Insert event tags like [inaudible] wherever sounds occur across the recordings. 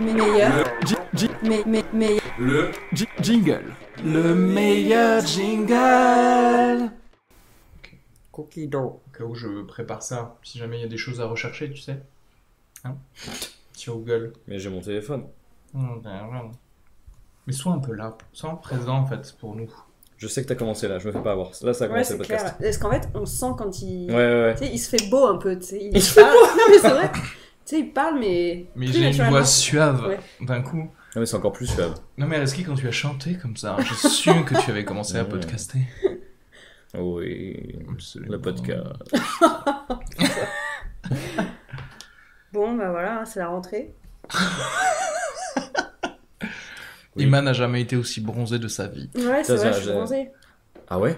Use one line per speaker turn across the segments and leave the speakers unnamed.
meilleur, mais, mais, mais,
Le
Ji- jingle.
Le meilleur
jingle.
Cookie dough.
Au cas où je prépare ça, si jamais il y a des choses à rechercher, tu sais. Hein Sur Google.
Mais j'ai mon téléphone.
Hmm, ben, voilà. Mais sois un peu là, sois un présent en fait pour nous.
Je sais que t'as commencé là, je me fais pas avoir. Là, ça a
Ouais,
commencé
c'est
le podcast.
clair. Est-ce qu'en fait, on sent quand il.
Ouais, ouais, ouais.
Tu sais, il se fait beau un peu. Tu sais, il,
Il se fait
parle. [laughs] Non, mais c'est vrai. Tu sais, il parle, mais.
Mais
plus
j'ai une
naturellement.
voix suave
Ouais.
d'un coup.
Non, mais c'est encore plus suave.
Non mais Reski, quand tu as chanté comme ça, j'ai su que tu avais commencé à
Ouais.
podcaster.
Ah Oui. Le podcast.
Bon, bah voilà, hein, c'est la rentrée.
Oui.
Iman n'a jamais été aussi bronzé de sa vie.
Ouais, c'est
Ça,
vrai,
ça,
je suis
j'ai-
bronzée.
Ah ouais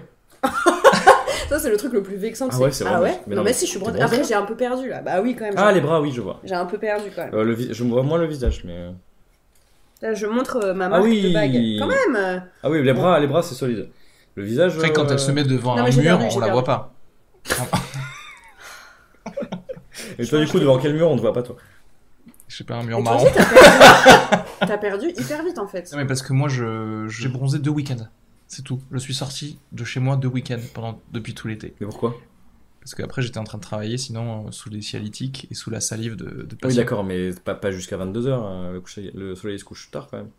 Ça, c'est le truc le plus vexant.
Ah ouais, c'est vrai,
Ah
mais-
ouais
mais
Mais,
non, mais
si, je suis
t'es
bronzée.
bronzée
Après, j'ai un peu perdu là. Bah oui, quand même.
Ah,
j'ai-
les bras, oui, je vois.
J'ai un peu perdu quand même.
Euh, le vis- Je me vois moins le visage, mais. euh.
Là, je montre euh, ma
Ah
marque
oui.
de bague. Quand même euh,
Ah oui, les bras, les bras, c'est solide. Le visage.
Après quand
euh,
elle se met devant
Non,
un
mais j'ai
mur,
perdu,
on
j'ai
la voit pas.
Et toi, du coup, devant quel mur on te voit pas, toi
Je sais pas, un mur
et toi
marron.
aussi, t'as perdu. T'as perdu hyper vite en fait.
Non mais parce que moi je j'ai bronzé deux week-ends. C'est tout. Je suis sorti de chez moi deux week-ends pendant depuis tout l'été.
Mais pourquoi
Parce qu'après j'étais en train de travailler sinon euh, sous les cialytiques et sous la salive de, de
Oui,
patients.
d'accord, mais pas, pas jusqu'à 22h. le, coucher- le soleil se couche tard quand même.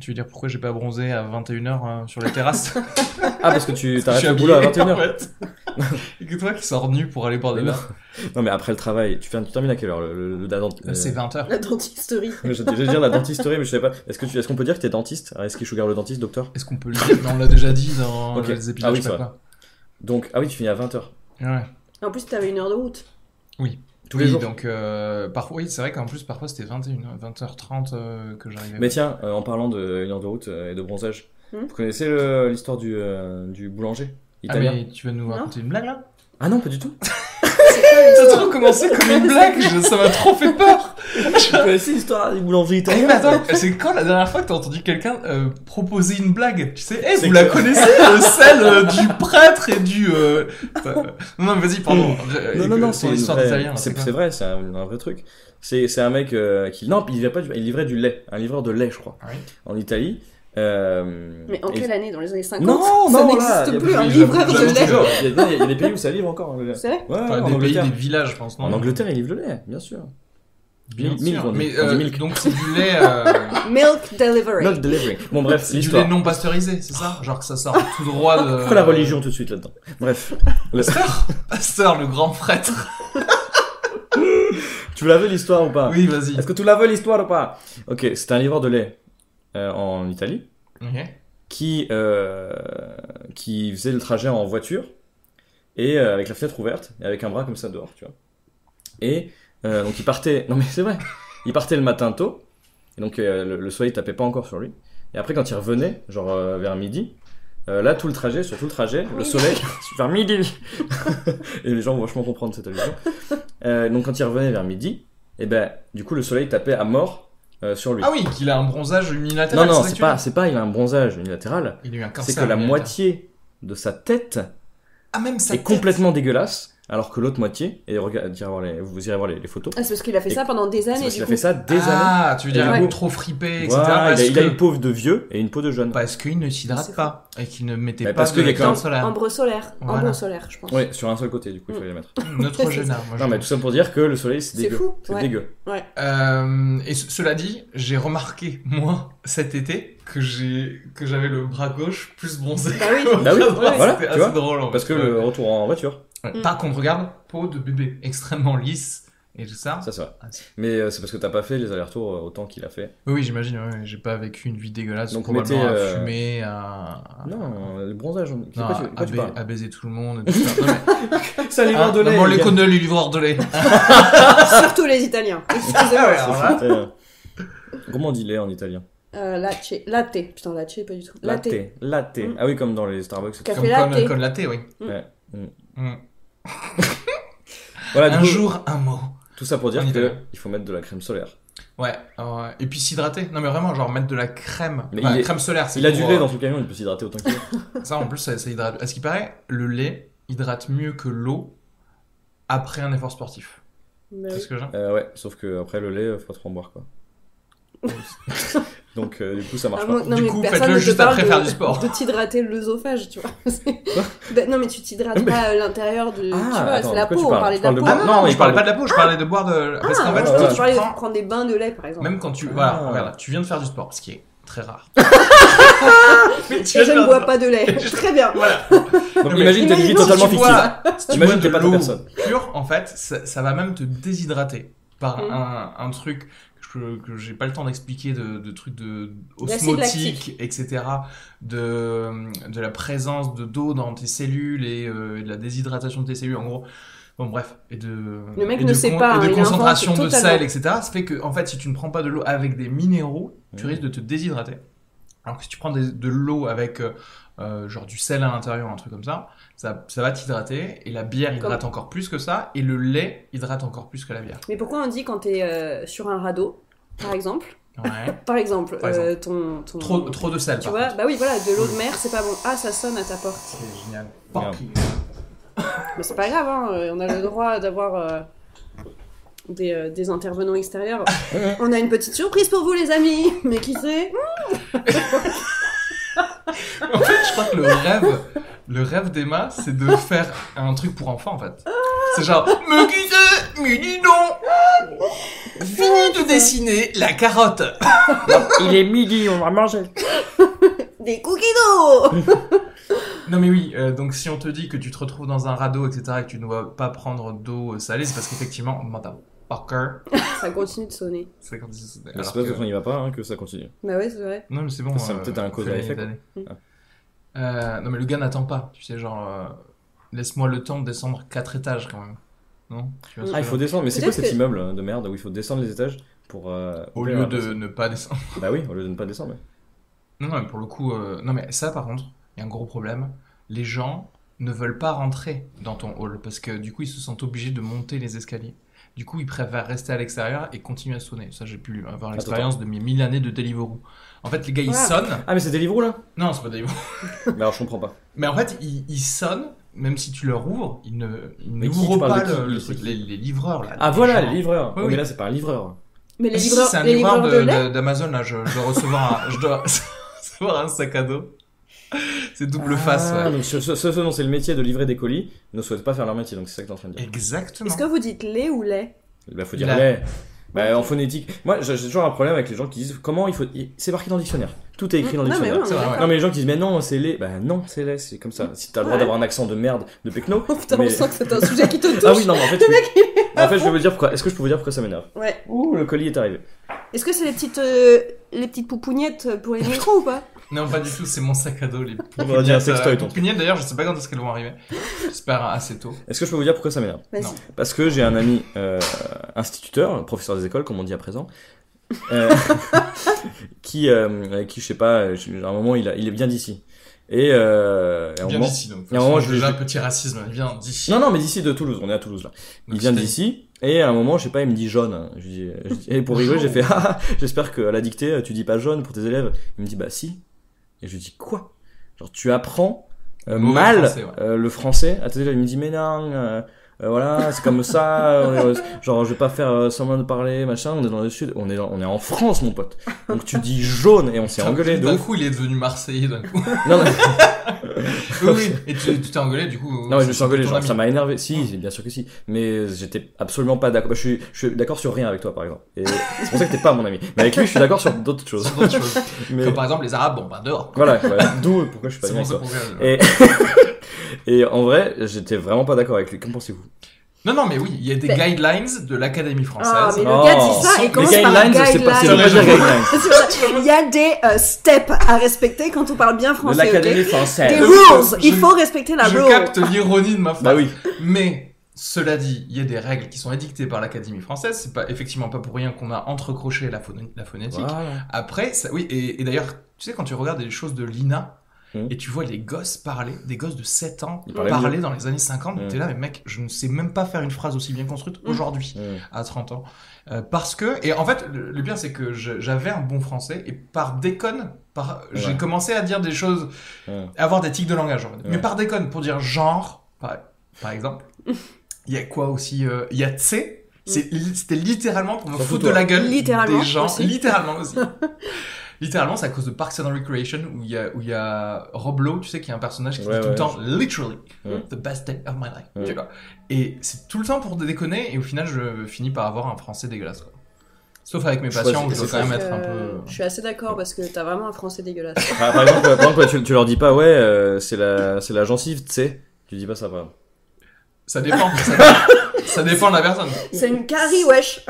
Tu veux dire pourquoi j'ai pas bronzé à 21h hein, sur les terrasses
[laughs] Ah, parce que tu
Je
t'arrêtes
suis
le boulot à
habillé,
21h.
en fait. [laughs] Et que toi qui sors nu pour aller boire des
Mais non.
verres.
Non, mais après le travail, tu, fais, tu termines à quelle heure le, le, le- la dent-
Là, C'est
euh,
20h.
La dentisterie.
[laughs] Je vais dire la dentisterie, mais je sais pas. Est-ce que tu, est-ce qu'on peut dire que t'es dentiste Ah, Est-ce qu'il sugar le dentiste, docteur
Est-ce qu'on peut le dire Non, on l'a déjà dit dans
[laughs] Ok.
les épisodes.
Ah oui,
je sais
ça
pas
Donc, ah oui, tu finis à 20h.
quoi. Ouais.
En plus, t'avais une heure de route.
Tous les
Oui,
jours.
Donc, euh, parfois, oui, c'est vrai qu'en plus, parfois, c'était 21h, 20h30 euh, que j'arrivais.
Mais tiens, euh, en parlant de une heure de route euh, et de bronzage,
Hmm
vous connaissez le- l'histoire du, euh, du boulanger
ah,
italien
mais tu vas nous
Non.
raconter une blague là [laughs]
Ah non, pas du tout.
Ça a trop commencé comme une blague, je- ça m'a trop fait peur.
tu connaissais l'histoire du boulanger
Eh, [laughs]
italien
mais attends, c'est quand la dernière fois que t'as entendu quelqu'un euh, proposer une blague Tu sais, eh,
C'est
vous la
que-
connaissez, euh, celle euh, du prêtre et du. euh, putain, euh, Non, non, vas-y, pardon. euh,
Mm. Non, non,
euh,
non,
sur
c'est une
l'histoire
vraie-
d'Italien. là,
C'est
quoi
c'est vrai, c'est un, un vrai truc. C'est c'est un mec euh, qui. Non, il livrait, pas du- il livrait du lait, un livreur de lait, je crois,
Ah oui.
en Italie. Euh,
Mais en
[laughs] et-
quelle année Dans les années 50
Non,
Ça
non, là, il y
n'existe
a
plus, un
plus-
livreur
je- je-
de
je-
lait.
je- Il y, a- il y a des pays où ça livre encore hein, le lait.
C'est vrai
Ouais,
Enfin, des
en
pays,
Angleterre.
des villages, je pense. Non
En Angleterre, ils livrent le lait, bien sûr.
Bien
Mille- mille
sûr.
grandes-
Mais
on dit
euh,
milk.
donc c'est du lait, euh,
Milk delivery.
Not delivering. Bon, bref,
c'est du lait
l'histoire.
non pasteurisé, c'est ça Genre que ça sort tout droit de.
Pourquoi la religion tout de suite là-dedans Bref,
Pasteur, [laughs] pasteur, le grand prêtre.
tu l'avais l'histoire ou pas
Oui, vas-y.
Ah. Est-ce que tu la veux l'histoire ou pas Ok, c'est un livreur de lait euh, en Italie
Ok.
qui, euh, qui faisait le trajet en voiture et euh, avec la fenêtre ouverte et avec un bras comme ça dehors, tu vois. Et euh, donc il partait, non mais c'est vrai, il partait le matin tôt et donc euh, le, le soleil tapait pas encore sur lui. Et après quand il revenait, genre euh, vers midi, euh, là tout le trajet, sur tout le trajet, le soleil [laughs] vers midi. et les gens vont vachement comprendre cette allusion. Euh, donc quand il revenait vers midi, et ben du coup le soleil tapait à mort euh, sur lui.
Ah oui, qu'il a un bronzage unilatéral.
non non,
ça que
c'est
tu
pas,
dis
c'est pas il a un bronzage unilatéral.
Il a eu un cancer.
C'est que la
unilatéral.
moitié de sa tête
Ah, même ça.
est complètement dégueulasse, alors que l'autre moitié, et regarde, irez voir les- vous irez voir les, les photos,
Ah, c'est parce qu'il a fait
Et-
ça pendant des
c'est
années.
parce
Du
qu'il a
coup.
fait ça des années.
Ah, tu veux
Et
dire
du
un
coup-
goût trop fripé, etc.
Voilà, il,
parce
a, il a
que-
une pauvre de vieux et une peau de jeune.
Parce qu'il ne s'hydrate
C'est
pas et qu'il ne mettait
Mais
pas
parce
de
qu'il y a quand
crème
même-
solaire.
Ambre solaire.
Voilà.
Ambre solaire, je pense.
Ouais, sur un seul côté, du coup, il fallait les mettre.
[laughs]
Notre jeune âme.
Non, mais tout ça pour dire que le soleil, c'est
C'est
dégueu.
fou,
C'est
ouais.
dégueu.
Euh, et ce- cela dit, j'ai remarqué, moi, cet été, que j'ai que j'avais le bras gauche plus bronzé.
Bah
[laughs]
oui.
Bah oui, voilà,
C'était
tu
assez
vois.
drôle. en fait.
Parce que le retour en voiture,
Ouais.
Mm.
Par contre, regarde, peau de bébé extrêmement lisse et tout ça.
ça, c'est vrai.
Ah, si.
Mais euh, c'est parce que t'as pas fait les allers-retours euh, autant qu'il a fait.
Oui, oui, j'imagine, ouais, j'ai pas vécu une vie dégueulasse,
Donc,
probablement
mettez,
à
euh,
fumer, à...
Non, euh, le bronzage, on-
Non,
quoi tu, quoi
à,
tu
ba-
parles
à baiser tout le monde. et tout ça. Non, mais-
[laughs] Ça, les
Ah,
verres de
non,
lait,
bon,
les
les
gars.
connes de lait, les livreurs de lait.
[laughs] Surtout les Italiens. Excusez-moi.
Ah,
Ça, c'était, euh, Comment on dit lait en italien
Euh, latte. Latte. Putain, latte, pas du tout. Latte.
Latte.
Mm.
Ah oui, comme dans les Starbucks. etc.
Café
Comme conne,
latte.
conne latte, oui.
Ouais. Mm.
Mm.
Voilà,
Un
du coup,
jour, un mot.
Tout ça pour
En
dire
Italie.
qu'il faut mettre de la crème solaire.
Ouais, ouais. et puis s'hydrater. Non, mais vraiment, genre mettre de la crème.
Mais
Enfin,
il est-
crème solaire, c'est
Il a
pour,
du lait
euh,
dans son camion, il peut s'hydrater
[laughs]
autant qu'il veut.
Ça, en plus, ça, ça hydrate. À ce qui paraît, le lait hydrate mieux que l'eau après un effort sportif.
Bah
C'est
oui.
ce que j'ai.
Euh, ouais, sauf que après le lait, euh, faut pas trop
[laughs]
en boire quoi. Donc euh, du coup ça marche
Ah,
pas.
moi- non,
Du
mais
coup,
personne
faites-le
ne te
juste
parle
après
de,
faire du sport.
de t'hydrater l'œsophage, tu vois. [laughs] C'est- Bah, non, mais tu t'hydrates
Mais-
pas à l'intérieur de.
Ah,
tu vois,
attends,
c'est la
de quoi
peau,
tu
on
parles
parlait
Tu
de la
parles
peau.
de-
Ah
non,
non,
il
je parlais
parle-
pas de la peau, je parlais de boire de. Parce qu'en
Ah,
fait,
je
ouais,
pensais
quand
que
tu
tu parlais de
prends-
prendre des bains de lait, par exemple.
Même quand tu.
Ah.
Voilà, regarde, tu viens de faire du sport, ce qui est
[laughs]
très rare. [laughs] Mais tu
Et je
viens de
ne bois
faire-
pas de lait. Très bien.
Voilà.
Donc
mais
imagine t'as une
imagine
vie
si
totalement
tu
fictive.
bois- si tu
Imagine
bois
t'es
de
pas ta
l'eau
personne.
pure, en fait, ça, ça va même te déshydrater par
Mhm.
un, un truc que, que j'ai pas le temps d'expliquer, de, de trucs de
L'acide
osmotique, etc., de, de la présence de d'eau dans tes cellules et, euh, et de la déshydratation de tes cellules, en gros. Bon, bref, et de,
Le mec
et
ne
de
sait
con-
pas, hein,
et de
il invente
concentration de
totalement.
sel, etc. Ça fait que, en fait, si tu ne prends pas de l'eau avec des minéraux, tu
Mhm.
risques de te déshydrater. Alors que si tu prends des- de l'eau avec euh, euh, genre du sel à l'intérieur, un truc comme ça, ça, ça va t'hydrater. Et la bière hydrate encore plus que ça. Et le lait hydrate encore plus que la bière.
Mais pourquoi on dit quand t'es euh, sur un radeau, par exemple [laughs]
Ouais.
Par exemple,
Par
euh, ton, ton-
trop, trop de sel,
Tu
par
vois,
contre.
bah oui, voilà, de l'eau de mer, c'est pas bon. Ah, ça sonne à ta porte.
C'est génial.
Merde.
Mais c'est pas grave, hein, euh, on a le droit d'avoir euh, des, euh, des intervenants
[laughs]
extérieurs. on a une petite surprise pour vous, les amis. Mais qui c'est
En fait, je crois que le rêve, le rêve d'Emma, c'est de faire un truc pour enfants, en fait. C'est genre, me guider, mais dis donc Fini de dessiner la carotte
Il est midi, on va manger.
Des cookies d'eau [laughs]
Non mais oui, euh, donc si on te dit que tu te retrouves dans un radeau, etc., et que tu ne dois pas prendre d'eau salée, c'est parce qu'effectivement, Madame Parker,
Ça continue de sonner.
c'est quand ils-
Mais
alors
c'est pas parce
que-
qu'on y va pas hein, que ça continue.
Ah,
Bah ouais, c'est vrai.
Non mais c'est bon. euh,
Ça, c'est peut-être un cause à
février
effet, quoi.
d'année.
Mm.
Euh, non mais le gars n'attend pas, tu sais, genre, euh, laisse-moi le temps de descendre quatre étages quand même. Non Tu vois ce
Ah,
que
il
je
faut descendre. Mais c'est quoi
Peut-être
cet
que-
immeuble hein, de merde où il faut descendre les étages pour. euh,
Au
couper
lieu
la
de
personne
ne pas descendre.
Bah oui, au lieu de ne pas descendre. ouais.
Non, non, mais pour le coup, euh, non, mais ça par contre, il y a un gros problème. Les gens ne veulent pas rentrer dans ton hall parce que du coup, ils se sentent obligés de monter les escaliers. Du coup, ils préfèrent rester à l'extérieur et continuer à sonner. Ça, j'ai pu avoir l'expérience de mes mille années de Deliveroo. En fait, les gars, ils
Ah.
sonnent.
Ah, mais c'est
[laughs]
Deliveroo là
Non, c'est pas Deliveroo.
Mais alors je comprends pas.
Mais en fait, ils, ils sonnent, même si tu leur ouvres, ils ne ils
Mais qui,
n'ouvrent
tu parles
pas
de qui,
le, le
c'est
truc.
qui
Les, les livreurs, là.
Ah voilà,
gens.
les livreurs.
Oui,
Oh,
oui.
Mais là c'est pas un livreur.
Mais les
Ah, si,
livreurs,
c'est un
les
livreur
livreurs de,
de-
lait
de- d'Amazon, là. Je, je dois recevoir un, [laughs] je dois recevoir un sac à dos. C'est double face, ouais.
Ah, donc ceux, ceux- ceux dont c'est le métier de livrer des colis ne souhaitent pas faire leur métier, donc c'est ça que t'es en train de dire.
Exactement.
Est-ce que vous dites lait ou lait
Bah, faut dire
Là.
lait. Bah, en phonétique. Moi, j'ai j'ai toujours un problème avec les gens qui disent comment il faut. il- C'est marqué dans le dictionnaire. Tout est écrit dans le
Non, mais
dictionnaire.
oui, on est
C'est vrai,
d'accord.
Non, mais les gens qui disent mais non, c'est lait. Bah, non, c'est lait, c'est comme ça. Si t'as le droit
Ouais.
d'avoir un accent de merde
[laughs]
de Pecno.
Putain, on
mais-
sent que c'est
[laughs]
un sujet qui te touche.
Ah oui, non, mais en fait.
Le
oui.
mec,
En fait, je vais vous dire pourquoi. Est-ce que je peux vous dire pourquoi ça m'énerve
Ouais.
Ouh, le colis est arrivé.
Est-ce que c'est les petites, euh, les petites poupougnettes
[laughs]
pour les micros ou pas
Non, pas du tout, c'est mon sac à dos, les
On va dire un sextoy, ton
ton d'ailleurs, je sais pas quand est-ce qu'elles vont arriver. J'espère assez tôt.
Est-ce que je peux vous dire pourquoi ça m'énerve
Vas-y.
Non.
Parce que j'ai un ami euh, instituteur, professeur des écoles, comme on dit à présent, euh, [laughs] qui, euh, qui, je sais pas, je- à un moment, il, a- il est bien d'ici. Et, euh, et à un
Bien
moment-
d'ici, donc.
Il y a un moment,
j'ai
je-
déjà un petit racisme, viens d'ici.
Non, non, mais d'ici de Toulouse, on est à Toulouse là.
Donc,
il vient
c'était-
d'ici, et à un moment, je sais pas, il me dit jaune. Je lui dis- je dis- et pour
[laughs]
rigoler, j'ai fait, ah, j'espère qu'à la dictée, tu dis pas jaune pour tes élèves. Il me dit, bah si. Et je lui dis, quoi Genre, tu apprends euh,
Mauvais
mal
français, ouais.
euh, le français à tes élèves. Il me dit, mais non, euh, euh, voilà, c'est comme ça. on est- euh, genre, je vais pas faire euh, semblant de parler, machin. On est dans le sud, on est, dans- on est en France, mon pote. Donc tu dis jaune, et on s'est
Putain,
engueulé de
D'un
ouf.
coup, il est devenu Marseillais, d'un
[laughs]
coup.
Non, non.
oui, oui. Et tu tu t'es engueulé, du coup.
Non, mais je me suis
c'est
engueulé,
ton
genre,
ami. Ah.
ça m'a énervé. Si, bien sûr que si. Mais euh, j'étais absolument pas d'accord. Bah, je suis, je suis d'accord sur rien avec toi, par exemple.
[laughs]
Et c'est pour ça que t'es pas mon ami. Mais avec lui, je suis d'accord sur d'autres choses.
C'est d'autres choses.
Mais
Comme par exemple, les Arabes, bon, bah dehors.
voilà, voilà. d'où pourquoi je suis pas
C'est
bien
bon,
avec
c'est
toi.
pour ça.
Et... Et en vrai, j'étais vraiment pas d'accord avec lui. Qu'en pensez-vous
Non, non, mais oui, il y a des
Ben-
guidelines de l'Académie
Ah,
française.
mais
Oh.
le gars dit ça et
Les
Les
commence par un
guidelines, je sais pas, c'est
guideline.
pas
[laughs]
dire
guidelines.
guidelines.
Il y a des euh, steps à respecter quand on parle bien
De
français. ok
l'académie
Des
française.
Je-
rules.
je-
Il faut respecter la
Je
rule.
capte l'ironie de ma phrase.
Bah oui.
Mais cela dit, il y a des règles qui sont édictées par l'Académie française. C'est pas effectivement pas pour rien qu'on a entrecroché la, phon- la phonétique.
Voilà.
Après, ça, oui, et, et d'ailleurs, tu sais, quand tu regardes des choses de l'INA,
Mm.
et tu vois les gosses parler, des gosses de 7 ans
Ils parlaient
parler dans les années 50,
Mm.
t'es là, mais mec, je ne sais même pas faire une phrase aussi bien construite
Mm.
aujourd'hui,
Mm.
à 30 ans. Euh, parce que, et en fait, le, le pire, c'est que je- j'avais un bon français, et par déconne, par, j'ai
Ouais.
commencé à dire des choses,
Ouais.
avoir des tics de langage, en fait. mais
Ouais.
[laughs]
par déconne, pour dire genre, par, par exemple, il y a quoi aussi euh, Il y a tsé, C'est li- C'était littéralement pour me
Surtout
foutre
toi.
de la gueule
Hmm. Littéralement
des gens.
aussi.
Littéralement
[laughs]
aussi. littéralement, c'est à cause de Parks and Recreation où il y a, où il y a Rob Lowe, tu sais, qui est un personnage qui dit
Ouais,
tout
ouais,
le temps literally
Ouais.
the best day of my life.
Ouais.
Tu vois. Et c'est tout le temps pour déconner et au final, je finis par avoir un français dégueulasse. quoi. Sauf avec mes
Je
patients
crois
où
que
je dois
c'est
quand même
Parce
être un
que euh,
peu.
Je suis assez d'accord parce que t'as vraiment un français dégueulasse.
Par, par exemple, par exemple, tu, tu leur dis pas, ouais, euh, c'est la, c'est la gencive, tu sais. Tu dis pas ça, par exemple.
Ça dépend. ça,
[laughs]
dépend- ça dépend de la personne.
[laughs] C'est une carie, wesh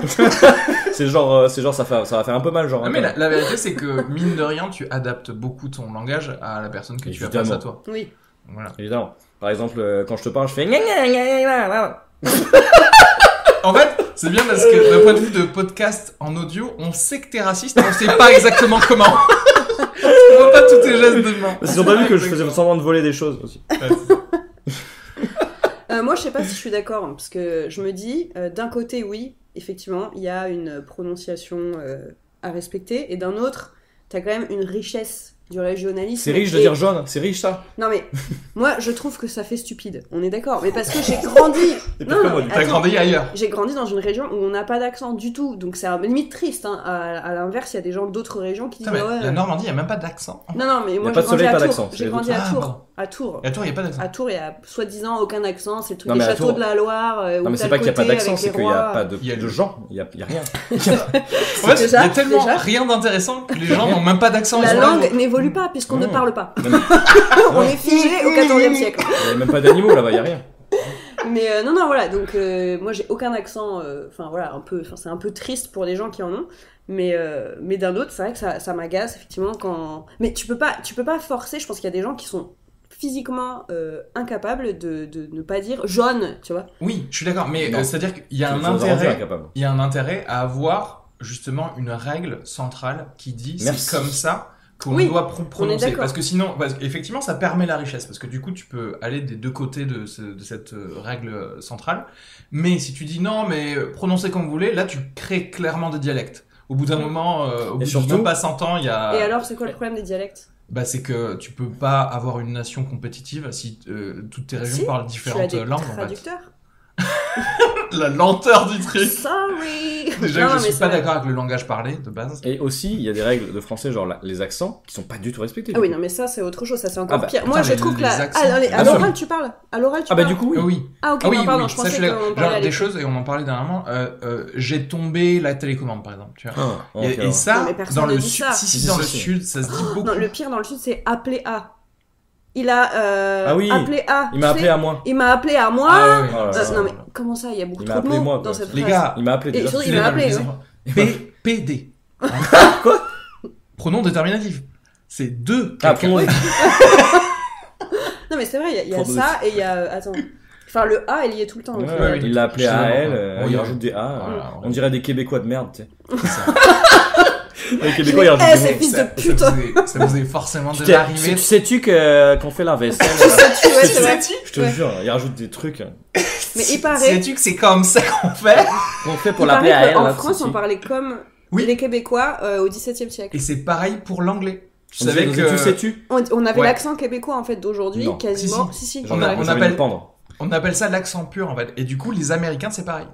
C'est genre, euh, c'est genre, ça, fait, ça va faire un peu mal, genre.
Non, Ah, mais
hein,
la, la vérité, c'est que mine de rien, tu adaptes beaucoup ton langage à la personne que tu as face à
Évidemment.
toi.
Oui.
Voilà.
Évidemment. Par exemple, euh, quand je te parle, je fais. gna, gna, gna, gna, gna.
En fait, c'est bien parce que d'un point de vue de podcast en audio, on sait que t'es raciste, mais on sait pas exactement comment. on voit pas tous tes gestes de main.
Parce qu'ils ont pas vu que je faisais semblant de voler des choses aussi.
Euh, moi, je sais pas si je suis d'accord, hein, parce que je me dis, euh, d'un côté, oui, effectivement, il y a une prononciation euh, à respecter, et d'un autre, t'as quand même une richesse du régionalisme.
C'est riche de
Et-
dire jaune, c'est riche ça.
Non mais, [laughs] moi, je trouve que ça fait stupide. On est d'accord, mais parce que j'ai grandi.
C'est
Non,
pas
non,
comme
mais
T'as
attends.
grandi ailleurs.
J'ai grandi dans une région où on n'a pas d'accent du tout, donc c'est un- limite triste. hein. À, à l'inverse, il y a des gens d'autres régions qui disent
Putain, mais
ouais. euh,
la Normandie, y a même pas d'accent.
Non, non, mais moi
pas
j'ai
de soleil,
grandi à
pas
Tours.
d'accent,
J'ai
c'est-
grandi à
Ah,
Tours.
pardon.
À Tours.
Et à Tours, y a pas d'accent.
À Tours, il y a soi-disant aucun accent, c'est le truc
Non,
des
mais à
châteaux
Tours-
de la Loire. euh, où
Non, Ah, mais
t'as
c'est
le
pas qu'il y a pas
côté
d'accent,
avec
c'est
les
qu'il y a
rois.
pas de,
Il y a-
de gens, il y a, il y a rien.
En fait,
déjà-
y a tellement
déjà-
rien d'intéressant que les gens n'ont même pas d'accent. ils
La
sont là,
langue n'évolue pas puisqu'on ne
Non.
parle pas.
Hmm. Non, mais-
[laughs] On est figé au 14e siècle.
Il y a même pas d'animaux là-bas, il y a rien.
Mais euh, non, non, voilà. Donc euh, moi j'ai aucun accent. euh, Enfin voilà, un peu. Enfin c'est un peu triste pour les gens qui en ont. Mais euh, mais d'un autre, c'est vrai que ça, ça m'agace effectivement quand. Mais tu peux pas, tu peux pas forcer. Je pense qu'il y a des gens qui sont physiquement euh, incapables de, de ne pas dire jaune, tu vois.
Oui, je suis d'accord, mais
Non.
euh, c'est-à-dire qu'il y a
Ça
un
nous a rendu
intérêt.
incapables.
il y a un intérêt à avoir justement une règle centrale qui dit
Merci.
c'est comme ça qu'on
Oui,
doit pro- prononcer.
d'accord.
Parce que sinon, parce que effectivement, ça permet la richesse. Parce que du coup, tu peux aller des deux côtés de, ce- de cette euh, règle euh, centrale. Mais si tu dis non, mais euh, prononcez comme vous voulez, là, tu crées clairement des dialectes. Au bout d'un moment, euh, au bout de
surtout-
même pas 100 ans, il y a.
Et alors, c'est quoi le problème des dialectes
bah, c'est que tu peux pas avoir une nation compétitive si euh, toutes tes régions
Si,
parlent
Tu as
différentes
des
euh, langues. En fait. [laughs]
traducteurs
La lenteur du truc.
Sorry
Déjà,
Non,
que
mais
je suis
c'est
pas
vrai.
d'accord avec le langage parlé de base.
Et aussi, il y a des règles de français, genre la- les accents, qui sont pas du tout respectés.
Ah oui, non, mais ça, c'est autre chose, ça, c'est encore
Ah bah,
pire.
attends,
Moi, je
mais
trouve que
les
la...
accents-
Ah, allez, à
Ah,
l'oral, tu parles À l'oral, tu
Ah bah
parles
du coup, oui.
oui.
Ah, ok,
Ah oui,
non, pardon,
oui,
je
ça, je
pensais
suis d'accord.
qu'on parlait
Genre
à
des
l'école.
choses, et on en parlait dernièrement, euh, euh, j'ai tombé la télécommande par exemple. Tu vois.
Ah, ok,
Et- et,
alors.
ça,
Non, mais personne
dans
ne
le
dit
sud,
ça.
si, si,
Si,
dans
si,
le
si.
sud, ça se dit beaucoup.
Non, le pire dans le sud, c'est appeler à. Il a euh,
Ah oui,
appelé à.
Il m'a
tu
appelé
sais.
à moi.
Il m'a appelé à moi.
Ah ouais,
Ah,
ouais,
Euh,
ouais,
ouais.
non, mais comment ça Il y a beaucoup
Il
trop
m'a
de
appelé
mots
moi,
dans
quoi.
cette
Les
phrase.
gars,
Il m'a appelé
Et
déjà.
surtout,
les
il m'a
gars,
appelé,
les
ouais.
enfants. P- PD.
Quoi
Pronom déterminatif. C'est deux.
Ah,
quelqu'un.
pronom-
Non, mais c'est vrai, il y a, il y a
Trop de-
ça et il y a. Attends. Enfin, le A, il y est tout le temps.
Ouais,
donc,
ouais,
euh,
oui.
Il l'a appelé à
Justement,
elle,
ouais.
euh,
Oui,
il
oui.
rajoute des A. euh,
Voilà,
On dirait des Québécois de merde, tu sais.
c'est ça.
Les Québécois, ils
Eh,
rajoutent des
c'est
mots.
fils
Ça-
de pute.
Ça vous est- ça vous est forcément
Tu
déjà
t'es- sais-
arrivé.
Sais-tu que- euh, qu'on fait la [laughs] vaisselle
Tu
là
sais-tu, ouais, c'est vrai.
Sais-tu
Je te
Ouais.
jure, ils rajoutent des trucs hein.
Mais il paraît.
Sais-tu que c'est comme ça qu'on fait
qu'on fait
il
pour l'appeler
paraît
à elle.
qu'en
là,
France,
sais-tu.
on parlait comme
Oui.
les Québécois euh, au XVIIe siècle.
Et c'est pareil pour l'anglais. Tu
On disait,
savais
nous
que.
étions- Sais-tu
On, on avait
Ouais.
l'accent québécois en fait d'aujourd'hui,
Non.
quasiment. Si, si.
On
J'en ai-
a-
j'en ai
on
envie de
appelle-
me pendre.
On appelle ça l'accent pur en fait. Et du coup, les Américains, c'est pareil.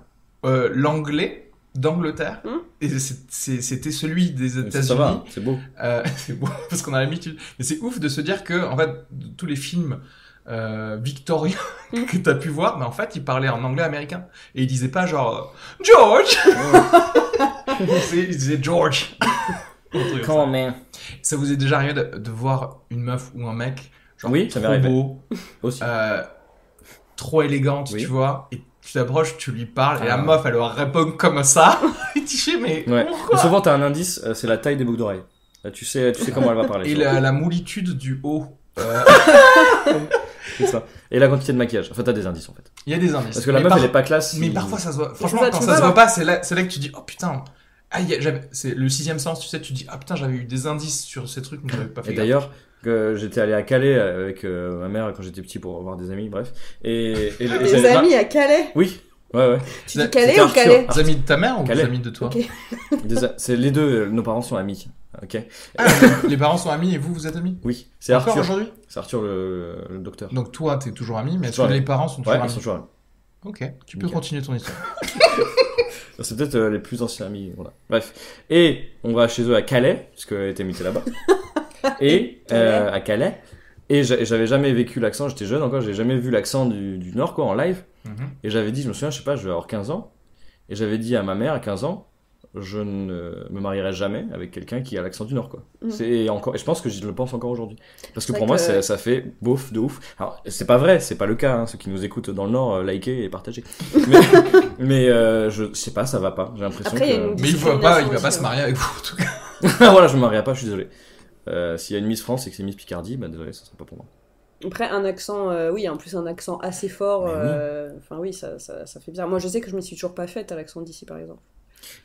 Euh, L'anglais d'Angleterre,
Hmm.
et c'est- c'est- c'était celui des
Ça, Ça va,
États-Unis.
c'est beau.
Euh, [laughs] c'est bon parce qu'on a l'habitude. Mais c'est ouf de se dire que en fait, de tous les films euh, victoriens [laughs] que t'as pu voir, mais en fait, ils parlaient en anglais américain et ils disaient pas genre euh, George. ils, [laughs] disaient, ils disaient George.
Quand même.
Ça vous est déjà arrivé de, de voir une meuf ou un mec genre
Oui, ça m'est
trop
arrivé.
beau,
[laughs] Aussi.
euh, trop élégante,
Oui.
tu vois, et tu t'approches, tu lui parles, et la
Ah.
meuf, elle leur répond comme ça. [laughs] et tu sais, mais
Ouais.
pourquoi
Mais souvent, t'as un indice, euh, c'est la taille des boucles d'oreilles. Là, tu sais, tu sais comment elle va
[laughs]
parler.
Et
souvent.
la, la moulitude du haut. euh,
[laughs] C'est ça. Et la quantité de maquillage. Enfin, t'as des indices en fait.
Il y a des indices.
Parce que la
Mais
meuf,
par-
elle est pas classe.
Mais
il-
parfois, ça se voit. Franchement,
ça,
quand
tu
ça
vois,
se
là.
voit pas, c'est là, c'est là que tu dis, oh putain. Ah, il y a- j'avais- c'est le sixième sens, tu sais, tu dis, ah putain, j'avais eu des indices sur ces trucs, mais j'avais pas fait.
Et
gaffe.
d'ailleurs, que j'étais allé à Calais avec euh, ma mère quand j'étais petit pour voir des amis, bref. Et, et, et
Des
j'avais-
amis à Calais.
Oui. Ouais, ouais.
Tu
C'était
dis Calais ou
Arthur.
Calais
Des amis de ta mère ou
Calais.
des amis de toi
Ok.
Des a- C'est les deux. euh, Nos parents sont amis. Ok.
Ah, Les parents sont amis et vous, vous êtes amis
Oui. C'est
Encore
Arthur.
aujourd'hui
C'est Arthur le, le docteur.
Donc toi, t'es toujours ami, mais est-ce
Toujours
que les
amis.
parents sont toujours
Ouais, ils
amis
sont toujours amis.
Ok, tu peux
Nickel.
continuer ton histoire.
C'est peut-être euh, les plus anciens amis. Voilà. Bref. Et on va chez eux à Calais, parce qu'elle était mutée là-bas. et euh, à Calais. Et j'a- et j'avais jamais vécu l'accent, j'étais jeune encore, j'ai jamais vu l'accent du, du Nord quoi en live.
Mhm.
Et j'avais dit, je me souviens, je sais pas, je vais avoir 15 ans. Et j'avais dit à ma mère à 15 ans, je ne me marierai jamais avec quelqu'un qui a l'accent du Nord quoi.
Mhm.
C'est et encore, et je pense que je le pense encore aujourd'hui. Parce que
C'est vrai
pour moi,
que-
ça, ça fait beauf de ouf. Alors, c'est pas vrai, c'est pas le cas. hein. Ceux qui nous écoutent dans le Nord, euh, likez
[laughs]
et partagez. Mais, mais, euh, je sais pas, ça va pas. J'ai l'impression
Après, il y a
que. [laughs]
une-
Mais il va pas, il va
Discrimination
pas
aussi,
se
ouais.
marier avec vous en tout cas.
voilà, je me marierai pas, je suis désolé. Euh, S'il y a une Miss France et que c'est Miss Picardie, bah désolé, ça sera pas pour moi.
Après, un accent, euh, oui, en plus un accent assez fort.
Mais oui.
euh, Enfin, oui, ça, ça, ça fait bizarre. Moi, je sais que je me suis toujours pas faite à l'accent d'ici, par exemple.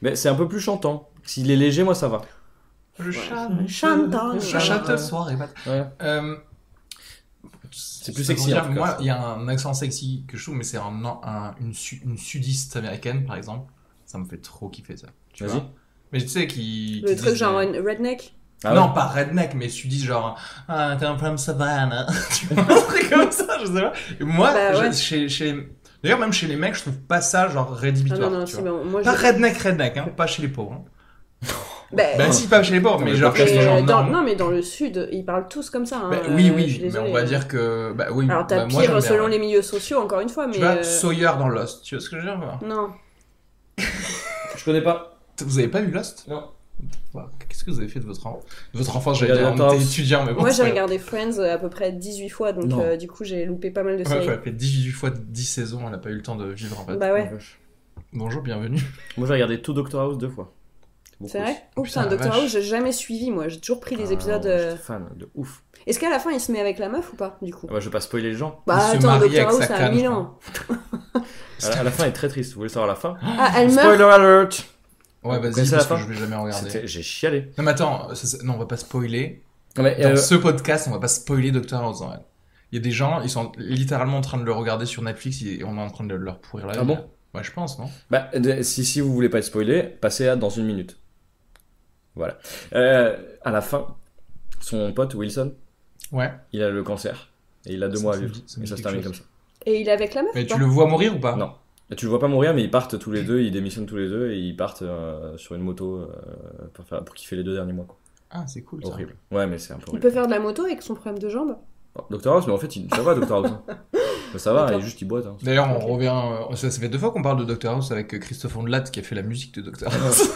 Mais c'est un peu plus chantant. S'il est léger, moi ça va.
Je chante.
Chantant.
Je chante soir et pas.
Ouais.
Euh,
C'est plus
ça veut
sexy,
dire,
en tout cas,
moi,
ça.
il y a un accent sexy que je trouve, mais c'est un, un- une, su- une sudiste américaine, par exemple. Ça me fait trop kiffer ça. Tu
Vas-y.
vois Mais tu sais qui.
Le
qui
truc
disent-
genre un redneck.
Ah
non,
ouais.
pas redneck, mais sudiste, genre. Ah, t'es un from Savannah. [laughs] tu vois, un truc comme ça, je sais pas. Et moi,
Bah
je-
ouais.
chez, chez les- D'ailleurs, même chez les mecs, je trouve pas ça genre
Ah
rédhibitoire.
non, non,
tu
si,
vois.
mais moi,
Pas
je-
redneck, redneck, hein, pas chez les pauvres. hein.
Ben,
Bah, si, pas chez les pauvres,
Dans
mais
le
genre
mais,
chez
podcast,
les
euh,
gens.
dans-
normaux.
non, mais dans le sud, ils parlent tous comme ça. hein,
hein. Bah,
euh, je
oui,
suis
oui, mais
désolée.
on va dire que. Bah, oui,
Alors, t'as
bah, moi,
pire
j'aime bien,
selon
ouais.
les milieux sociaux, encore une fois, mais.
Tu vois,
euh,
Sawyer dans Lost, tu vois ce que je veux dire voilà.
Non.
Je connais pas.
Vous avez pas vu Lost
Non.
Voilà. Qu'est-ce que vous avez fait de votre enfance De votre enfance, j'allais
Regardez
dire, on
longtemps.
était étudiant, mais bon.
Moi,
c'est
j'ai
pas grave.
regardé Friends euh, à peu près 18 fois, donc
Non.
euh, du coup, j'ai loupé pas mal de
Ouais,
séries.
ouais, elle fait 18 fois 10 saisons, elle a pas eu le temps de vivre en fait.
Bah ouais,
Bonjour, bienvenue.
Moi j'ai regardé tout Doctor House deux fois. beaucoup
c'est
aussi.
vrai. Oh
Putain,
putain,
la
Doctor
vache.
House, j'ai jamais suivi, moi. J'ai toujours pris les
Ah,
épisodes.
ouais,
euh,
J'étais fan de ouf.
Est-ce qu'à la fin, il se met avec la meuf ou pas, du coup
Ah bah, je vais pas spoiler les gens.
Bah
se
attends,
marie
Doctor
avec sa
House, c'est à
canne, je
Milan.
À la, à la fin elle est très triste. Vous voulez savoir la fin
Ah, elle meurt
Spoiler alert
Ouais, vas-y,
connaissez
parce
la
que
fin
je vais jamais regarder.
C'était- J'ai chialé.
Non, mais attends, ça, c'est- non, on va pas spoiler.
Non, mais,
Dans
euh,
ce podcast, on va pas spoiler Doctor House. en fait. Il y a des gens, ils sont littéralement en train de le regarder sur Netflix et on est en train de leur pourrir la vie.
Ah bon
Ouais, je pense, non
Bah, de- si, si vous voulez pas être spoilé, passez à dans une minute. Voilà. Euh, à la fin, son pote Wilson,
Ouais.
il a le cancer. Et il a deux
Ça-
mois à
ça me
vivre.
dit- ça me
et
dit
ça se
quelque
termine
chose.
comme ça.
Et il est avec la meuf
Mais
ou pas
tu le vois mourir ou pas
Non. Et tu le vois pas mourir, mais ils partent tous les deux, ils démissionnent tous les deux et ils partent euh, sur une moto euh, pour, faire, pour kiffer les deux derniers mois. Quoi.
Ah, c'est cool. Ça.
Horrible. Ouais, mais c'est un peu
Il
horrible.
peut faire de la moto avec son problème de jambes
Oh, Dr House, mais en fait, il... ça va, Dr House.
[laughs]
hein. Bah, ça va,
D'accord.
il juste il boite. Hein.
D'ailleurs, on revient. euh, ça, ça fait deux fois qu'on parle de Doctor House avec Christophe Ondelat qui a fait la musique de Doctor House.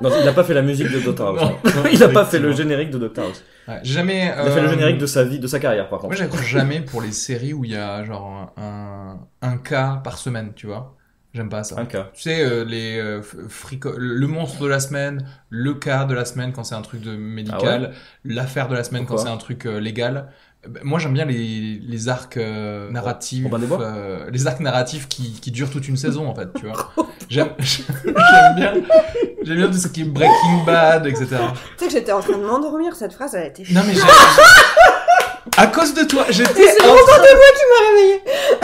Non, il a pas fait la musique de Dr House.
Non.
hein. [laughs]
[laughs]
Il a pas
Effectivement.
fait le générique de Dr House.
Ouais, j'ai jamais. euh,
Il a fait le générique de sa vie, de sa carrière, par
Moi,
contre.
j'accroche jamais pour les séries où il y a genre un, un cas par semaine, tu vois. J'aime pas ça.
Un cas.
Tu sais, euh, les, euh, f- frico- le monstre de la semaine, le cas de la semaine quand c'est un truc de
Ah
médical, l'affaire de la semaine quand
Pourquoi
c'est un truc euh, légal. Euh, ben, Moi, j'aime bien les, les arcs euh, narratifs,
Robin des Bois
euh, les arcs narratifs qui, qui durent toute une saison, en fait,
[laughs]
tu vois. J'aime [laughs] j'aime bien, j'aime bien tout ce qui est Breaking Bad, etc.
Tu sais que j'étais en train de m'endormir, cette phrase, elle a été
Non mais j'ai... à cause de toi, j'étais
C'est
en, train... Ah,
réveillée.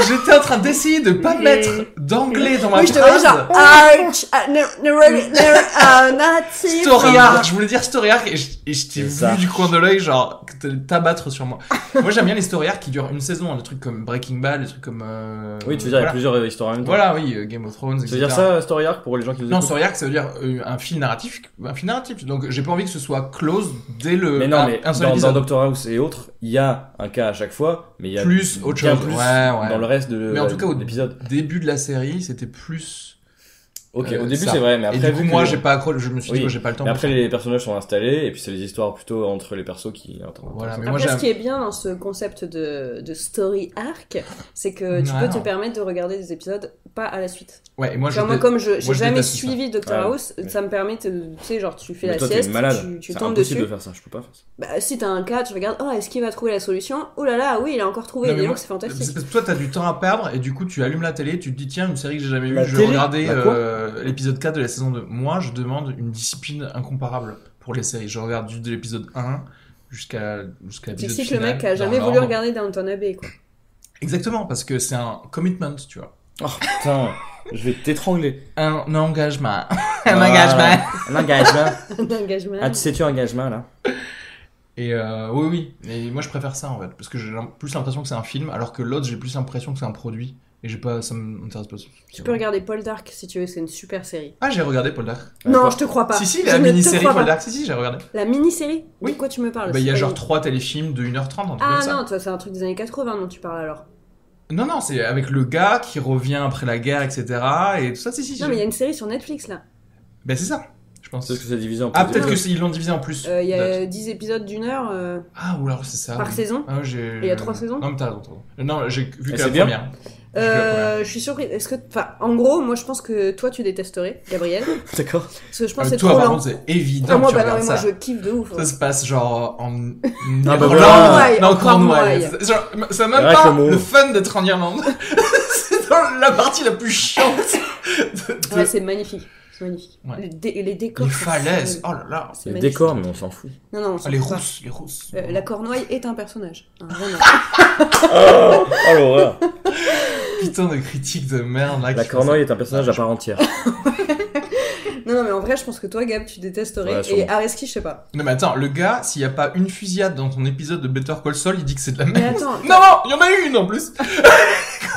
j'étais en train d'essayer de pas mettre d'anglais dans ma
Ah Oui, je te vois
phrase.
genre Arch, ah, nar- nar- nar- ah, narrative.
Story arc, je voulais dire story arc et je, et je t'ai
Les
vu
arches.
du coin de l'œil genre que t'allais t'abattre sur moi. moi j'aime bien les story arcs qui durent une saison, hein, des trucs comme Breaking Bad, des trucs comme. euh,
Oui, tu veux dire, il y a
voilà.
plusieurs histoires en même temps.
Voilà, oui, euh, Game of Thrones,
Ça
etc.
veut dire ça, Story Arc, pour les gens qui nous
Non,
écoutent
story arc, ça veut dire euh, un fil narratif, un fil narratif. Donc j'ai pas envie que ce soit close dès le.
Mais non,
un,
mais
ah, un seul
dans, dans
épisode.
Doctor House et autres, il y a un cas à chaque fois, mais il y a
Plus autre
bien
chose.
plus
Ouais, ouais.
dans le reste de
Mais en tout cas, au-
l'épisode.
Début de la série, c'était plus.
Ok,
euh,
au début
ça.
c'est vrai, mais après
et du coup,
vu que
moi,
les-
j'ai pas accroché, je me suis dit
Oui.
que j'ai pas le temps.
mais
pour
après
ça.
les personnages sont installés et puis c'est les histoires plutôt entre les persos qui. Attends,
Voilà,
attends,
mais moi,
Après, ce
j'aime.
qui est bien dans ce concept de, de story arc, c'est que tu
Ouais,
peux
non.
te permettre de regarder des épisodes pas à la suite.
Ouais, et moi, je.
Genre, moi,
dé-
comme je j'ai
moi, je
jamais
déteste
suivi Doctor
Ouais.
House,
Mais-
ça me permet, de- tu sais, genre tu fais
Mais
la
toi, t'es
sieste,
malade.
tu, tu
c'est
tombes
impossible
dessus.
de faire ça, je peux pas faire ça.
Bah, si t'as un cas, tu regardes, oh, est-ce qu'il va trouver la solution Oh là là, oui, il a encore trouvé,
Non, mais
dis
moi-
donc, c'est
C'est
fantastique.
parce que [laughs] toi, t'as du temps à perdre et du coup, tu allumes la télé, tu te dis, tiens, une série que j'ai jamais vue,
La
je vais
télé
regarder
Bah, quoi
euh, l'épisode 4 de la saison 2. Moi, je demande une discipline incomparable pour les séries. Je regarde du- de l'épisode 1 jusqu'à jusqu'à
Tu
l'épisode
sais que le
final,
mec qui a
dans
jamais voulu
l'ordre.
regarder Downton Abbey, quoi.
Exactement, parce que c'est un commitment, tu vois.
Oh putain, je vais t'étrangler.
Un engagement.
Ah,
[laughs] un engagement.
Un engagement.
[laughs] Un engagement.
Ah, tu sais-tu engagement là
Et euh, oui, oui. Et moi, je préfère ça en fait, parce que j'ai l'im- plus l'impression que c'est un film, alors que l'autre, j'ai plus l'impression que c'est un produit. Et j'ai pas, ça m'intéresse pas. Tu
Tu peux regarder Paul Dark si tu veux, c'est une super série.
Ah, j'ai regardé Paul Dark.
non,
quoi
je te crois pas.
Si, si,
Je ne
la
te
mini-série
crois
Paul
pas.
Dark, si, si, j'ai regardé.
La mini-série
Oui.
De quoi tu me parles
Bah, il y a
Ah, C'est
genre
pas-
trois téléfilms de 1h30, un truc
Ah
comme ça.
non, toi, c'est un truc des années 80 dont tu parles alors.
Non, non, c'est avec le gars qui revient après la guerre, etc. Et tout ça, si, si.
Non,
j'ai-
mais il y a une série sur Netflix là.
Ben, c'est ça, je pense.
C'est ce que c'est divisé en
Ah,
plusieurs.
peut-être qu'ils l'ont divisé en plus.
Euh, Il y a 10 épisodes d'une heure euh,
Ah, ou alors c'est ça.
par
oui.
saison.
Ah, j'ai...
il y a trois saisons
Non, mais t'as raison, t'as raison. Non, j'ai vu
Et
que la
c'est bien
première. J'ai vu la première.
Euh, je suis surprise. Est-ce que, enfin, en gros, moi, je pense que toi, tu détesterais, Gabriel,
D'accord.
parce que je pense
Ah, mais
que c'est
toi,
trop
par
lent.
contre, c'est évident
Ah, moi,
que tu
bah non,
regardes
mais moi,
ça.
je kiffe de ouf.
Ça se passe genre en.
Ah, bah
en Irlande.
voilà.
Non, en
Cornouailles, en
Cornouailles.
Cornouailles.
Genre, ça n'a même
Arrête
pas
le mot.
le fun d'être en Irlande. [laughs] c'est dans la partie la plus chiante. de- de-
Ouais, Ah, c'est magnifique. C'est magnifique.
Ouais.
Les, dé- les décors.
Les
sont-
falaises. Oh là là.
c'est
Les
magnifique.
décors, mais on s'en fout.
Non, non, on
Ah,
s'en
les
fout pas.
rousses, les rousses.
Euh, la Cornouaille est un personnage. hein, Un vrai
[laughs]
nom.
Oh, l'horreur
Putain de critique de merde là.
[laughs] La
qui-
Cornouaille est un personnage à part
[laughs]
entière.
non, non, mais en vrai, je pense que toi, Gab, tu détesterais.
Ouais, sûrement.
et Areski, je sais pas.
Non mais attends, le gars, s'il n'y a pas une fusillade dans ton épisode de Better Call Saul, il dit que c'est de la [laughs]
Mais [laughs]
merde.
attends,
Non, non, il y en a une en plus.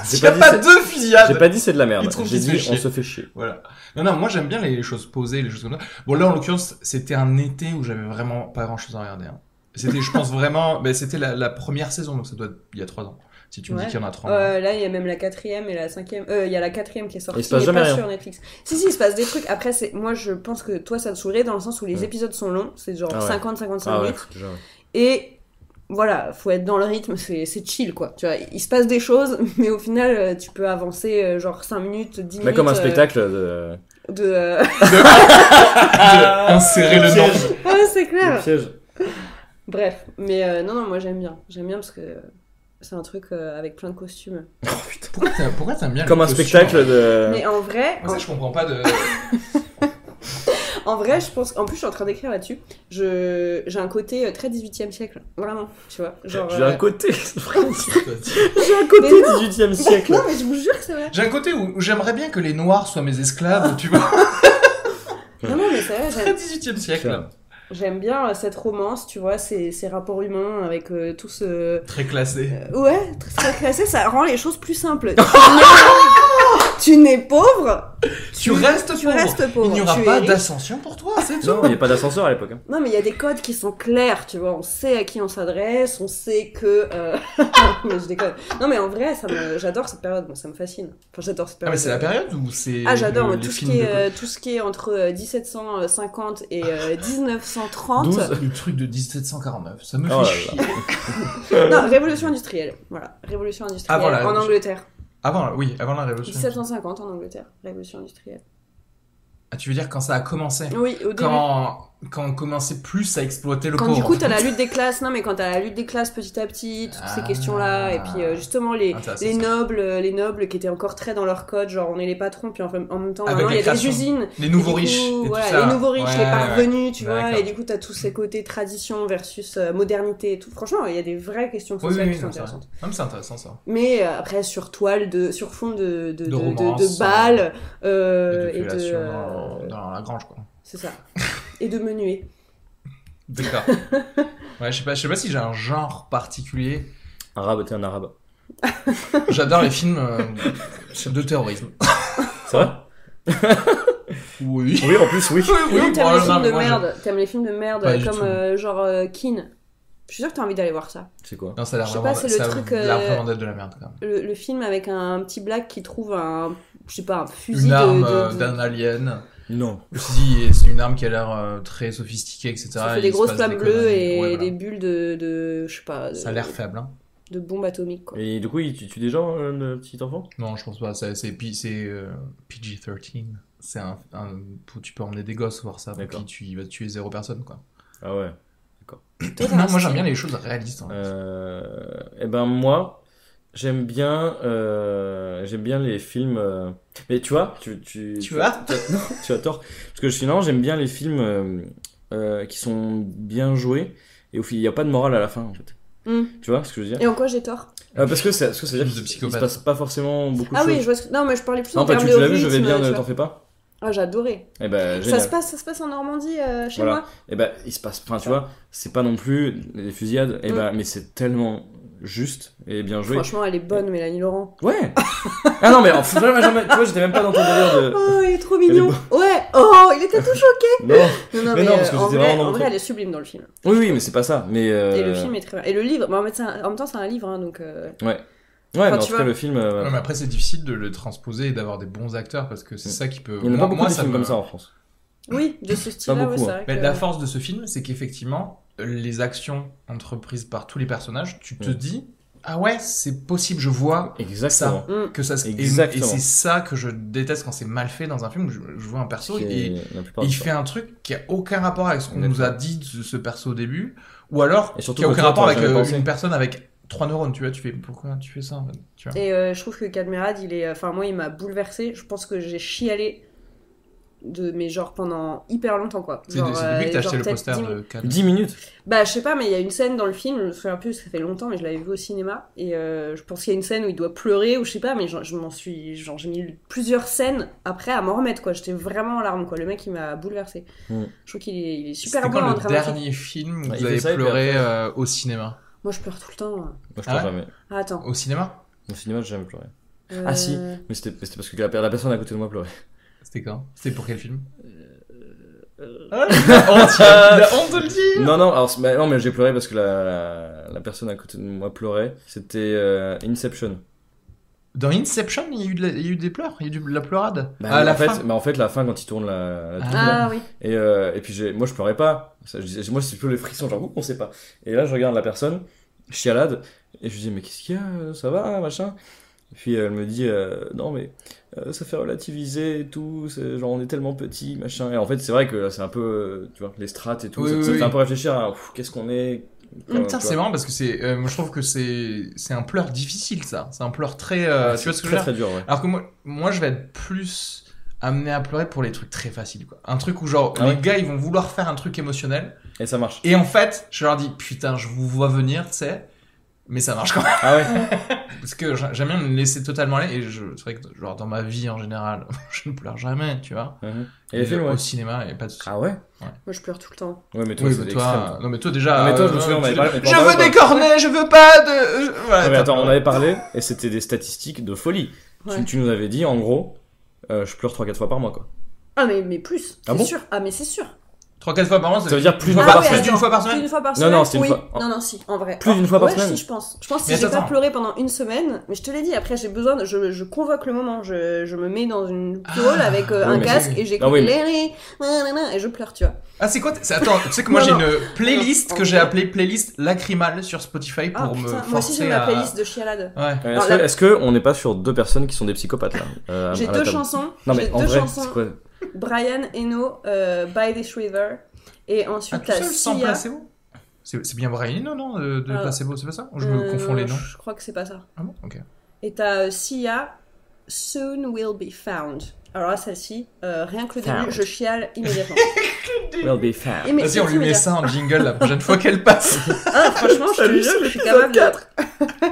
J'ai
Il n'y a
dit
pas
c'est-
deux
J'ai
fusillades.
pas dit c'est de la merde.
Il trouve
J'ai
qu'il se fait
dit on
chier.
se fait chier.
Voilà. Non, non, moi j'aime bien les choses posées, les choses comme ça. Bon, là en l'occurrence, c'était un été où j'avais vraiment pas grand chose à regarder. hein. C'était, je pense vraiment, [laughs] ben, c'était la, la première saison, donc ça doit être il y a trois ans. Si tu me
Ouais.
dis qu'il y en a trois.
euh, là, il y a même la quatrième et la cinquième. Euh, il y a la quatrième qui est sortie.
Il se passe
mais
jamais
pas
rien.
sur Netflix. Si, si, il se passe des trucs. Après, c'est moi, je pense que toi, ça te saoulerait dans le sens où les
Ouais.
épisodes sont longs. C'est genre
Ah ouais.
50-55
Ah ouais,
minutes.
déjà, ouais.
Et voilà, faut être dans le rythme, c'est c'est chill quoi. Tu vois, il se passe des choses, [laughs] mais au final, euh, tu peux avancer euh, genre 5 minutes, 10 minutes.
Mais comme un
euh,
spectacle de.
de, euh, [laughs]
De insérer le nom.
ah, c'est clair.
piège.
Bref, mais euh, non, non, moi j'aime bien. J'aime bien parce que euh, c'est un truc euh, avec plein de costumes.
Pourquoi t'as- pourquoi t'aimes bien les
Comme un
costumes
spectacle de.
Mais en vrai,
Moi, ça, je comprends pas de. [laughs]
en vrai, je pense. En plus, je suis en train d'écrire là-dessus. Je j'ai un côté euh, très 18e siècle, vraiment. Tu vois, genre.
J'ai un
euh,
côté. [laughs] J'ai un
Mais
côté
non.
18 e
[laughs]
siècle.
Non, mais je vous jure que c'est vrai.
J'ai un côté où, où j'aimerais bien que les noirs soient mes esclaves, tu vois.
Non, non, mais c'est vrai. j'aime-
[laughs]
Très 18 e siècle.
J'aime bien euh, cette romance, tu vois, ces, ces rapports humains avec euh, tout ce.
Très classé.
Euh, Ouais, très, très classé, ça rend les choses plus
[laughs]
simples. Tu n'es- tu n'es pauvre,
Tu restes
tu
pauvre.
restes pauvre.
Il n'y aura
tu es
pas
riche.
d'ascension pour toi,
[laughs]
c'est tout.
Non, il n'y a pas d'ascenseur à l'époque. hein.
Non, mais il y a des codes qui sont clairs, tu vois. On sait à qui on s'adresse, on sait que. euh, [laughs] mais je déconne. Non, mais en vrai, ça me... j'adore cette période, moi, ça me fascine. Enfin, j'adore cette
Ah,
période.
mais c'est la période où c'est.
Ah, j'adore
le-
moi,
les
tout, ce
films
qui est,
de-
euh, tout ce qui est entre euh, 1750 et
Ah.
euh, 1930.
12.
Le truc de 1749, ça me
Oh
fait chier.
là
Non, révolution industrielle. Voilà, révolution industrielle
Ah, voilà.
en Angleterre.
Avant, oui, avant la révolution.
1750 en Angleterre, révolution industrielle.
Ah, tu veux dire quand ça a commencé
Oui, au début. Quand,
quand, quand on commençait plus à exploiter le pauvre.
du coup, t'as la lutte des classes, non mais quand t'as la lutte des classes petit à petit, toutes ces
Ah.
questions-là, et puis euh, justement les,
Intéressant,
les
ça.
nobles, euh, les nobles qui étaient encore très dans leur code, genre on est les patrons, puis en, en même temps,
Ah, Avec
maintenant,
la
il y a des
création.
usines.
Les hein. nouveaux
Et du
riches.
coup,
et
voilà,
tout ça.
les nouveaux riches,
Ouais,
les
ouais, ouais.
parvenus, tu vois,
D'accord.
et du coup, t'as tous ces côtés tradition versus euh, modernité et tout. Franchement, il y a des vraies questions
Oui,
sociales
oui,
qui sont
non, c'est vrai.
intéressantes.
Non, mais c'est intéressant ça.
Mais euh, après, sur toile, de, sur fond de, de, de,
De
de-
romance,
de balles euh,
Et
et
de
de.
fellation
euh,
dans, dans la grange, quoi.
C'est ça. et de menuet. [laughs]
D'accord. ouais, je sais pas, je sais pas si j'ai un genre particulier.
Arabe, t'es un arabe.
J'adore les films euh, de terrorisme.
C'est vrai
Oui.
Oui, en plus, oui.
Oui,
non,
oui,
t'aimes
bon,
les
non,
films
mais
de
moi, je-
merde. T'aimes les films de
Pas
merde
du
comme
tout.
euh, genre euh, Kin. Je suis sûre que t'as envie d'aller voir ça.
C'est quoi
Non, ça a l'air
Je sais
vraiment,
pas, c'est le
ça a
truc,
l'air
euh,
vraiment d'être de la merde quand même.
Le, le film avec un petit black qui trouve un. Je sais pas, un fusil
Une
de-
arme
de-
euh,
de- [laughs]
d'un alien.
Non.
Le fusil, et c'est une arme qui a l'air euh, très sophistiquée, etc.
Ça
et
fait
il
des
se
grosses
passe
flammes
conneries.
bleues et
Ouais, voilà.
des bulles de, de- je sais pas, de,
Ça a l'air faible, hein.
de bombes atomiques quoi.
Et du coup, il tue, tue des gens, euh, le petit enfant
Non, je pense pas. C'est c'est P- c'est, euh, PG-13. C'est un, un- Tu peux emmener des gosses voir ça.
D'accord.
Puis tu, il va tuer zéro personne, quoi.
Ah ouais.
Toi, t'as un
non, moi j'aime
style.
bien les choses réalistes. hein. en fait.
Euh, eh ben moi, j'aime bien, euh, j'aime bien les films. euh, Mais tu vois, tu, tu,
Tu vois
tu [laughs] as- non, tu as tort. Parce que sinon, j'aime bien les films euh, euh, qui sont bien joués et où il n'y a pas de morale à la fin. En fait.
Mm.
Tu vois ce que je veux dire
Et en quoi j'ai tort
Euh, Parce que ça, parce que ça veut
Films
dire
de
qu'il il se
psychopathe.
passe pas forcément beaucoup
Ah
de
oui,
choses.
je vois ce que... Non, mais je parlais plus
Non,
en
pas
termes
tu,
de
tu l'as vu, je
rythme,
vais bien,
tu
ne
vois.
t'en fais pas.
Ah, j'adorais.
Et
Ça
ben, génial.
se passe, ça se passe en Normandie euh, chez
Voilà.
moi.
Et ben, il se passe. Enfin, tu vois, c'est pas non plus des fusillades. Et ben, mais c'est tellement juste et bien Ah, joué.
Franchement, elle est bonne, Mélanie Laurent.
Ouais. [laughs] ah non, mais en fait, jamais, jamais- tu vois, j'étais même pas dans ton délire de.
Oh, il est trop
est
mignon. Ouais. Oh, il était tout choqué.
Non.
Non, non,
Mais
mais,
non, parce
euh,
que
en,
j'étais
vrai,
vraiment dans
en
le
vrai,
truc.
elle est sublime dans le film.
Oui, oui, mais c'est pas ça. Mais. euh,
Et le film est très bien. Et le livre, bah, en, fait, c'est un- en même temps, c'est un livre, hein, donc. euh,
Ouais,
Enfin,
mais en
tu
tout cas,
vois.
le film. euh,
Ouais, mais après, c'est difficile de le transposer et d'avoir des bons acteurs parce que c'est
Mm.
ça qui peut.
Il n'y en a
Moi-
pas beaucoup
moi,
de films
me-
comme ça en France.
Oui, de ce style-là,
beaucoup,
ouais,
hein.
c'est vrai.
Mais
que-
la force de ce film, c'est qu'effectivement, les actions entreprises par tous les personnages, tu te
Ouais.
dis Ah ouais, c'est possible, je vois
Exactement.
Mm.
que ça se. et- Et,
Exactement.
c'est ça que je déteste quand c'est mal fait dans un film. Je, je vois un perso
Qui
et,
est la plupart
il
du temps.
fait un truc qui a aucun rapport avec ce qu'on nous a dit de ce, ce perso au début, ou alors
Et surtout
qui a
que
aucun
toi,
rapport
t'aurais
avec
jamais
euh,
pensé.
une personne avec trois neurones. Tu vois, tu fais Pourquoi tu fais ça en fait tu vois.
Et euh, je trouve que Cadmerad, il est. Enfin, moi, il m'a bouleversé. Je pense que j'ai chialé de mes genre pendant hyper longtemps, quoi.
C'est
Genre,
c'est depuis que
euh,
t'as
genre
acheté le
peut-être
poster
10
de Cannes.
10 minutes.
Bah, je sais pas, mais il y a une scène dans le film, je me souviens plus, ça fait longtemps, mais je l'avais vu au cinéma. Et euh, je pense qu'il y a une scène où il doit pleurer, ou je sais pas, mais genre, je m'en suis. Genre, j'ai mis plusieurs scènes après à m'en remettre, quoi. J'étais vraiment en larmes, quoi. Le mec, il m'a bouleversé.
Mm.
Je trouve qu'il est, il est super
C'était
bon
quand
en
le
dramatique.
dernier film où
Ouais,
vous
il fait
avez
ça et puis
pleuré euh, au cinéma
Moi, je pleure tout le temps. hein.
Moi, je
Ah
pleure
ouais
jamais.
Ah, attends.
Au cinéma
Au cinéma, j'ai jamais pleuré.
Euh,
Ah, si. Mais c'était c'était parce que la, la personne à côté de moi
[laughs]
pleurait.
C'était quand C'était pour quel film Ah,
[laughs] honte de le dire Euh, Non, non, alors, c'est- bah, non mais j'ai pleuré parce que la, la, la personne à côté de moi pleurait. C'était euh, Inception.
Dans Inception, il y a eu, de la- il y a eu des pleurs, il y a eu de la pleurade.
Bah,
à Ah, la
en fait,
fin.
bah, en fait, la fin, quand il tourne la,
Ah.
la tour, là.
Ah, oui.
Et, euh, et puis j'ai- moi je pleurais pas. Ça, je disais- moi c'est plutôt les frissons, genre ouh, on sait pas. Et là je regarde la personne, chialade, et je lui dis mais qu'est-ce qu'il y a, euh, ça va, machin. Et puis elle me dit euh, non mais euh, ça fait relativiser et tout, c'est- genre on est tellement petit, machin. Et en fait c'est vrai que c'est un peu, euh, tu vois, les strates et tout,
Oui,
ça,
oui,
ça fait
oui.
un peu réfléchir à ouf, qu'est-ce qu'on est.
Hum,
euh,
putain,
tu
c'est
vois.
marrant parce que c'est, euh, moi je trouve que c'est, c'est un pleur difficile ça. C'est un pleur très, euh, tu vois ce que je veux
Ah, Très
dire
très dur, ouais.
Alors que moi, moi, je vais être plus amené à pleurer pour les trucs très faciles. Quoi. Un truc où, genre,
Ah
les
ouais
gars, ils vont vouloir faire un truc émotionnel.
Et ça marche.
Et en fait, je leur dis, putain, je vous vois venir, tu sais. Mais ça marche quand même. [laughs]
Ah ouais.
Parce que j'a- j'aime bien me laisser totalement aller. Et je, c'est vrai que, genre, dans ma vie en général, [laughs] je ne pleure jamais, tu vois.
Mhm. Et les
Mais
films,
Au
ouais.
cinéma, et pas de soucis.
Ah ouais.
Moi, je pleure tout le temps.
Ouais mais toi
Oui,
c'est
mais
extrême,
toi, non, mais toi déjà.
Non, mais toi,
euh,
je me souviens, on
tu
avait
dis,
parlé, mais
Je
pendant
veux
longtemps.
des cornets, je veux pas de. euh, je- voilà,
Ah, mais
t'as-
attends, on avait parlé et c'était des statistiques de folie. Tu-
Ouais.
Tu, nous avais dit, en gros, euh, je pleure 3-4 fois par mois, quoi.
Ah, mais, mais plus.
Ah
c'est
bon
sûr. Ah, mais c'est sûr.
Trois, quatre fois par mois,
Ça veut dire plus d'une
Ah
fois par
ouais,
semaine.
attends.
D'une fois par
Plus
semaine
d'une fois par
Non,
semaine
non, c'était une
oui.
fois-
Non, non, si, en vrai. Oh,
Plus d'une fois par
Ouais,
semaine.
si, je pense. Je pense que
Mais
si j'ai
attends.
pas pleuré pendant une semaine, mais je te l'ai dit, après j'ai besoin, de, je, je convoque le moment, je, je me mets dans une
Ah.
piole avec euh,
Oui,
un
mais-
casque et j'écoute
Ah oui,
les- nanana, et je pleure, tu vois.
Ah, c'est quoi t- c'est- Attends, tu sais que moi
Non,
j'ai
non.
une playlist
Non,
que
en
j'ai
vrai.
appelée playlist lacrymale sur Spotify pour
Ah
me
putain,
forcer
moi aussi j'ai
à...
ma playlist de chialade.
Ouais.
Euh,
Alors
Est-ce
là-
que- est-ce que on n'est pas sur deux personnes qui sont des psychopathes, là euh, à-
J'ai
à la
deux
table
chansons,
Non,
j'ai
mais en
deux
vrai,
chansons,
c'est quoi
Brian Eno, euh, By This River, et
Ah,
ensuite
tout
t'as
seul, sans
Sia.
placebo C'est c'est bien Brian Eno, non De, de
Ah.
placebo, c'est pas ça Ou je me
Euh,
confonds les noms
Je crois que c'est pas ça.
Ah bon Ok.
Et t'as euh, Sia, Soon Will Be Found. Alors là, celle-ci, euh, rien que le
Found.
début, je chiale
[laughs]
immédiatement.
We'll be fair.
Et mais
Vas-y,
c'est
on lui met
immédiat.
ça en jingle la prochaine fois qu'elle passe. [laughs]
Ah, franchement, je te
Salut,
jure, je suis
épisode
capable de.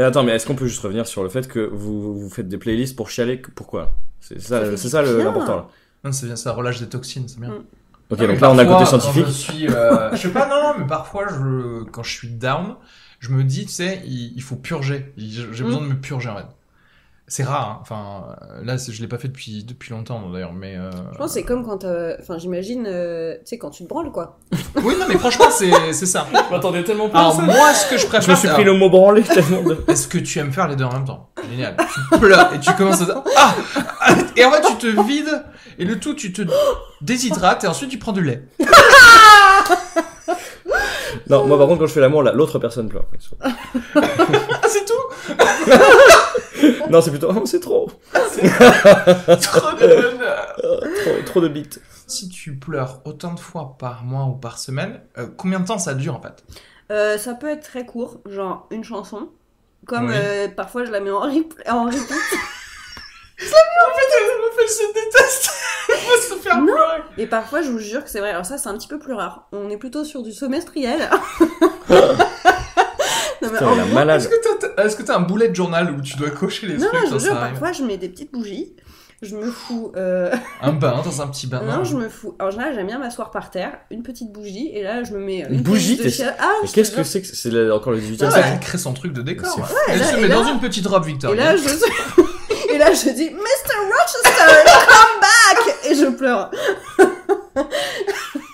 Euh, Attends, mais est-ce qu'on peut juste revenir sur le fait que vous, vous faites des playlists pour chialer que- Pourquoi C'est
Ça
ça,
fait
c'est
du
ça le-
bien.
l'important, là.
non, c'est bien, ça relâche des toxines, c'est bien.
Mm.
Ok,
Non, mais
donc là, on a le côté
parfois, quand
scientifique.
Je, suis, euh, je sais pas, non, non, mais parfois, je, quand je suis down, je me dis, tu sais, il, il faut purger. Il- J'ai
Mm.
besoin de me purger, en fait. C'est rare, hein. enfin, euh, là, c'est- je l'ai pas fait depuis, depuis longtemps, d'ailleurs, mais... euh,
Je pense que c'est comme quand. euh, Enfin, j'imagine, euh, tu sais, quand tu te branles, quoi.
Oui, non, mais franchement, c'est c'est ça.
Je m'attendais tellement
Alors, moi, ce que je préfère...
Je me suis
c'est-
pris le mot branlé tellement de.
Est-ce que tu aimes faire les deux en même temps Génial. Tu pleures et tu commences à... Ah Et en fait, tu te vides et le tout, tu te déshydrates et ensuite, tu prends du lait.
Non, moi par contre, quand je fais l'amour, là, l'autre personne pleure.
[laughs]
Ah, c'est tout
Non, c'est plutôt. Oh, c'est trop. [laughs]
Trop de bonheur
Trop, trop de bites.
Si tu pleures autant de fois par mois ou par semaine, euh, combien de temps ça dure, en fait
Euh, ça peut être très court, genre une chanson. Comme
Oui.
euh, parfois, je la mets en, rip... en repeat.
Ah, Je déteste [laughs] se faire
Non.
pleurer
Et parfois, je vous jure que c'est vrai. Alors, ça, c'est un petit peu plus rare. On est plutôt sur du semestriel. [laughs] non, mais
Putain,
en
la
gros-
malade.
Est-ce que t'as- t'as est-ce que t'as un boulet de journal où tu dois cocher les
Non,
trucs
je vous
dans
jure,
ça hein. arrive
parfois, je mets des petites bougies. je me fous. euh,
Un bain dans un petit
Ah
bain.
Non, je me fous. En général, j'aime bien m'asseoir par terre, une petite bougie, et là, je me mets. euh,
Une bougie,
de
t'es-
chia- Ah,
Mais
je te
qu'est-ce que
jure.
c'est que c'est la- encore le 18 e
C'est
Ouais.
ça
siècle
qui crée son truc de décor.
C'est
ouais.
fou.
Ouais,
Elle
là,
se
et
met
là-
dans une petite robe
Et là,
Victoria.
je [laughs] et là, je dis, Mr. Rochester, come back Et je pleure.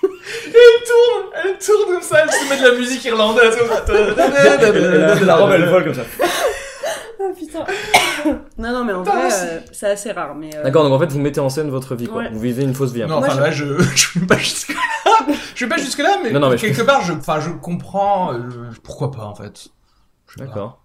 Elle tourne, elle tourne comme ça, elle se met de la
[laughs]
musique irlandaise.
La robe elle vole comme ça.
Ah putain. non, non, mais en
Putain,
vrai,
c'est-
euh, c'est assez rare. Mais euh,
D'accord, donc en fait vous mettez en scène votre vie quoi.
Ouais.
Vous vivez une fausse vie. un peu.
Non,
Moi,
enfin
je-
là, je [laughs] je vais pas jusque là. Je vais pas jusque là, mais,
Non, non, mais je-
quelque part, je, enfin, je comprends. euh, pourquoi pas en fait. Je sais pas.
D'accord.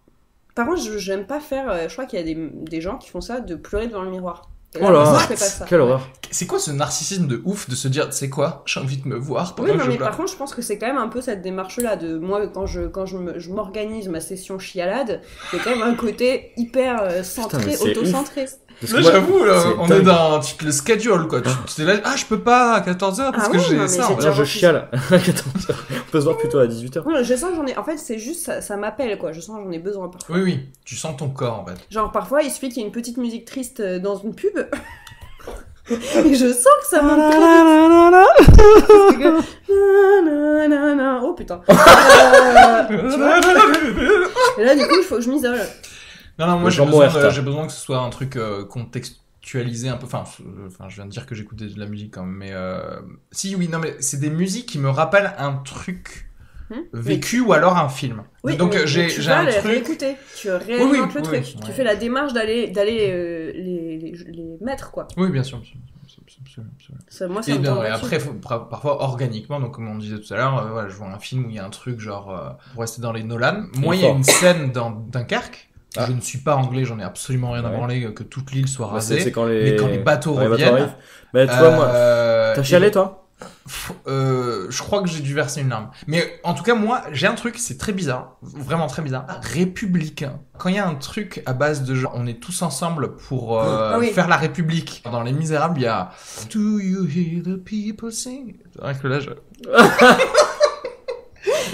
par contre, je- j'aime pas faire. euh, je crois qu'il y a des, des gens qui font ça de pleurer devant le miroir. Et
Oh
moi,
là,
what
je fais pas ça.
Quelle horreur.
C'est quoi ce narcissisme de ouf de se dire, tu sais quoi, j'ai envie de me voir pendant
Oui,
que
non,
je
mais
pleure.
par contre, je pense que c'est quand même un peu cette démarche-là de moi quand je quand je me- je m'organise ma session chialade, il y a quand même un côté hyper euh,
mais
centré,
c'est
auto-centré.
Parce que
Là,
moi-
j'avoue, là,
c'est
on
dingue.
est dans tu te le schedule, quoi. Tu, tu t'es là, ah, je peux pas à 14h parce
Ah oui,
que
non,
j'ai
mais
ça.
c'est
en fait.
Alors je
refusé.
chiale. [laughs] Attends, On peut se voir plutôt à 18h.
Ouais, je sens que j'en ai. En fait, c'est juste ça, ça m'appelle quoi. Je sens que j'en ai besoin parfois.
Oui, oui, tu sens ton corps, en fait.
Genre parfois il suffit qu'il y ait une petite musique triste euh, dans une pub. [laughs] Et je sens que ça monte trop vite. Parce que- na, na, na, na. Oh putain. Euh, tu vois
[laughs]
Et là du coup il faut que je m'isole.
Non, non, moi,
Le
j'ai
jambon
besoin,
Herta.
de- j'ai besoin que ce soit un truc euh, contextualisé un peu. Enfin, euh, enfin, je viens de dire que j'écoutais de la musique, quand même, mais... euh, Si, oui, non, mais c'est des musiques qui me rappellent un truc
Hmm
vécu ou alors un film. Donc,
mais
euh, j'ai
tu
j'ai
vas
un
les
truc...
réécouter. Tu réécoutes
Oui, oui,
le
oui,
truc.
oui.
Tu
Ouais.
fais la démarche d'aller d'aller euh, les, les, les mettre quoi.
Oui, bien sûr, absolument, absolument, absolument, absolument.
Ça, moi ça
Et
me
non,
tombe
et
dessus.
après, faut- par- parfois organiquement, donc comme on disait tout à l'heure, euh, voilà, je vois un film où il y a un truc genre, euh, pour rester dans les Nolan, moi il y a
fort.
une scène dans Dunkerque,
Ah.
je ne suis pas anglais, j'en ai absolument rien à
Ouais. Bah,
branler, euh, que toute l'île soit
C'est c'est
rasée,
quand les.
mais quand les bateaux
quand les bateaux
reviennent...
arrivent. Bah tu vois moi.
euh,
T'as chialé toi
Pff, euh, je crois que j'ai dû verser une larme. Mais en tout cas, moi, j'ai un truc, c'est très bizarre, vraiment très bizarre, républicain. Quand il y a un truc à base de genre, on est tous ensemble pour euh,
Ah oui.
faire la République. Dans Les Misérables, il y a Do you hear the people sing Rien que là,
[laughs]
je.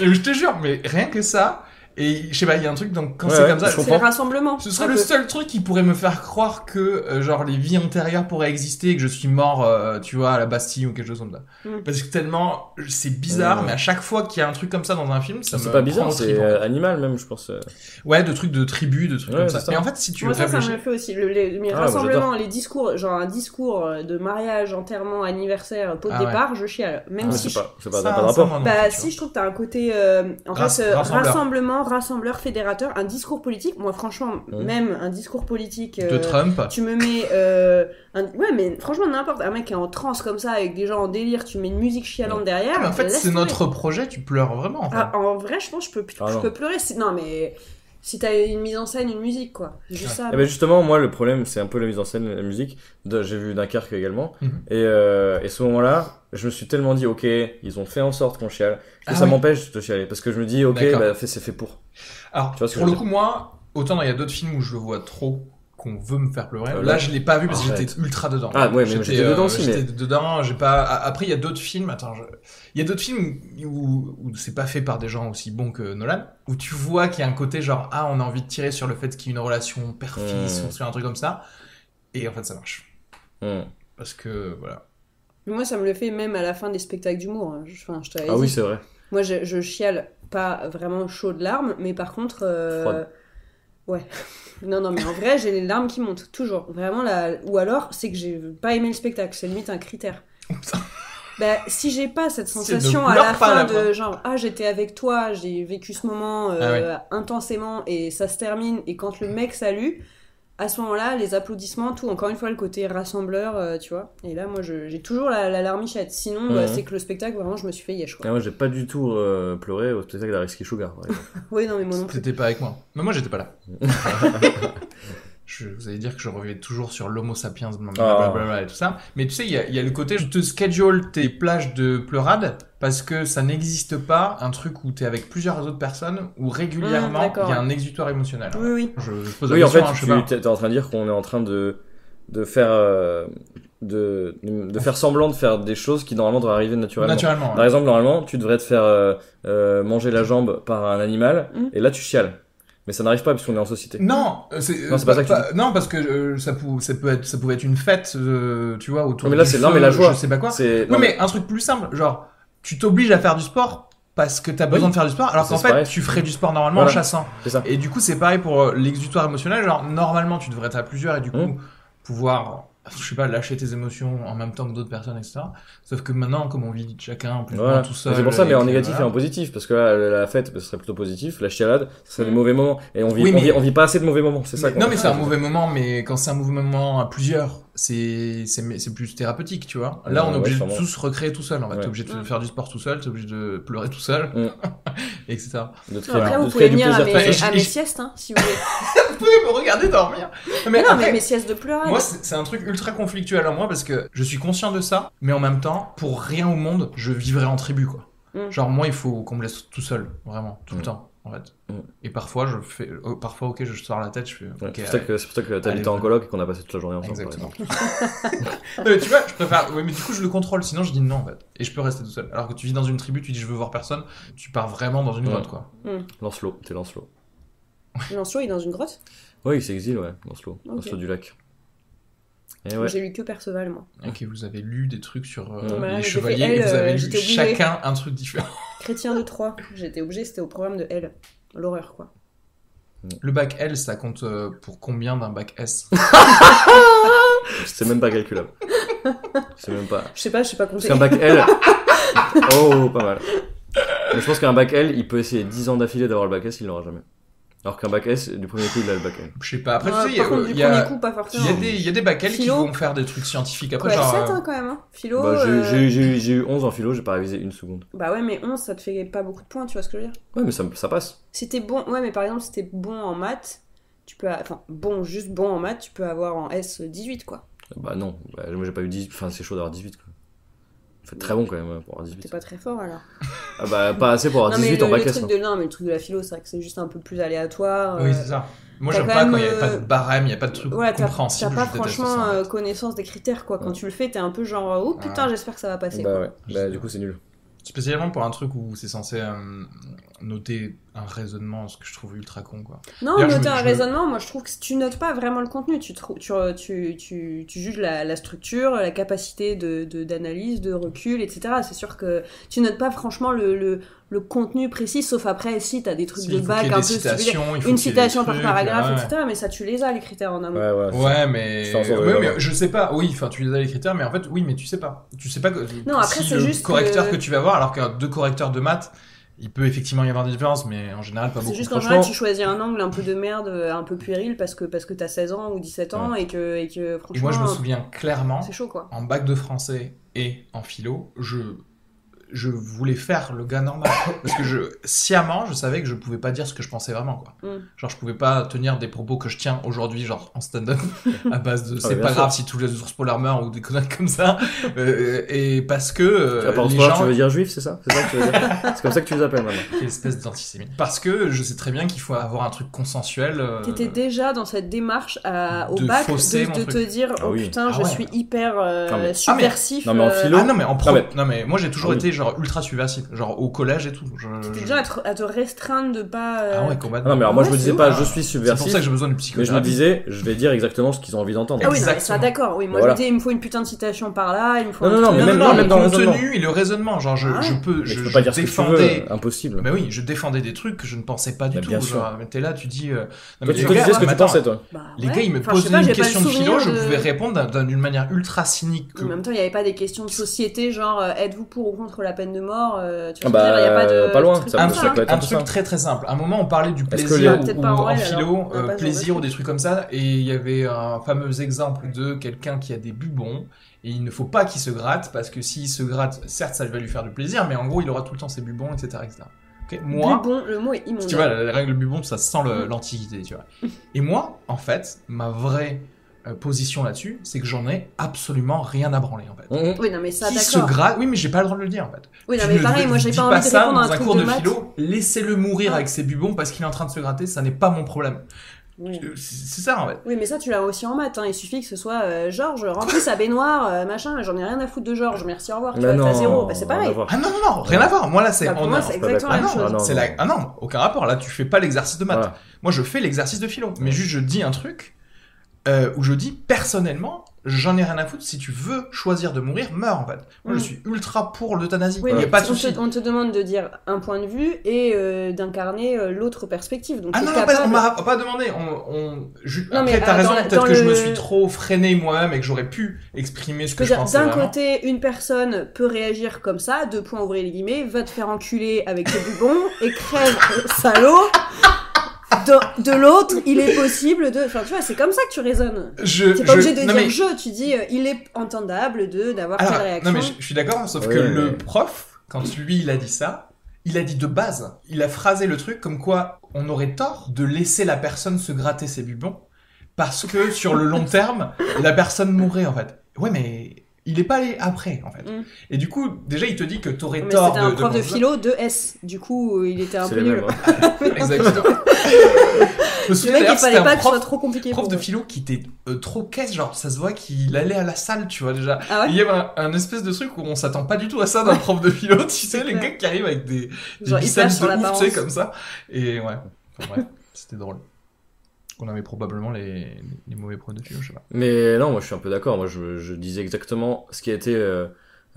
Et je te jure, mais rien que ça. Et je sais pas, il y a un truc, donc quand
Ouais,
c'est
ouais,
comme ça,
je
c'est
comprends.
le rassemblement.
ce serait
Un
le
peu.
seul truc qui pourrait me faire croire que euh, genre les vies antérieures pourraient exister et que je suis mort, euh, tu vois, à la Bastille ou quelque chose comme ça.
Mm.
Parce que tellement c'est bizarre,
Mm.
mais à chaque fois qu'il y a un truc comme ça dans un film, ça me
C'est pas
prend
bizarre,
au Ah,
c'est
trip, en
euh,
fait.
animal même je pense. euh.
Ouais, de trucs de tribus, de trucs
Ouais,
comme
c'est
ça.
ça.
Mais en fait, si tu
Moi, ça, ça me
réfléchis-
le fait aussi. Le, les, les
bah,
Ah,
rassemblements,
j'adore.
les discours, genre un discours euh, de mariage, enterrement, anniversaire, pot de
Ah ouais.
départ, je chiale. Même
Ouais,
si
c'est
je...
pas c'est pas-
ça,
t'as pas de
ça,
rapport.
moi, non,
Bah,
tu
si je trouve que t'as un côté euh, en
Rass-
fait, euh,
rassembleur.
rassemblement, rassembleur, fédérateur, un discours politique. Moi, franchement,
Mhm.
même un discours politique.
vois.
euh,
de Trump.
tu me mets. euh, un... Ouais, mais franchement, n'importe. Un mec qui est en transe comme ça, avec des gens en délire, tu mets une musique chialante derrière.
Ah, mais en fait,
laisse
c'est
tomber.
notre projet, tu pleures vraiment. en fait.
Ah, en vrai, je pense que je peux, plus-
Ah,
je
non.
peux pleurer. si- Non, mais si t'as une mise en scène, une musique, quoi. Juste
Ouais.
ça.
Eh ben justement, moi, le problème, c'est un peu la mise en scène, la musique. De- J'ai vu Dunkerque également.
Mhm.
Et, euh, et ce moment-là, je me suis tellement dit, ok, ils ont fait en sorte qu'on chiale. Que
Ah
ça
oui.
m'empêche de chialer. Parce que je me dis, ok,
D'accord.
bah, fait- c'est fait pour.
Alors,
Tu vois ce que
pour
je
le
veux
coup, moi, autant il y a d'autres films où je le vois trop qu'on veut me faire pleurer.
Euh,
là,
là,
je l'ai pas vu parce que
arrête.
j'étais ultra dedans.
Ah, ouais, mais j'étais dedans aussi, mais-
J'étais dedans, j'ai pas. a- Après, il y a d'autres films. Attends, je- il y a d'autres films où, où c'est pas fait par des gens aussi bons que Nolan, où tu vois qu'il y a un côté genre ah, on a envie de tirer sur le fait qu'il y ait une relation père-fils
Hmm.
ou sur un truc comme ça, et en fait, ça marche
Hmm.
parce que voilà.
Mais Moi, ça me le fait même à la fin des spectacles d'humour. hein. Je- Enfin, je t'avais
Ah oui,
dit.
c'est vrai.
Moi, je, je chiale pas vraiment chaud de larmes, mais par contre. euh,
Froide.
Ouais. [laughs] Non, non, mais en vrai, j'ai les larmes qui montent, toujours. Vraiment, la... ou alors, c'est que j'ai pas aimé le spectacle, c'est limite un critère.
Oh, [laughs] putain.
Bah, si j'ai pas cette
C'est de
sensation à
pleure
la
pas
fin
à la
de
fin.
genre, ah, j'étais avec toi, j'ai vécu ce moment euh,
Ah
intensément et ça se termine, et quand le mec salue, à ce moment-là, les applaudissements, tout, encore une fois, le côté rassembleur, euh, tu vois. Et là, moi, je- j'ai toujours la, la larmichette. Sinon, bah,
Mhm.
c'est que le spectacle, vraiment, je me suis fait yesh, quoi.
Et moi, j'ai pas du tout euh, pleuré au spectacle d'Areski Sugar. par exemple.
Oui, non, mais moi non plus.
T'étais pas avec moi. Mais moi, j'étais pas
[laughs]
là. Je, vous allez dire que je reviens toujours sur l'homo sapiens,
Ah.
blablabla et tout ça. Mais tu sais, il y, a- il y a le côté, je te schedule tes plages de pleurade parce que ça n'existe pas un truc où t'es avec plusieurs autres personnes où
Mmh,
régulièrement il
d'accord.
y a un exutoire émotionnel.
Oui, oui.
Je, je pose la
oui, en fait,
question, hein, je sais pas.
tu es en train de dire qu'on est en train de, de faire, euh, de, de, de faire semblant de faire des choses qui normalement devraient arriver naturellement.
Naturellement.
Par exemple, normalement, tu devrais te faire euh, euh, manger la jambe par un animal,
Mm.
et là, tu chiales. Mais ça n'arrive pas puisqu'on est en société.
Non, euh, c'est
Non, c'est pas ça que tu
non, parce que euh, ça, pou- ça peut être, ça pouvait être une fête, euh, tu vois, autour
Non, mais là,
du
c'est-
feu,
non, mais la joie.
je sais pas quoi.
C'est
Oui,
non,
mais un truc plus simple, genre, tu t'obliges à faire du sport parce que t'as besoin
Oui.
de faire du sport, alors
Ça,
qu'en
c'est
fait,
pareil.
tu ferais du sport normalement en
Voilà.
chassant.
C'est ça.
Et du coup, c'est pareil pour euh, l'exutoire émotionnel, genre, normalement, tu devrais être à plusieurs et du coup,
Mm.
pouvoir, je sais pas, lâcher tes émotions en même temps que d'autres personnes, etc. Sauf que maintenant, comme on vit chacun, plus ou moins
Voilà.
tout seul.
C'est pour ça, mais
et
en
que,
négatif
voilà.
et en positif, parce que là, la fête, ce serait plutôt positif, la chialade, ce serait des
Mm.
mauvais moments, et on vit,
Oui,
on,
mais-
vit, on vit pas assez de mauvais moments, c'est ça.
Mais-
qu'on-
non, mais c'est un mauvais moment, mais quand c'est un mauvais moment à plusieurs, c'est c'est c'est plus thérapeutique, tu vois. Là, on
Euh, Ouais,
est obligé de
sûrement.
tous recréer tout seul. En fait,
Ouais.
t'es obligé de
Mm.
faire du sport tout seul, t'es obligé de pleurer tout seul, [laughs]
Mm.
etc.
De te créer,
Après,
du-
vous
de te
pouvez
créer du
venir à
plaisir.
mes,
toi. Et
à
je-
mes
et-
siètes, hein, si vous voulez.
Vous pouvez me regarder dormir.
Mais
Mais
non, mais
après-
mes siestes de pleurer.
Moi, c'est c'est un truc ultra conflictuel en moi parce que je suis conscient de ça, mais en même temps, pour rien au monde, je vivrais en tribu, quoi.
Mm.
Genre, moi, il faut qu'on me laisse tout seul, vraiment, tout le
Mm.
temps, en fait.
Mm.
Et parfois, je fais, euh, parfois, ok, je sors la tête, je fais, ok,
Ouais, c'est pour ça
allez.
que- c'est pour ça que t'habites
Allez,
en
va.
coloc et qu'on a passé toute la journée ensemble. par
Exactement.
exemple.
[laughs] non, mais tu vois, je préfère. Ouais, mais du coup, je le contrôle. Sinon, je dis non, en fait. Et je peux rester tout seul. Alors que tu vis dans une tribu, tu dis je veux voir personne, tu pars vraiment dans une
Ouais.
grotte, quoi.
Lancelot, t'es Lancelot.
Lancelot, il est dans une grotte
Oui, il s'exile, ouais, Lancelot.
Ok.
Lancelot du lac.
[laughs]
Et ouais.
J'ai lu que Perceval, moi.
Ok, vous avez lu des trucs sur euh,
Ouais.
Ouais,
les
j'ai fait
chevaliers
elle,
et vous avez
euh,
lu
j'étais obligée.
chacun un truc différent.
Chrétien de Troyes. J'étais obligée, c'était au programme de L. L'horreur, quoi.
Le bac L, ça compte euh, pour combien d'un bac S
C'est même pas calculable. C'est même pas.
Je sais pas, je sais pas compter.
C'est un bac
[laughs]
L. Oh, pas mal. Mais je pense qu'un bac L, il peut essayer 10 ans d'affilée d'avoir le bac S, il l'aura jamais. Alors qu'un bac S, du premier coup, il a le bac L.
Je sais pas. bah, Après,
Ouais,
tu sais, il y a-
par contre,
il
du
y a.
premier coup, pas
Il y, a
forcément.
des, il y a des bacs L qui
Philo.
vont faire des trucs scientifiques après,
Ouais,
genre.
7
euh,
hein, quand même. Hein. Philo.
Bah, j'ai-
euh,
j'ai- j'ai eu- j'ai eu 11 en philo, j'ai pas révisé une seconde.
Bah ouais, mais 11, ça te fait pas beaucoup de points, tu vois ce que je veux dire
Ouais, mais ça, me- ça passe.
Si t'es bon, ouais, mais par exemple, si t'es bon en maths, tu peux. a- Enfin, bon, juste bon en maths, tu peux avoir en S 18, quoi.
Bah non, Bah, moi j'ai pas eu 18, enfin c'est chaud d'avoir 18 quoi. Faut être très bon quand même ouais, pour avoir
T'es
18.
pas très fort alors.
Ah bah pas assez pour avoir
non, mais
18
le,
en bac
le
S.
truc
hein.
de non, mais le truc de la philo, c'est vrai que c'est juste un peu plus aléatoire.
Oui,
euh,
c'est ça. Moi,
t'as
j'aime
quand
pas quand il
même,
n'y a pas de
euh,
barème, il n'y a pas de truc
Voilà, t'as t'as
compréhensible.
pas
je déteste
franchement
ça.
euh, connaissance des critères quoi. Quand
Ouais.
tu le fais, t'es un peu genre oh putain,
Ouais.
j'espère que ça va passer.
Bah ouais,
Je
bah
sais
du coup c'est nul.
Spécialement pour un truc où c'est censé euh, noter un raisonnement, ce que je trouve ultra con quoi.
Non,
D'ailleurs, je
noter
me-
un
je me-
raisonnement, moi je trouve que si tu notes pas vraiment le contenu, tu, trou- tu, re- tu, tu, tu juges la, la structure, la capacité de de- d'analyse, de, recul, etc. C'est sûr que tu notes pas franchement le, le, le contenu précis, sauf après si t'as des trucs
Si,
de
il faut qu'il
bac
y ait
un peu
des
stupide.
citations, il faut
Une
qu'il y ait des
citation par
trucs,
paragraphe,
ouais.
etc. Mais ça, tu les as les critères en amont.
Ouais, ouais.
Ouais, mais.
Je t'en sors de
ouais,
là,
mais
ouais.
je sais pas, oui, enfin, tu les as les critères, mais en fait, oui, mais tu sais pas. Tu sais pas que.
Non, après,
si
c'est
le
juste
correcteur
que-
que... tu vas voir, alors qu'un deux correcteurs de maths, il peut effectivement y avoir des différences, mais en général, pas
C'est
beaucoup.
juste qu'en général,
franchement-
tu choisis un angle un peu de merde, un peu puéril, parce que, parce que t'as 16 ans ou 17 ans et, que, et que
Et
franchement,
moi, je me souviens clairement,
c'est chaud quoi.
en bac de français et en philo, je. Je voulais faire le gars normal. [coughs] Parce que je, sciemment, je savais que je pouvais pas dire ce que je pensais vraiment, quoi.
Mm.
Genre, je pouvais pas tenir des propos que je tiens aujourd'hui, genre
[laughs]
en stand-up, à base de c'est
Ah, bien
pas
sûr.
grave si tous les ours polaires meurent ou des conneries comme ça. Euh, et parce que. euh,
À part
les
toi,
gens-
tu veux dire juif, c'est ça C'est ça que tu veux [laughs] dire C'est comme ça que tu les appelles maintenant.
Quelle espèce d'antisémite. Parce que je sais très bien qu'il faut avoir un truc consensuel. euh,
T'étais déjà dans cette démarche à- au
de
bac
fausser
de,
mon
de
truc.
te dire
Ah
oh
oui.
putain,
Ah
je
ouais.
suis hyper euh,
Non, mais-
subversif.
Ah, mais- non, mais en
euh,
philo,
Ah non mais en pro,
Ah ouais.
non mais moi j'ai toujours
Ah oui.
été genre ultra subversif, genre au collège et tout. Je,
T'étais
je-
déjà à te, à te restreindre de pas. euh,
euh, Ah ouais complètement.
Ah non, mais alors moi
Ouais,
je me
c'est
disais
ouf,
hein.
pas je suis
c'est pour
subversif,
ça que j'ai besoin du
mais je me
psychothérapeute.
disais je vais dire exactement ce qu'ils ont envie d'entendre.
Ah oui, non, mais ça
Exactement.
d'accord. Oui, moi
Voilà.
j'étais, il me faut une putain de citation par là, il me faut.
Non,
un
non,
truc-
mais
Non,
même-
non,
non,
non,
même
le
dans le
contenu
raisonnement.
et le raisonnement, genre je,
Ah
je peux,
Mais
je,
tu peux pas
je
dire ce que tu
défendais.
veux, impossible.
Mais oui, je défendais des trucs que je ne pensais pas du
Mais
tout.
bien
genre, mais t'es là, tu dis. euh, non, mais
Toi,
les
tu te
gars,
disais ce que
mais
tu
attends,
pensais, toi.
Bah,
Les
ouais.
gars, ils me
Enfin, je sais
posaient
pas,
une
j'ai pas le
question de philo,
souvenir
je
de-
pouvais répondre d'un- d'un- d'une manière ultra cynique. que-
En même temps, il n'y avait pas des questions de société, genre euh, êtes-vous pour ou contre la peine de mort euh, tu vois ce que
Ah
je veux
bah,
dire, il y a pas de.
pas loin,
truc
ça
comme
un
me
ça,
truc,
hein.
peut être
un
un peu
truc
ça.
très très simple. À un moment, on parlait du
Est-ce que
plaisir
les-
ou-
Peut-être
ou
pas en
en
vrai, alors.
philo,
On a
euh,
pas ce
plaisir
genre
ou
de
des trucs comme ça. Et il y avait un fameux exemple de quelqu'un qui a des bubons et il ne faut pas qu'il se gratte parce que s'il se gratte, certes, ça va lui faire du plaisir, mais en gros, il aura tout le temps ses bubons, etc. etc. Ok Moi,
Bubon, le mot est immonde.
tu vois, la, la règle bubon, ça sent le- l'antiquité,
[laughs]
tu vois. Et moi, en fait, ma vraie euh, position là-dessus, c'est que j'en ai absolument rien à branler, en fait.
Mhm.
Oui, non, mais ça,
Qui se
Ah, d'accord.
gratte, oui, mais j'ai pas le droit de le dire, en fait.
Oui, non,
Tu
mais
ne
pareil, moi, j'ai
dis
pas envie de
ça
répondre à
dans
un
un
truc
cours
de
de
maths.
philo. Laissez-le mourir
Ouais.
avec ses bubons parce qu'il est en train de se gratter, ça n'est pas mon problème.
Oui.
Euh, C'est c'est ça en fait.
Oui, mais ça, tu l'as aussi en maths. hein. Il suffit que ce soit euh, Georges remplis sa baignoire, euh, machin. mais J'en ai rien à foutre de Georges. Merci, au revoir. Tu
Bah
vois, t'as
non,
zéro. Bah, c'est
rien à
pareil.
voir.
Ah non, non, non, rien à voir. Moi là, c'est.
Bah, pour
on-
moi,
je
c'est
suis pas
exactement la
Ah
même
d'accord.
chose.
non,
non,
c'est
non.
la... ah non, aucun rapport. Là, tu fais pas l'exercice de maths.
Voilà.
Moi, je fais l'exercice de philo. Mais juste, je dis un truc euh, où je dis personnellement, j'en ai rien à foutre. Si tu veux choisir de mourir, meurs en fait. Moi,
Mm.
je suis ultra pour l'euthanasie.
Oui,
Il n'y a
mais
pas de
on,
souci.
te, on te demande de dire un point de vue et euh, d'incarner euh, l'autre perspective. Donc,
Ah
t'es
non, non, pas-
capable-
on m'a pas demandé. On, on... je-
Non, mais,
Après, t'as
euh,
raison.
dans la-
Peut-être
dans
que je me
le-
suis trop freiné moi-même et que j'aurais pu exprimer ce
Je
que
peux
je
dire,
pensais.
d'un
vraiment.
côté, une personne peut réagir comme ça, deux points ouvrir les guillemets, va te faire enculer avec tes bubons et crève, euh, salaud. De, de l'autre, il est possible de. Enfin, tu vois, c'est comme ça que tu raisonnes.
Je,
T'es pas
je-
obligé de
non,
dire
mais-
je, tu dis euh, il est entendable de d'avoir
Alors,
telle réaction.
non mais je, je suis d'accord, sauf
Ouais,
que
ouais.
le prof, quand lui il a dit ça, il a dit de base, il a phrasé le truc comme quoi on aurait tort de laisser la personne se gratter ses bubons
[laughs]
parce que sur le long terme, la personne mourrait en fait. Ouais mais il est pas allé après en fait.
Mm.
Et du coup, déjà il te dit que t'aurais
Mais c'était
tort de...
un prof de,
penser ça.
philo de S, du coup il était un
C'est
peu
les
nul.
mêmes. hein.
[laughs] Exactement. Je me
Le
souviens
mec
d'ailleurs,
il
c'était
fallait
un
pas que ce soit
prof,
trop compliqué.
prof
pour
de
eux.
philo qui était euh, trop caisse, genre ça se voit qu'il allait à la salle, tu vois déjà.
Ah ouais
Il y avait un, un espèce de truc où on s'attend pas du tout à ça d'un prof de philo, [laughs] tu sais, les
clair.
gars qui arrivent avec des, des
Genre hyper
biceps
sur
de ouf,
l'apparence.
tu sais, comme ça. Et ouais, enfin bref, c'était drôle. On avait probablement les, les mauvais profs de philo, je sais pas.
Mais non, moi je suis un peu d'accord. Moi je, je disais exactement ce qui a été euh,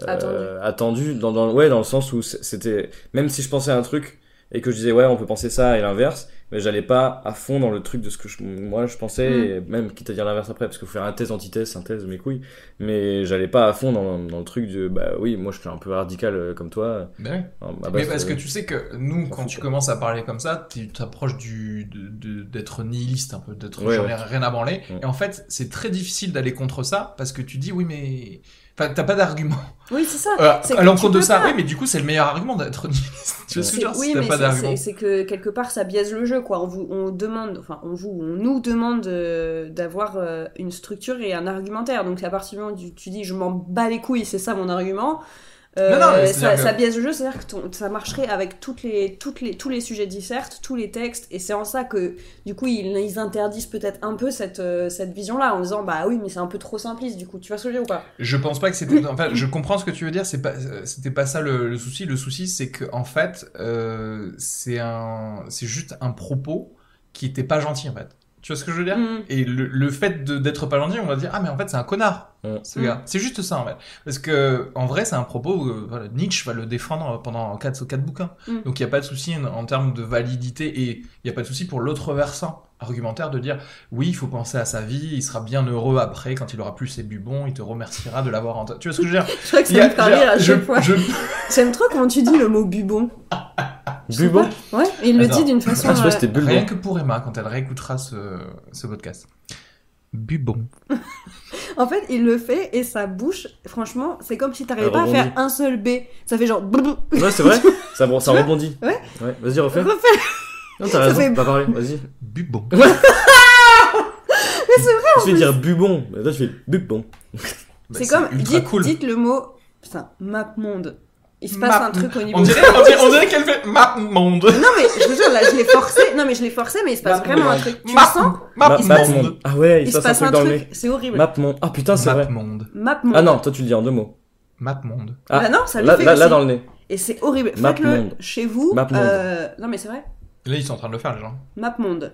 euh,
Attendu.
attendu dans, dans, ouais, dans le sens où c- c'était. Même si je pensais à un truc et que je disais ouais, on peut penser ça et l'inverse, mais j'allais pas à fond dans le truc de ce que je, moi je pensais,
Mm.
et même quitte à dire l'inverse après, parce que faut faire un thèse, antithèse, synthèse, mes couilles. Mais j'allais pas à fond dans, dans le truc de bah oui, moi je suis un peu radical euh, comme toi.
Mais, Ben ouais.
Hein, à
mais
base,
parce que
euh,
tu sais que nous,
s'en
quand
fout,
tu
quoi.
commences à parler comme ça, tu t'approches du de- de- d'être nihiliste un peu, d'être
Ouais,
j'en ai
ouais.
rien à branler.
Ouais.
Et en fait, c'est très difficile d'aller contre ça parce que tu dis oui, mais. Enfin, t'as pas
[laughs]
d'argument
Oui c'est ça.
euh,
C'est que
à
tu
l'encontre de
peux
ça.
pas.
Oui, mais du coup, c'est le meilleur argument d'être [laughs] nihiliste. Tu vois ce que je
C'est-
veux dire
oui,
Si t'as
mais
pas
c'est-
d'argument.
c'est- c'est que quelque part ça biaise le jeu quoi. On vous on demande, enfin on vous on nous demande euh, d'avoir euh, une structure et un argumentaire. Donc à partir du moment où tu, tu dis je m'en bats les couilles, c'est ça mon argument. euh,
Non, non, mais
ça,
c'est-à-dire que-
ça biaise le jeu, c'est-à-dire que ton- ça marcherait avec toutes les, toutes les, tous les sujets dissertes, tous les textes, et c'est en ça que du coup ils, ils interdisent peut-être un peu cette, euh, cette vision-là en disant bah oui mais c'est un peu trop simpliste du coup, tu vois ce que je veux dire ou pas
Je pense pas que c'était. Enfin, je comprends ce que tu veux dire. C'est pas. euh, C'était pas ça le, le souci. Le souci, c'est que en fait, euh, c'est un. C'est juste un propos qui était pas gentil en fait. Tu vois ce que je veux dire
Mm.
Et le, le fait de- d'être pas gentil, on va dire ah mais en fait c'est un connard.
Mm.
Ce gars. C'est juste ça en fait. Parce que en vrai, c'est un propos. Où, euh, voilà, Nietzsche va le défendre pendant quatre quatre bouquins.
Mm.
Donc il y a pas de souci en, en termes de validité et il y a pas de souci pour l'autre versant argumentaire de dire oui, il faut penser à sa vie, il sera bien heureux après quand il aura plus ses bubons, il te remerciera de l'avoir en Tu vois ce que je veux dire
Je crois que
Il y
ça
a-
me fait rire à
je- [laughs]
chaque fois.
je-
J'aime trop comment tu dis le mot bubon.
Bubon
Ouais, et il le
Attends.
dit d'une façon.
Ah, je sais pas
euh,
si c'était
Rien
Bulbon.
que pour Emma quand elle réécoutera ce, ce podcast. Bubon.
En fait, il le fait et sa bouche, franchement, c'est comme si t'arrivais
Elle
pas à
rebondit.
faire un seul B. Ça fait genre. boum, boum.
[laughs]
Ouais, c'est vrai, ça, bon, ça rebondit.
Ouais.
ouais. Vas-y, refais.
Refais.
Non, t'as raison,
fait-
pas parler, vas-y.
Bubon.
Je
Oh,
vais dire bubon, mais toi tu fais bubon.
Bah,
c'est comme.
ultra
Dites,
cool.
dites le mot. Putain, map monde. Il se passe
Map-
un truc au niveau.
On dirait, on dirait, on dirait qu'elle fait map monde.
Non mais je vous jure, là je l'ai forcé. Non mais je l'ai forcé, mais il se passe
Map
vraiment un
monde.
truc. Tu le
Map-
sens
Map,
Ma-
monde.
Mapmon. Ah ouais,
Il
il
se
passe un
passe
truc dans le nez.
c'est horrible.
Mapmon. Ah putain, c'est
Map
vrai.
monde.
Map monde.
Ah non, toi tu le dis en deux mots.
Map monde.
Ah,
Bah non, ça le
Là,
fait
là,
aussi.
là dans le nez.
Et c'est horrible.
Map
Faites-le
monde.
chez vous.
Map monde.
euh, Non mais c'est vrai.
Là, ils sont en train de le faire, les gens.
Map monde.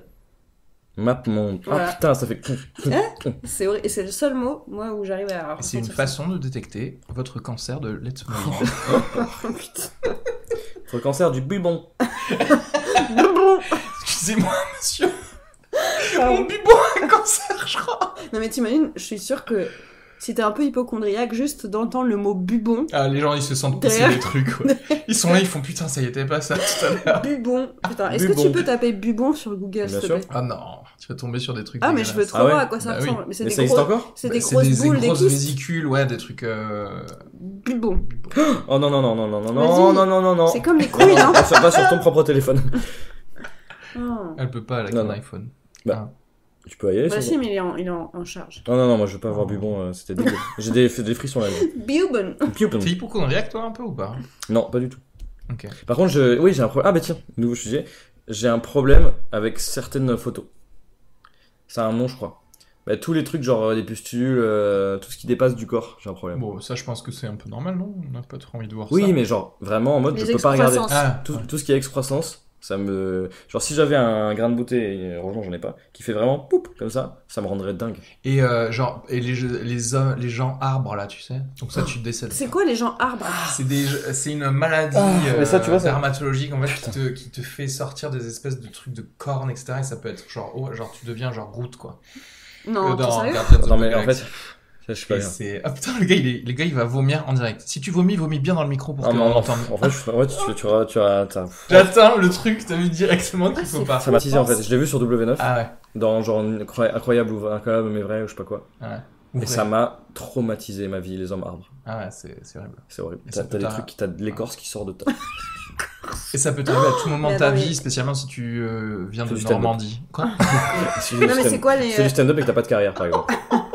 Mapmon.
Voilà.
Ah putain, ça fait.
C'est horri- et c'est le seul mot moi où j'arrive à.
Et c'est
[laughs]
une
ressentir ça. Oh.
façon de détecter votre cancer de Let's Move.
Pour le cancer du bubon.
Bourbon.
[laughs] Excusez-moi, monsieur.
Pardon.
[laughs]
Mon bubon a un cancer, je crois.
Non mais t'imagines, je suis sûre que si t'es un peu hypochondriaque, juste d'entendre le mot bubon,
Ah, les gens, ils se sentent pousser
Derrière.
des trucs,
[laughs]
quoi. Ils sont là, ils font putain, ça y était pas ça tout à l'heure.
bubon, putain, est-ce que
Bubon.
tu peux taper bubon sur Google,
Bien
s'il te
sûr.
plaît
Ah non, tu vas tomber sur des trucs.
Ah mais je veux
dégueulasses.
trop
Ah ouais
voir à quoi ça
Bah oui.
ressemble. Mais c'est
Mais
des,
ça existe
gros-
encore
c'est
Bah,
des
c'est
grosses
des, des
boules, des
grosses
kystes.
vésicules, ouais, des trucs. euh,
Bubon.
Oh non, non, non, non, non, non, non,
Vas-y.
non, non, non,
Oh.
non.
C'est comme les couilles,
[laughs]
hein
Pas sur- pas sur ton propre téléphone.
[laughs] Ah.
Elle peut pas, elle a
Non, Mm.
un
non.
iPhone.
Tu peux y aller
Bah
sans-
si, mais il est en, il est en, en charge.
Non, non, non, moi je veux pas avoir bubon, euh, c'était dégueu. J'ai des, des frissons là.
[laughs]
moi.
Bubon.
Bubon.
T'es hypochondriaque, toi, un peu ou pas
Non, pas du tout.
Ok.
Par contre, je... oui, j'ai un problème. Ah bah tiens, nouveau sujet. J'ai un problème avec certaines photos. Ça a un nom, je crois. Bah, tous les trucs, genre euh, des pustules, euh, tout ce qui dépasse du corps, j'ai un problème.
Bon, ça, je pense que c'est un peu normal, non On n'a pas trop envie de voir ça.
oui, mais genre, vraiment en mode, je
Les
peux pas regarder.
excroissances.
Ah,
Tout,
ouais.
tout ce qui est excroissance, ça me. Genre, si j'avais un grain de beauté, et euh, heureusement j'en ai pas, qui fait vraiment poup comme ça, ça me rendrait dingue.
Et euh, genre, et les, jeux- les, hommes- les gens arbres, là, tu sais Donc ça, tu décèdes.
C'est quoi les gens arbres
C'est des- c'est une maladie
Ah, mais ça,
euh,
tu vois, ça-
dermatologique en fait qui te, qui te fait sortir des espèces de trucs de cornes etc et ça peut être genre oh, genre tu deviens genre Groot quoi.
Non,
Euh,
t'es
dans
sérieux
Guardians of
Non,
the
mais en
Galaxy.
fait, ça, je suis pas
Et
bien.
c'est ah putain le gars il est- le gars il va vomir en direct. Si tu vomis vomis bien dans le micro pour
Ah, Non,
que
mais
on
en, en
entende.
fait, je suis pas- ouais, tu, tu, tu, as- tu as- t'as-
J'atteins le truc t'as vu directement qu'il
Ah,
faut
c'est
pas.
Ça m'a teasé en fait, je l'ai vu sur W9,
Ah ouais.
dans genre Incroy- incroyable ou incroyable mais vrai ou je sais pas quoi.
Ouvrez.
Et ça m'a traumatisé ma vie, les hommes arbres.
Ah ouais c'est c'est horrible.
C'est horrible.
Et ça peut
T'as
Ah.
t'as des
t'arr-
trucs, qui- t'as de l'écorce qui sort
[laughs]
de ta.
Et ça peut t'arriver à tout moment
mais
de ta
attends, mais-
vie spécialement si tu euh, viens
Faut
de
du stand-up.
Normandie. Quoi
Si
Non, mais euh, c'est quoi les.
C'est du stand-up et que t'as pas de carrière par
[laughs]
exemple.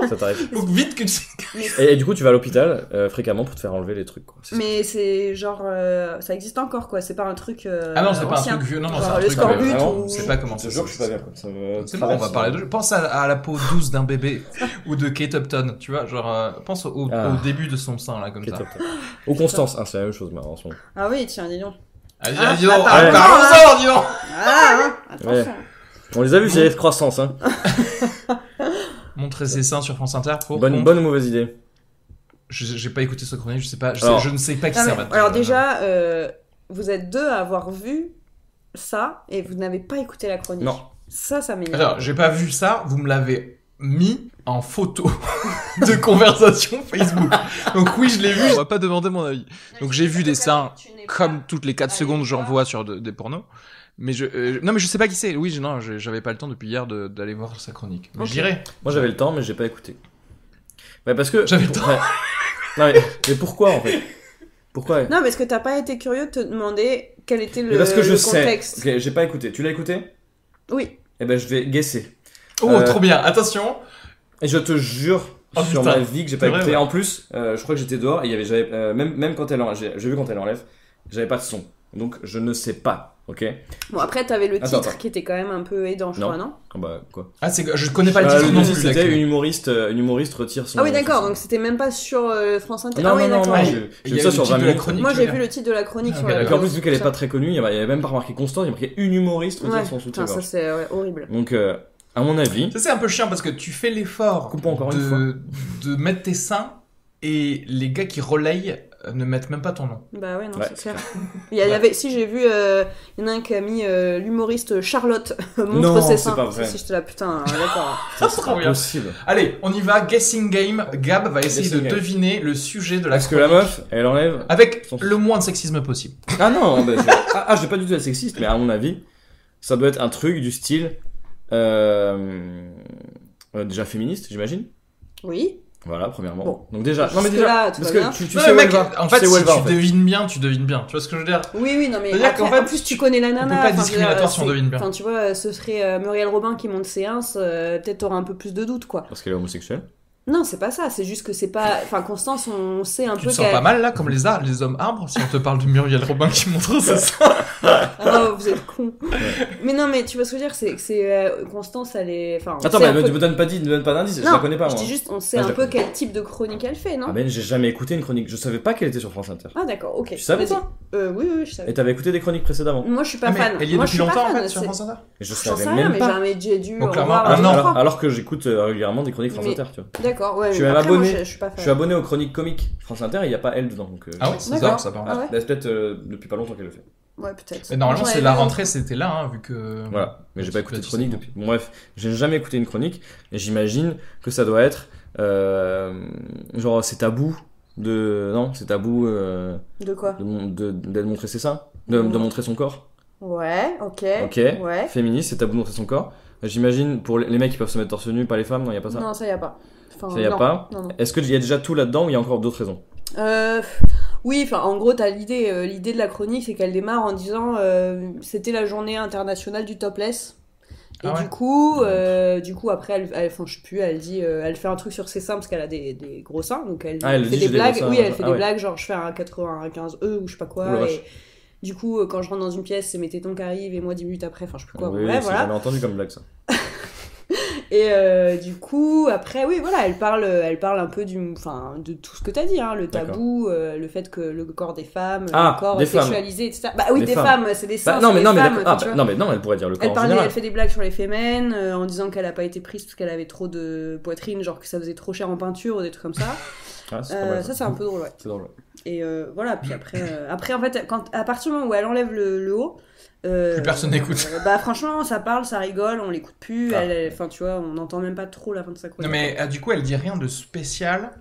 ça t'arrive.
Faut vite que tu
Et, et du coup, tu vas à l'hôpital euh, fréquemment pour te faire enlever les trucs. Quoi. C'est-
euh, Mais c'est genre. euh, ça existe encore quoi, c'est pas un truc. euh,
Ah non c'est pas un
ancien.
truc vieux non non
Genre
c'est un
le
truc
scorbut
euh,
vraiment,
ou-
c'est pas comment
Je te
ça
jure que je suis pas bien. Quoi. Ça me
C'est bon, on va
traverse.
parler de. Pense à, à la peau douce d'un bébé ou de Kate Upton, tu vois. Genre, euh, pense au,
Ah.
au début de son sein, là, comme
Ok,
ça.
top, top. Ou Constance, hein, c'est la même chose, mais en ce moment.
Ah oui, tiens, dis donc.
Allez,
Ah,
dis donc,
attends,
ah,
attends,
parlons-en, dis donc
Ah, hein, attention.
On les a vus, c'est les croissance. Hein.
Montrer ses seins sur France Inter pour.
Bonne, bonne ou mauvaise idée
Je- J'ai pas écouté ce chronique, je sais pas. Je, sais-
Alors.
je ne sais pas qui
Non,
c'est
mais-
en fait.
alors
Euh,
déjà, euh, vous êtes deux à avoir vu ça et vous n'avez pas écouté la chronique.
Non.
Ça, ça m'énerve.
Alors, j'ai pas vu ça, vous me l'avez mis en photo [laughs] de conversation Facebook. Donc, oui, je l'ai vu. On va pas demander mon avis. Donc, j'ai vu des seins comme toutes les 4
Allez,
secondes, j'en
voir.
vois sur de- des pornos. Mais je, euh, non, mais je sais pas qui c'est. Oui, je- non, je- j'avais pas le temps depuis hier de- d'aller voir sa chronique. Mais
Ok.
j'irai.
Moi j'avais le temps, mais j'ai pas écouté. Ouais, parce que.
J'avais le temps.
Ouais. Non, mais, mais pourquoi en fait Pourquoi
Non, mais est-ce que t'as pas été curieux de te demander quel était le,
Mais Parce que je
le
sais.
contexte
Ok, j'ai pas écouté. Tu l'as écouté
Oui.
Eh ben je vais guesser.
Oh,
Euh,
trop bien. Attention.
Et je te jure
Oh,
sur
putain.
ma vie que j'ai pas
C'est vrai,
écouté.
ouais.
En plus, euh, je crois que j'étais dehors et il y avait j'avais, euh, même même quand elle enlève, j'ai j'ai vu quand elle enlève, j'avais pas de son. Donc je ne sais pas. Ok.
Bon, après, t'avais le
Attends,
titre
attends.
qui était quand même un peu aidant, je
Non.
crois, non
Ah, Bah quoi
Ah, c'est que je connais pas le
Euh,
titre non
titre,
plus. la
c'était
clé.
une humoriste, euh, une humoriste retire son.
Ah oui, d'accord,
son-
donc c'était même pas sur euh, France Inter.
Non,
ah
non,
oui,
non,
d'accord.
non,
Ouais,
j'ai-
et
j'ai
il y
vu
a
ça
le
sur
titre
20
de la
minutes.
chronique.
Moi,
tu
j'ai
veux
vu
dire.
le titre de la chronique
Ah,
sur
ok,
la
Et
d'accord.
puis en plus,
chronique.
vu qu'elle est pas très connue, il y avait il y avait même pas remarqué Constant, il y a marqué une humoriste retire
Ouais,
son
putain, ça
soutien-gorge.
c'est ouais, horrible.
Donc, euh, à mon avis,
Ça, c'est un peu chiant parce que tu fais l'effort
Coupons encore une
de... de mettre tes seins et les gars qui relayent euh, ne mettent même pas ton nom.
Bah ouais, non,
Ouais,
c'est
c'est
clair. Il y a- il y
Ouais.
avait, si j'ai vu, euh, il y en a un qui a mis euh, l'humoriste Charlotte [laughs] montre
Non,
ses
c'est
seins.
pas vrai.
Si, si, j'étais là, putain, euh, d'accord.
ça, c'est
trop
pas
bien.
possible.
[laughs] Allez, on y va. Guessing game. Gab va essayer
Guessing
de
game.
deviner le sujet de la
Parce que la
chronique.
meuf, elle enlève.
Avec
Son-
le moins de sexisme possible.
Ah non, bah, je- ah, ah, je vais pas du tout être sexiste, mais à mon avis, ça doit être un truc du style. euh, euh, déjà féministe, j'imagine.
Oui.
Voilà, premièrement.
Bon.
Donc, déjà. Ah, Non, mais
Jusque
déjà.
là, tout
parce
va bien.
que tu, tu
Non,
sais
mais
où elle
mec,
va.
en
tu
fait,
sais où
si
elle va,
tu
en fait.
devines bien, tu devines bien. Tu vois ce que je veux dire
Oui, oui, non, mais.
C'est-à-dire
après-
qu'en fait,
en plus, tu connais la
On
nana.
peut pas
enfin, je
être
veux dire,
discriminatoire si on
c'est-
devine bien.
Enfin, tu vois, ce serait euh, Muriel Robin qui monte ses uns, euh, peut-être t'auras un peu plus de doutes, quoi.
Parce qu'elle est homosexuelle.
Non, c'est pas ça, c'est juste que c'est pas. Enfin, Constance, on sait un
Tu
peu
te sens
qu'elle.
pas mal là, comme les, ar- les hommes arbres, si on te parle de Muriel Robin qui montre ses seins.
Ah, vous êtes
[laughs]
con. Mais non, mais tu vois ce que je veux dire, c'est que c'est, euh, Constance, elle est. Enfin, on
Attends,
sait
mais
un
elle
peu-
me donne pas d'id- ne donne pas d'indice, je
Non,
la connais pas
je
moi.
dis juste, on sait
Ah, je
un
la
peu
connais.
quel type de chronique elle fait, non
Ah ben j'ai jamais écouté une chronique, je savais pas qu'elle était sur France Inter.
Ah d'accord, ok.
Tu savais
Vas-y.
ça
Euh, oui, oui, je savais.
Et t'avais écouté des chroniques précédemment
Moi, je suis pas
Ah, mais
fan.
Elle y est
Moi, je
depuis
suis pas
longtemps en
fan,
fait sur
c'est-
France Inter.
Et je
J'en
savais
sais rien,
même
mais
pas.
jamais j'ai dû. euh,
Bon,
en
clairement,
voir
un
deux,
an.
trois.
Alors, alors que j'écoute euh, régulièrement des chroniques France
Mais-
Inter, tu vois.
D'accord, ouais.
Je suis
mais
même
après, moi,
abonné.
je, je suis pas fan.
Je suis abonné aux connectes comiques France Inter et y a pas elle dedans donc. euh,
Ah ouais, c'est ça,
D'accord.
ça part.
Ah ouais
bah, c'est peut-être euh, depuis pas longtemps qu'elle le fait.
Ouais, peut-être.
Mais normalement,
Ouais,
c'est la
ouais.
rentrée, c'était là, hein, vu que.
Voilà, mais j'ai pas
Tu
écouté
peux
de chronique
dire.
depuis. Bon, bref, j'ai jamais écouté une chronique et j'imagine que ça doit être euh, genre c'est tabou de non c'est tabou euh,
De quoi
de, mon- de, d'elle montrer ses seins, de, de montrer son corps.
Ouais, ok.
Ok.
Ouais.
Féministe, c'est tabou de montrer son corps. J'imagine pour les les mecs ils peuvent se mettre torse nu, pas les femmes, non y a pas ça.
Non, ça y a pas. Enfin,
Ça y a
non.
pas
Non, non.
Est-ce qu'il y a déjà tout là-dedans ou il y a encore d'autres raisons
Euh, oui, enfin, en gros, t'as l'idée. euh, l'idée de la chronique, c'est qu'elle démarre en disant euh, c'était la journée internationale du topless. Et
Ah ouais.
du coup, euh, du coup, après, elle, elle, enfin, je sais plus, elle dit, euh, elle fait un truc sur ses seins parce qu'elle a des, des gros seins, donc elle,
Ah, elle dit,
fait des
j'ai des
blagues.
gros seins,
oui, elle
genre,
fait
ah
des
ouais.
blagues, genre je fais un 95 E ou je sais pas quoi.
Ouh la vache.
et du coup, euh, quand je rentre dans une pièce, c'est mes tétons qui arrivent et moi 10 minutes après, enfin, je sais plus quoi.
Oui,
bon, ouais,
c'est
voilà.
jamais entendu comme blague ça.
Et euh, du coup, après, oui, voilà, elle parle, euh, elle parle un peu du, enfin, de tout ce que t'as dit, hein, le tabou, euh, le fait que le corps des femmes,
Ah,
le corps
des femmes.
sexualisé, etc. Bah oui,
Des
des,
femmes.
femmes, c'est des
Bah,
seins,
non,
c'est
mais
des
non, mais
femmes,
d'accord.
enfin,
Ah,
tu vois.
bah, non, mais non, elle pourrait dire le corps
Elle
en
parlait,
général.
elle fait des blagues sur les fémènes euh, en disant qu'elle a pas été prise parce qu'elle avait trop de poitrine, genre que ça faisait trop cher en peinture ou des trucs comme ça.
Ah, c'est pas
Euh,
mal,
ça, c'est un peu drôle, ouais.
C'est drôle.
Et euh, voilà,
Mm.
puis après, euh, après en fait, quand, à partir du moment où elle enlève le, le haut. euh,
Plus personne n'écoute.
euh, bah franchement, ça parle, ça rigole, on l'écoute plus.
Ah.
elle- elle- Enfin, tu vois, on n'entend même pas trop la fin de sa chronique.
Non, mais ah, du coup, elle dit rien de spécial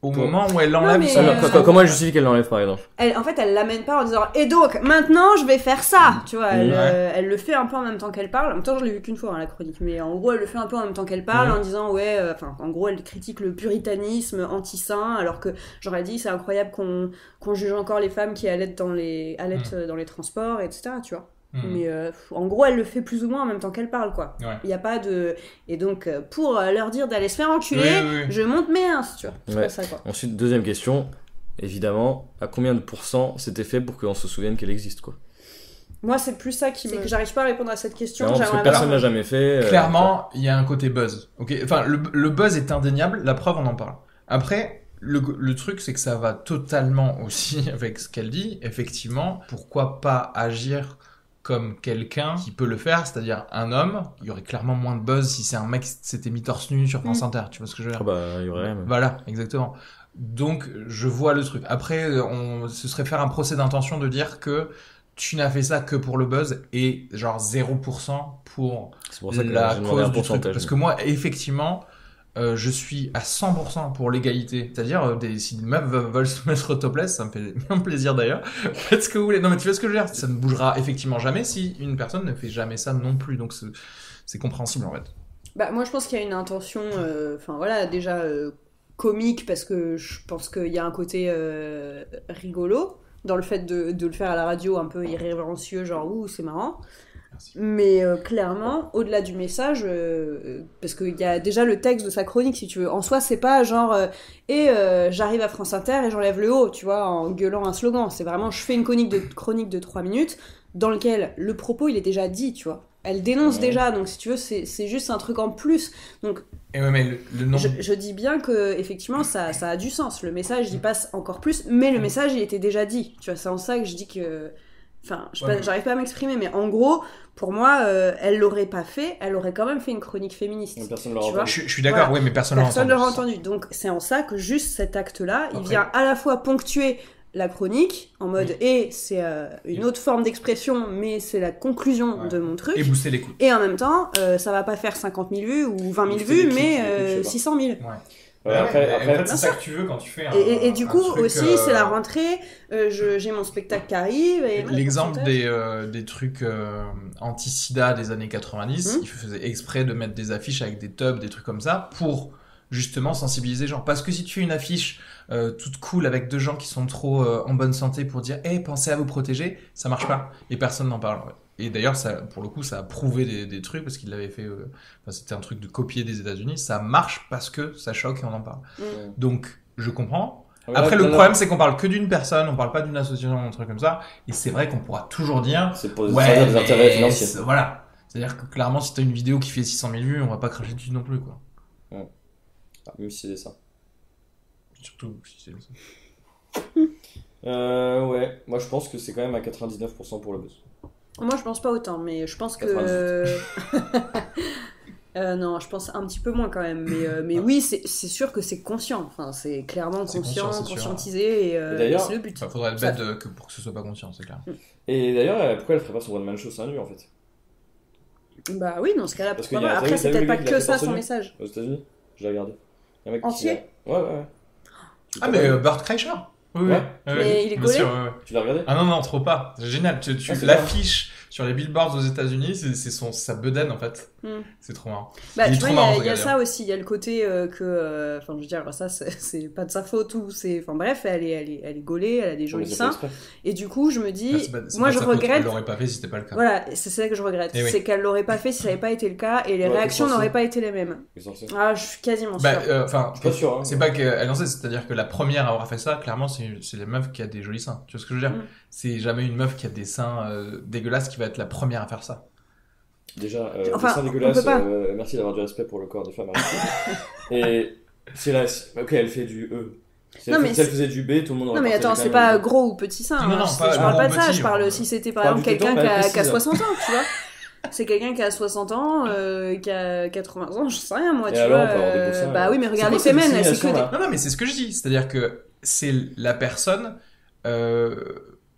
au
Pour-
moment où elle enlève
mais,
son-
Ah, non,
euh,
co- co- Comment elle justifie qu'elle l'enlève, par exemple
Elle, en fait, elle l'amène pas en disant et donc maintenant je vais faire ça, tu vois. Elle,
Ouais.
euh, elle le fait un peu en même temps qu'elle parle. En même temps, je l'ai vu qu'une fois hein, la chronique, mais en gros, elle le fait un peu en même temps qu'elle parle
Mhm.
en disant ouais, euh, enfin, en gros, elle critique le puritanisme anti-saint, alors que j'aurais dit c'est incroyable qu'on qu'on juge encore les femmes qui allaitent dans les allaitent
Mm.
euh, dans les transports, etc. Tu vois.
Hmm.
Mais euh, pff, en gros, elle le fait plus ou moins en même temps qu'elle parle, quoi. Il
Ouais.
y a pas de et donc euh, pour euh, leur dire d'aller se faire
Oui,
enculer,
oui, oui.
je monte mes uns, tu vois. C'est
Ouais.
pas ça, quoi.
Ensuite, deuxième question. Évidemment, à combien de pourcents c'était fait pour qu'on se souvienne qu'elle existe, quoi
Moi, c'est plus ça qui
C'est
me.
que
J'arrive pas à répondre à cette question.
Clairement, Parce que
j'aimerais
personne
bien-
l'a jamais fait. euh,
Clairement, il y a un côté buzz. Ok, enfin, le, le buzz est indéniable. La preuve, on en parle. Après, le, le truc, c'est que ça va totalement aussi [laughs] avec ce qu'elle dit. Effectivement, pourquoi pas agir comme quelqu'un qui peut le faire, c'est-à-dire un homme. Il y aurait clairement moins de buzz si c'est un mec qui s'était mis torse nu sur France Inter. Tu vois ce que je veux
Ah
dire
bah, il y aurait rien. même.
Voilà, exactement. Donc, je vois le truc. Après, on, ce serait faire un procès d'intention de dire que tu n'as fait ça que pour le buzz et genre 0% pour
C'est pour ça que
la
j'ai demandé
cause
un
du truc.
pourcentage.
Parce que moi, effectivement, euh, je suis à 100% pour l'égalité. C'est-à-dire, euh, des, si des meufs ve- veulent se mettre topless, ça me fait [laughs] bien plaisir d'ailleurs. Faites ce que vous voulez. Non, mais tu vois ce que je veux dire Ça ne bougera effectivement jamais si une personne ne fait jamais ça non plus. Donc, c'est- c'est compréhensible en fait.
Bah, moi, je pense qu'il y a une intention, euh, enfin voilà, déjà euh, comique, parce que je pense qu'il y a un côté euh, rigolo dans le fait de, de le faire à la radio, un peu irrévérencieux, genre ouh, c'est marrant.
Merci.
Mais euh, clairement, au-delà du message, euh, parce qu'il y a déjà le texte de sa chronique, si tu veux. En soi, c'est pas genre euh, et euh, j'arrive à France Inter et j'enlève le haut, tu vois, en gueulant un slogan. C'est vraiment je fais une chronique de chronique de 3 minutes dans lequel le propos il est déjà dit, tu vois. Elle dénonce
Ouais.
déjà, donc si tu veux, c'est c'est juste un truc en plus.
Et ouais, mais le, le nombre.
Je, je dis bien que effectivement ça, ça a du sens. Le message il passe encore plus, mais le message il était déjà dit. Tu vois, c'est en ça que je dis que. Enfin, je sais
Ouais,
pas-
mais-
j'arrive pas à m'exprimer, mais en gros, pour moi, euh, elle l'aurait pas fait, elle aurait quand même fait une chronique féministe.
Personne
l'aura Tu vois, entendu.
Je, je suis d'accord, oui, mais personne l'a
Personne l'aurait
entendu.
entendu. Donc c'est en ça que juste cet acte-là, il
Après- Mm.
vient à la fois ponctuer la chronique, en mode et c'est euh, une
Et-
autre forme d'expression, mais c'est la conclusion
Mm. Ouais.
de mon truc.
Et booster l'écoute.
Et en même temps, euh, ça va pas faire 50 000 vues ou 20 000
Ou c'est des
vues,
clics,
mais
des clics, je sais
euh,
pas.
600 000.
c'est ça que tu veux quand tu fais un.
Et, et- et du
un
coup,
truc,
aussi,
euh,
c'est la rentrée, euh, je- j'ai mon spectacle qui arrive. et-
L'exemple des, euh, des trucs euh, anti-sida des années 90,
Hmm.
ils faisaient exprès de mettre des affiches avec des tubs, des trucs comme ça, pour justement sensibiliser les gens. Parce que si tu fais une affiche euh, toute cool avec deux gens qui sont trop euh, en bonne santé pour dire hey, pensez à vous protéger », ça marche pas. Et personne n'en parle. ouais. Et d'ailleurs, ça, pour le coup, ça a prouvé des, des trucs, parce qu'il l'avait fait... euh, enfin, c'était un truc de copier des états unis Ça marche parce que ça choque et on en parle.
Mm.
Donc, je comprends, après, le problème, c'est qu'on parle que d'une personne, on parle pas d'une association ou un truc comme ça. Et c'est vrai qu'on pourra toujours dire.
c'est pour
Ouais,
des
mais
intérêts financiers.
c'est- voilà. C'est-à-dire que clairement, si t'as une vidéo qui fait 600 000 vues, on va pas cracher dessus non plus, quoi.
Même si Ah, c'est ça.
Surtout si c'est.
Euh, ouais, moi je pense que c'est quand même à 99% pour le buzz.
Moi, je pense pas autant, mais je pense que. [laughs] Euh, non, je pense un petit peu moins quand même. Mais, euh, mais oui, c'est c'est sûr que c'est conscient. Enfin, c'est clairement
C'est
conscient,
conscient, c'est sûr.
conscientisé, et, euh,
Et d'ailleurs-
c'est le but.
Enfin, faudrait être
Ça- Ah,
bête euh, que pour que ce soit pas conscient, c'est clair.
Et d'ailleurs, euh, pourquoi elle ferait pas son one man show seins nu en fait
Bah oui, dans ce cas-là,
Parce
pourquoi
qu'il y
pas.
a- t'as
Après,
vu-
c'est
t'as
peut-être
vu
pas
le mec qui
que
l'a fait
ça
torse
son
nu
message.
Aux États-Unis J'ai regardé. Il y a un mec qui-
Entier
Ouais, ouais, ouais. Tu
Ah,
l'as-
mais euh, Burt Kreischer Oui, oui.
Ouais.
oui,
Mais
oui.
il est
Bien
collé
sûr, ouais, ouais.
Tu l'as regardé
Ah non, non, trop pas. C'est génial. Tu, tu
Ah, c'est
l'affiches sur les billboards aux États-Unis, c'est c'est son sa bedaine en fait.
Hmm.
C'est trop marrant.
Bah,
Il est
tu vois,
trop
il y a-
marrant,
il y a,
ce gars,
ça aussi, il y a le côté euh, que, euh, enfin, je veux dire, ça, c'est- [laughs] c'est pas de sa faute ou c'est, enfin, bref, elle est, elle est, elle est gaulée, elle a des
Non, mais
jolis
c'est pas
seins,
exprès.
et du coup, je me
Ah,
dis,
c'est pas- c'est
moi,
pas
je
sa faute,
regrette,
Elle l'aurait pas fait si c'était pas le cas.
voilà, c'est ça que je regrette,
Eh oui.
c'est qu'elle l'aurait pas fait si ça avait pas été le cas, et les
Ouais, t'es
réactions
censé.
n'auraient pas été les mêmes.
Ils sont censés.
Ah, je suis quasiment sûre.
Bah, euh, enfin,
Je suis pas sûr. hein.
C'est pas qu'elle en sait, c'est-à-dire que la première à avoir fait ça, clairement, c'est c'est la meuf qui a des jolis seins. Tu vois ce que je veux dire
Mm.
C'est jamais une meuf qui a des seins euh, dégueulasses qui va être la première à faire ça.
Déjà, euh,
Enfin,
dessin
on
dégueulasse,
peut pas.
euh, merci d'avoir du respect pour le corps des femmes.
[laughs]
arrêtez. Et c'est là, c'est- ok, elle fait du E. Si elle,
Non,
fait-
mais
si elle
c'est-
faisait du B, tout le monde aurait
Non mais
pensé
attends,
qu'elle
c'est
avait
pas
du-
gros ou petit ça. hein.
Non, non,
je,
pas
je parle
gros
pas
ou
de ça,
petit, hein.
je parle
on-
si c'était par
Parle
exemple
du temps,
quelqu'un qui
pas
a,
précis,
qui a
hein.
60 ans, tu vois. C'est quelqu'un qui a 60 ans, euh, qui a 80 ans, je sais rien moi,
Et
tu
alors,
vois.
on peut avoir des
euh,
boussins,
bah
là.
oui, mais
C'est
regarde les
quoi cette
femmes, c'est que
dissimulation,
des-
là
Non, non, mais c'est ce que je dis. C'est-à-dire que c'est la personne. euh,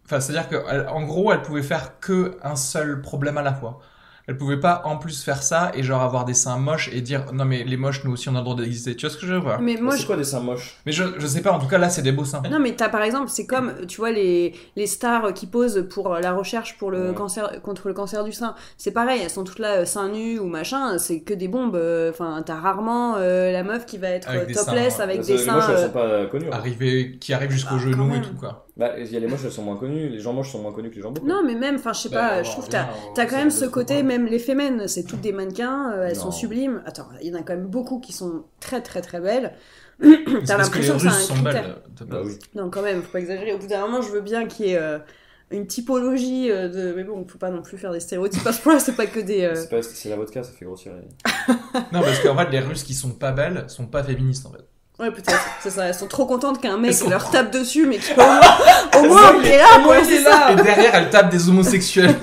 Enfin, c'est-à-dire que elle- en gros, elle pouvait faire que un seul problème à la fois. Elle pouvait pas en plus faire ça et genre avoir des seins moches et dire non mais les moches nous aussi on a le droit d'exister. Tu vois ce que je veux voir
Mais
Mais
moi,
Bah, C'est quoi des seins moches
Mais je, je sais pas. En tout cas là c'est des beaux seins.
Non, mais t'as par exemple, c'est comme, tu vois, les, les stars qui posent pour euh, la recherche pour le
Ouais.
cancer, contre le cancer du sein. C'est pareil, elles sont toutes là, euh, seins nus ou machin, c'est que des bombes. euh, Enfin, t'as rarement euh, la meuf qui va être
Avec
euh,
des
topless
seins,
avec
Parce que
des
Les
seins.
moches, elles
euh,
sont pas euh, connues. hein.
Arrivé, qui arrive jusqu'au genou
Ah, même.
et tout quoi.
Bah, il y a les moches, elles sont moins connues. Les gens moches sont moins connus que les gens beaux.
euh, Non, mais même, enfin, je sais
Bah,
pas, je trouve que t'as. T'as quand même ce côté, même les fémènes, c'est toutes des mannequins, euh, elles
Non.
sont sublimes. Attends, il y en a quand même beaucoup qui sont très très très belles. [clears throat]
C'est
T'as
parce que les
l'impression que c'est
Russes
un
sont
critère.
belles. de
Bah
base.
oui.
Non, quand même, faut pas exagérer. Au bout d'un moment, je veux bien qu'il y ait euh, une typologie euh, de. Mais bon, faut pas non plus faire des stéréotypes à ce point-là, c'est pas que des. euh,
C'est pas- C'est la vodka, ça fait grossir. les-
Non parce qu'en fait les Russes qui sont pas belles sont pas féministes en fait.
Ouais, peut-être, c'est ça. Elles sont trop contentes qu'un mec
Elles sont
leur tape dessus, mais [laughs] qu'au moins, au moins, on est là, quoi, c'est ça.
Et derrière elle tape des homosexuels.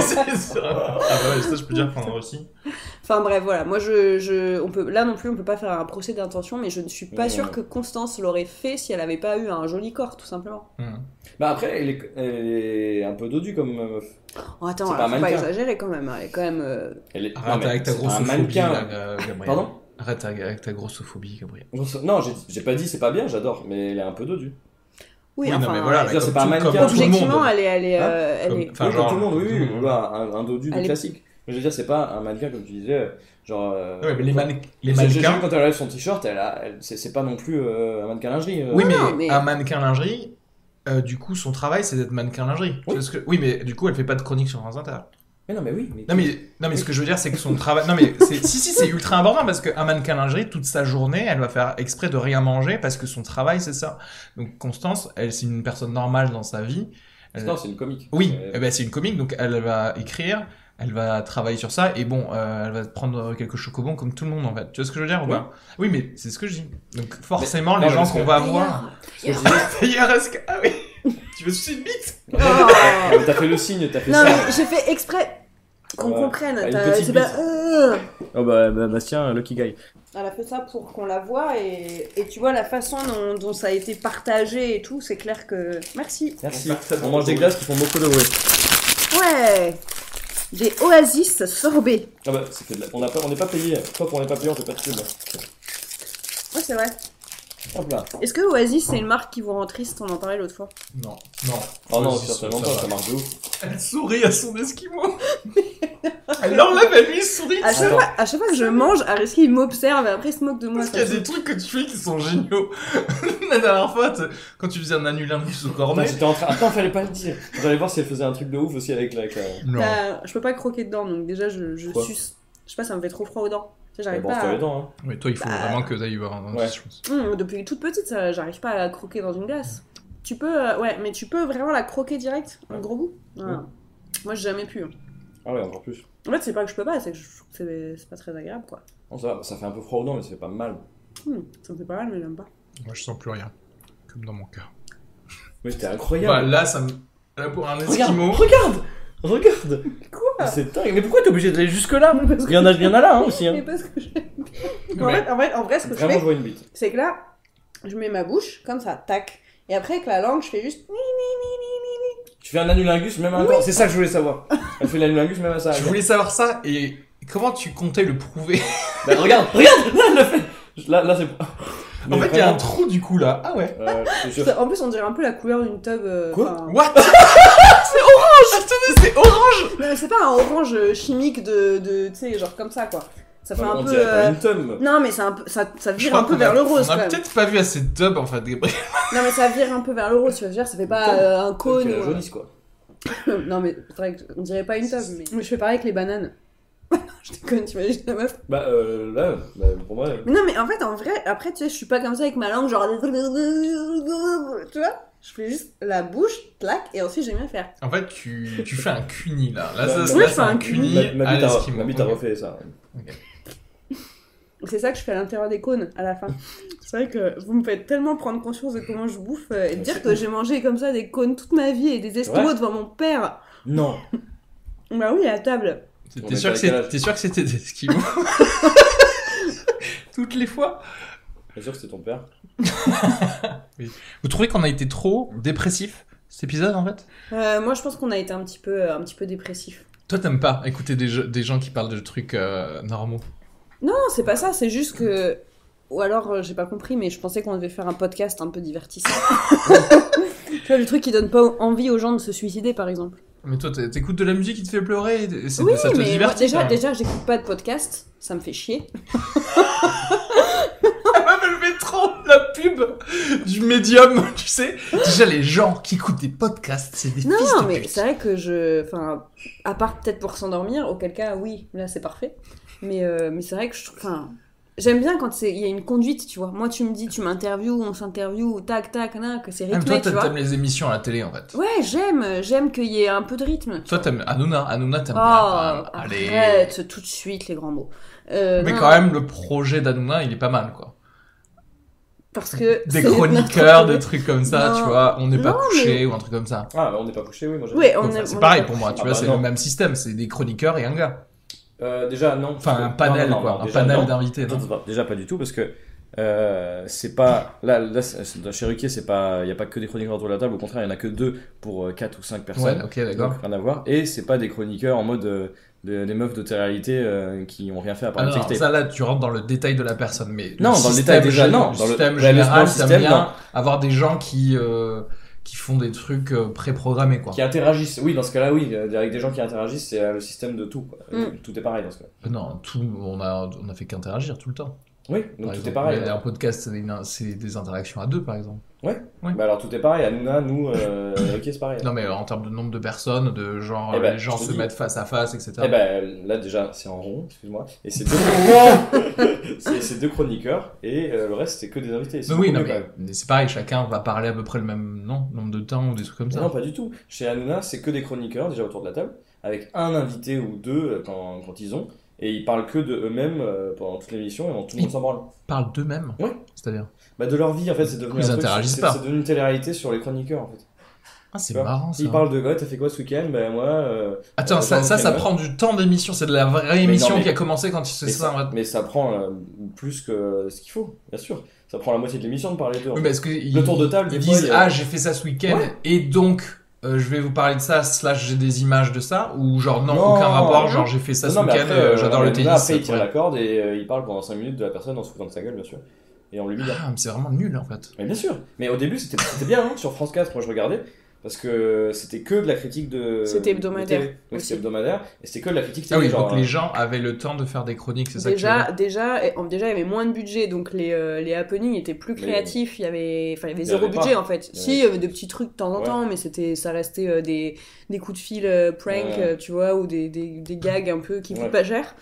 C'est sûr. ah bah ouais ça je peux dire qu'en Russie.
Enfin bref, voilà. Moi, je, je, on peut, là non plus, on peut pas faire un procès d'intention, mais je ne suis pas
Non,
sûre
non.
que Constance l'aurait fait si elle avait pas eu un joli corps, tout simplement.
Bah après, elle est, elle est un peu dodue comme euh, meuf.
Oh, attends,
C'est
alors,
pas un
faut pas
mannequin.
exagérer quand même. hein, Elle est quand même. euh,
Elle est...
Arrête
mais
Ah, avec ta
c'est
grossophobie,
Un mannequin.
là, euh, Gabriel.
Pardon
Arrête avec avec ta grossophobie, Gabriel.
J'en sais- Non, j'ai- j'ai pas dit c'est pas bien, j'adore, mais elle est un peu dodue.
Oui,
non,
enfin,
mais voilà,
euh,
je veux dire,
comme
c'est pas un
tout-
mannequin.
comme tout le monde.
objectivement, elle est, elle est,
Hein
euh, elle
Comme-
est.
Enfin,
oui,
genre,
comme tout le monde,
comme
oui,
tout le
oui,
monde.
voilà, un, un dodu de
Elle est-
classique. Mais je veux dire, c'est pas un mannequin comme tu disais, euh, genre. euh,
Ouais, mais les, man- les
j'ai- j'ai vu
mannequins.
quand elle enlève son t-shirt, elle, a- elle- c'est- c'est pas non plus euh, un mannequin lingerie. euh.
Oui, mais,
Non, mais-
un mannequin lingerie, euh, du coup, son travail, c'est d'être mannequin lingerie. Tu
Oui.
vois ce que- Oui, mais du coup, elle fait pas de chronique sur France Inter.
Mais non, mais oui.
Non, mais, non, mais ce que je veux dire, c'est que son travail. Non, mais c'est- si, si, c'est ultra important parce qu'un mannequin lingerie, toute sa journée, elle va faire exprès de rien manger parce que son travail, c'est ça. Donc, Constance, elle, c'est une personne normale dans sa vie. Elle-
Non, c'est une comique.
Oui,
Euh, [laughs]
eh ben, c'est une comique, donc elle va écrire, elle va travailler sur ça, et bon, euh, elle va prendre quelques chocobons comme tout le monde en fait. Tu vois ce que je veux dire ou
Oui.
pas Oui, mais c'est ce que je dis. Donc forcément, les
Mais- non,
gens
parce
qu'on
que-
va voir.
D'ailleurs,
ce que je disais-
[laughs] D'ailleurs, est-ce que. Ah oui Tu veux sucer une bite
[laughs]
Oh.
Euh, T'as fait le signe, t'as fait
Non,
ça.
mais j'ai fait exprès qu'on
Ouais.
comprenne.
Ah, une
t'as-
petite
c'est pas-
bise.
Euh.
Oh bah, Bastien, Lucky Guy.
Elle a fait ça pour qu'on la voit et, et tu vois la façon dont, dont ça a été partagé et tout, c'est clair que. Merci.
Merci. On mange des glaces qui font beaucoup de bruit.
Ouais. Des oasis sorbets.
Ah bah, c'est que de la- on, a pas... on n'est pas payé. Toi, on n'est pas payé, on fait pas de pub.
Ouais, c'est vrai.
Hop là.
Est-ce que Oasis c'est une marque qui vous rend triste On en parlait l'autre fois.
Non, non.
Oh non,
Vas-y,
certainement
ça
pas,
va.
ça marche de ouf.
Elle sourit à son esquimau. elle l'enlève, elle lui sourit.
À chaque,
Attends.
fois, à chaque fois que je mange, Ariski il m'observe et après il se moque de moi.
Parce qu'il y a des trucs que tu fais qui sont géniaux. [laughs] La dernière fois, t'es- quand tu faisais un annulingus au
Putain,
cornet.
j'étais en train. Attends, fallait pas le dire. J'allais voir si elle faisait un truc de ouf aussi avec euh, la. avec la-
Non.
Bah, je peux pas croquer dedans, donc déjà je, je
Quoi
suce. Je sais pas, ça me fait trop froid aux dents. Tu sais, J'arrive
Elle branche
pas.
toi
à-
les dents, hein.
Mais toi, il faut
Bah.
vraiment que t'ailles voir un
Ouais.
je pense.
Hum, depuis toute petite, ça, j'arrive pas à croquer dans une glace. Tu peux, euh, ouais, mais tu peux vraiment la croquer direct, un
Ouais.
gros bout. Voilà.
Ouais.
Moi, j'ai jamais pu. hein.
Ah ouais, encore plus.
En fait, c'est pas que je peux pas, c'est que je trouve que c'est- c'est pas très agréable, quoi.
Non, ça, va, ça fait un peu froid aux dents, mais c'est pas mal.
Hum, ça me fait pas mal, mais j'aime pas.
Moi, je sens plus rien. Comme dans mon cœur.
Mais c'était
Bah,
incroyable.
là, ça me. Là, pour un
regarde,
esquimau.
regarde, regarde.
Quoi
C'est dingue. Mais pourquoi t'es obligé d'aller jusque là
[laughs]
Parce qu'il y en a, il y en a là hein, aussi.
Mais
Hein.
parce que je-
Mais-
en, fait, en, fait- en vrai, ce que je
Vraiment, je
fais,
vois une bite.
c'est que là, je mets ma bouche, comme ça, tac. Et après, avec la langue, je fais juste.
Tu fais un annulingus même à un temps. C'est ça que je voulais savoir. Elle fait l'annulingus même à ça.
Je voulais savoir ça et comment tu comptais
[laughs]
le prouver
Bah, regarde, regarde, là, elle l'a fait. Là, là, c'est.
En fait, il y a un trou du coup là. Ah ouais.
Euh, je suis sûr.
En plus, on dirait un peu la couleur d'une tub. euh,
Quoi
enfin-
What [laughs] C'est orange Attendez, c'est orange
Non, mais c'est pas un orange euh, chimique de. de tu sais, genre comme ça, quoi. Ça fait
On
un peu.
dirait pas
euh,
une tome.
Non, mais c'est un peu- ça, ça
Je
vire
crois
un peu
qu'on
vers
a-
le rose
On
quand
a
même.
peut-être pas vu assez de dub en fait, Gabriel.
Non, mais ça vire un peu vers le rose, tu vas dire, ça fait pas
Une table.
euh, un cône.
Ok,
ou un-
jaunisse, quoi.
non, mais c'est vrai que- on dirait pas une table, mais... mais je fais pareil avec les bananes. [laughs] je déconne, t'imagines la meuf.
Bah, euh, là, bah, pour moi. euh,
Mais non, mais en fait, en vrai, après, tu sais, je suis pas comme ça avec ma langue, genre. tu vois, je fais juste la bouche, clac, et ensuite j'aime bien faire.
En fait, tu, tu fais un cuni là. Là,
Bah,
ça,
bah,
ça,
oui,
là,
je
c'est
fais un
un
cuni.
cuni
Ma, ma
à
bite a-
l'esquimau.
ma bite a
Ok.
refait ça.
C'est ça que je fais à l'intérieur des cônes à la fin. C'est vrai que vous me faites tellement prendre conscience de comment je bouffe euh, et de dire que j'ai mangé comme ça des cônes toute ma vie et des esquimaux
Ouais.
devant mon père.
Non.
Bah oui, à table.
T'es-
On
T'es
met
sûr,
pas
que
les
c'est-
cages.
t'es sûr que c'était des esquimaux Toutes les fois
Bien sûr que c'est ton père.
Vous trouvez qu'on a été trop dépressif cet épisode en fait
Euh, moi, je pense qu'on a été un petit peu, euh, un petit peu dépressif.
Toi, t'aimes pas écouter des, jeux- des gens qui parlent de trucs euh, normaux.
Non, c'est pas ça, c'est juste que. Ou alors, euh, j'ai pas compris, mais je pensais qu'on devait faire un podcast un peu divertissant. tu vois, le truc qui donne pas envie aux gens de se suicider, par exemple.
Mais toi, t'é- t'écoutes de la musique qui te fait pleurer et c'est-
Oui,
ça te
mais moi,
divertit.
déjà,
quand [laughs] même.
déjà, j'écoute pas de podcast, ça me fait chier.
Ah, mais je fais trop la pub du médium, [laughs] tu sais. Déjà, les gens qui écoutent des podcasts, c'est des
Non,
fils de
mais
pute.
c'est vrai que je. Enfin, à part peut-être pour s'endormir, auquel cas, oui, là c'est parfait. Mais, euh, mais c'est vrai que je trouve. Enfin, j'aime bien quand c'est- il y a une conduite, tu vois. Moi, tu me dis, tu m'interviews, on s'interview, tac, tac, nan, que c'est
Ah, mais toi,
rythmé, tu
t'a-
vois.
t'aimes les émissions à la télé en fait.
Ouais, j'aime, j'aime qu'il y ait un peu de rythme.
Toi, t'aimes Hanouna. Hanouna, t'aimes
Oh,
bien. Ah, Allez.
arrête tout de suite les grands mots. Euh,
Mais
non,
quand même, le projet d'Hanouna, il est pas mal quoi.
Parce que c'est
Des chroniqueurs,
notre-
des trucs comme ça,
Non.
tu vois. On n'est pas
Non,
couché ou un truc comme ça.
Ah, bah, on n'est pas couché, oui, moi j'ai-
Ouais, on
Donc,
est-
C'est
on
pareil
est-
pour moi, tu
Ah,
vois,
bah,
c'est
non.
le même système. C'est des chroniqueurs et un gars.
Euh, déjà, non.
Enfin,
Non,
un panel
non, non,
quoi.
non,
un
déjà,
panel
non.
d'invités. non
Attends, attends, Déjà pas du tout parce que euh, c'est pas là, là c'est- c'est- chez Ruquier c'est pas il y a pas que des chroniqueurs autour de la table au contraire il y en a que deux pour euh, quatre ou cinq personnes
Ouais, ok, d'accord.
donc rien à voir et c'est pas des chroniqueurs en mode euh, de- des meufs de télé-réalité euh, qui ont rien fait à
Ah
part le
non,
texte.
ça là, tu rentres dans le détail de la personne, mais
Non, dans le
système
détail déjà,
gé-
non.
Le
Dans le-
système
ouais, le- dans
général,
le
t'aimes
système,
bien
non.
avoir des gens qui euh, qui font des trucs euh, préprogrammés quoi.
qui interagissent oui dans ce cas-là oui euh, avec des gens qui interagissent c'est euh, le système de tout quoi. Euh,
Mm.
tout est pareil dans ce cas
Non, tout, on a on a fait qu'interagir tout le temps.
oui
par
donc tout
exemple.
est pareil
Mais Un podcast, c'est une- c'est des interactions à deux par exemple.
bah alors tout est pareil Hanouna nous euh, [coughs] Ruquier c'est pareil
Non mais euh, en termes de nombre de personnes, de genre
Eh
euh,
ben,
les
je
gens
te
se
dis.
mettent face à face, etc.
Eh ben là déjà c'est en rond, excuse-moi, et c'est
[laughs]
deux, [laughs] c'est, c'est deux chroniqueurs et euh, le reste c'est que des invités. C'est
Mais oui,
beaucoup
non,
mieux, quand
mais,
même.
mais c'est pareil, chacun va parler à peu près le même nom- nombre de temps ou des trucs comme
Mais
ça.
non bah- pas du tout. Chez Hanouna c'est que des chroniqueurs déjà autour de la table, avec un invité ou deux euh, quand, quand ils ont, et ils parlent que de eux-mêmes euh, pendant toute l'émission et bon, tout le monde s'en branle.
Ils parlent d'eux-mêmes.
Ouais.
C'est-à-dire.
Bah de leur vie en fait c'est devenu
Ils
un truc,
interagissent
c'est,
pas.
c'est devenu une télé-réalité sur les chroniqueurs en fait.
Ah, c'est
Tu vois,
marrant ça.
Ils parlent de ouais t'as fait quoi ce week-end Ben moi. euh,
Attends,
euh,
ça,
Jean
ça, ça
Kramer.
prend du temps d'émission, c'est de la vraie
non,
émission
mais-
qui a commencé quand il se
Mais
ça.
ça, mais ça prend euh, plus que ce qu'il faut, bien sûr. Ça prend la moitié de l'émission de parler d'eux. en
Oui,
fait.
mais est-ce que ils-
tour de table,
ils
des fois,
disent
il y a-
Ah, j'ai fait ça ce week-end et donc euh, je vais vous parler de ça, slash j'ai des images de ça, ou genre non,
Non,
aucun rapport,
non.
genre j'ai fait ça
Non,
ce
non, mais
week-end,
après,
euh,
euh,
j'adore le
Hanouna,
tennis.
Après, il tire
ouais.
la corde et euh, il parle pendant 5 minutes de la personne en se foutant de sa gueule, bien sûr. Et on l'humilie.
Ah, mais c'est vraiment nul en fait.
Mais bien sûr. Mais au début, c'était c'était bien hein, sur France 4. Moi, je regardais parce que c'était que de la critique de.
C'était hebdomadaire
de télé. Donc,
aussi.
C'était hebdomadaire et c'était que de la critique télé.
Ah oui,
genre,
donc les gens avaient le temps de faire des chroniques, c'est ça que tu veux
euh, Déjà,
dire
déjà, et- en- déjà, il y avait moins de budget, donc les, euh, les happenings étaient plus
Mais-
créatifs. Il y avait, enfin, il y avait
Il y
zéro
avait
budget
pas.
en fait.
Il y
Si,
avait-
il y avait des petits trucs de temps en
Ouais.
temps, mais c'était, ça restait euh, des, des coups de fil euh, prank,
Ouais.
euh, tu vois, ou des, des, des gags un peu qui
Ouais.
coûtent pas cher.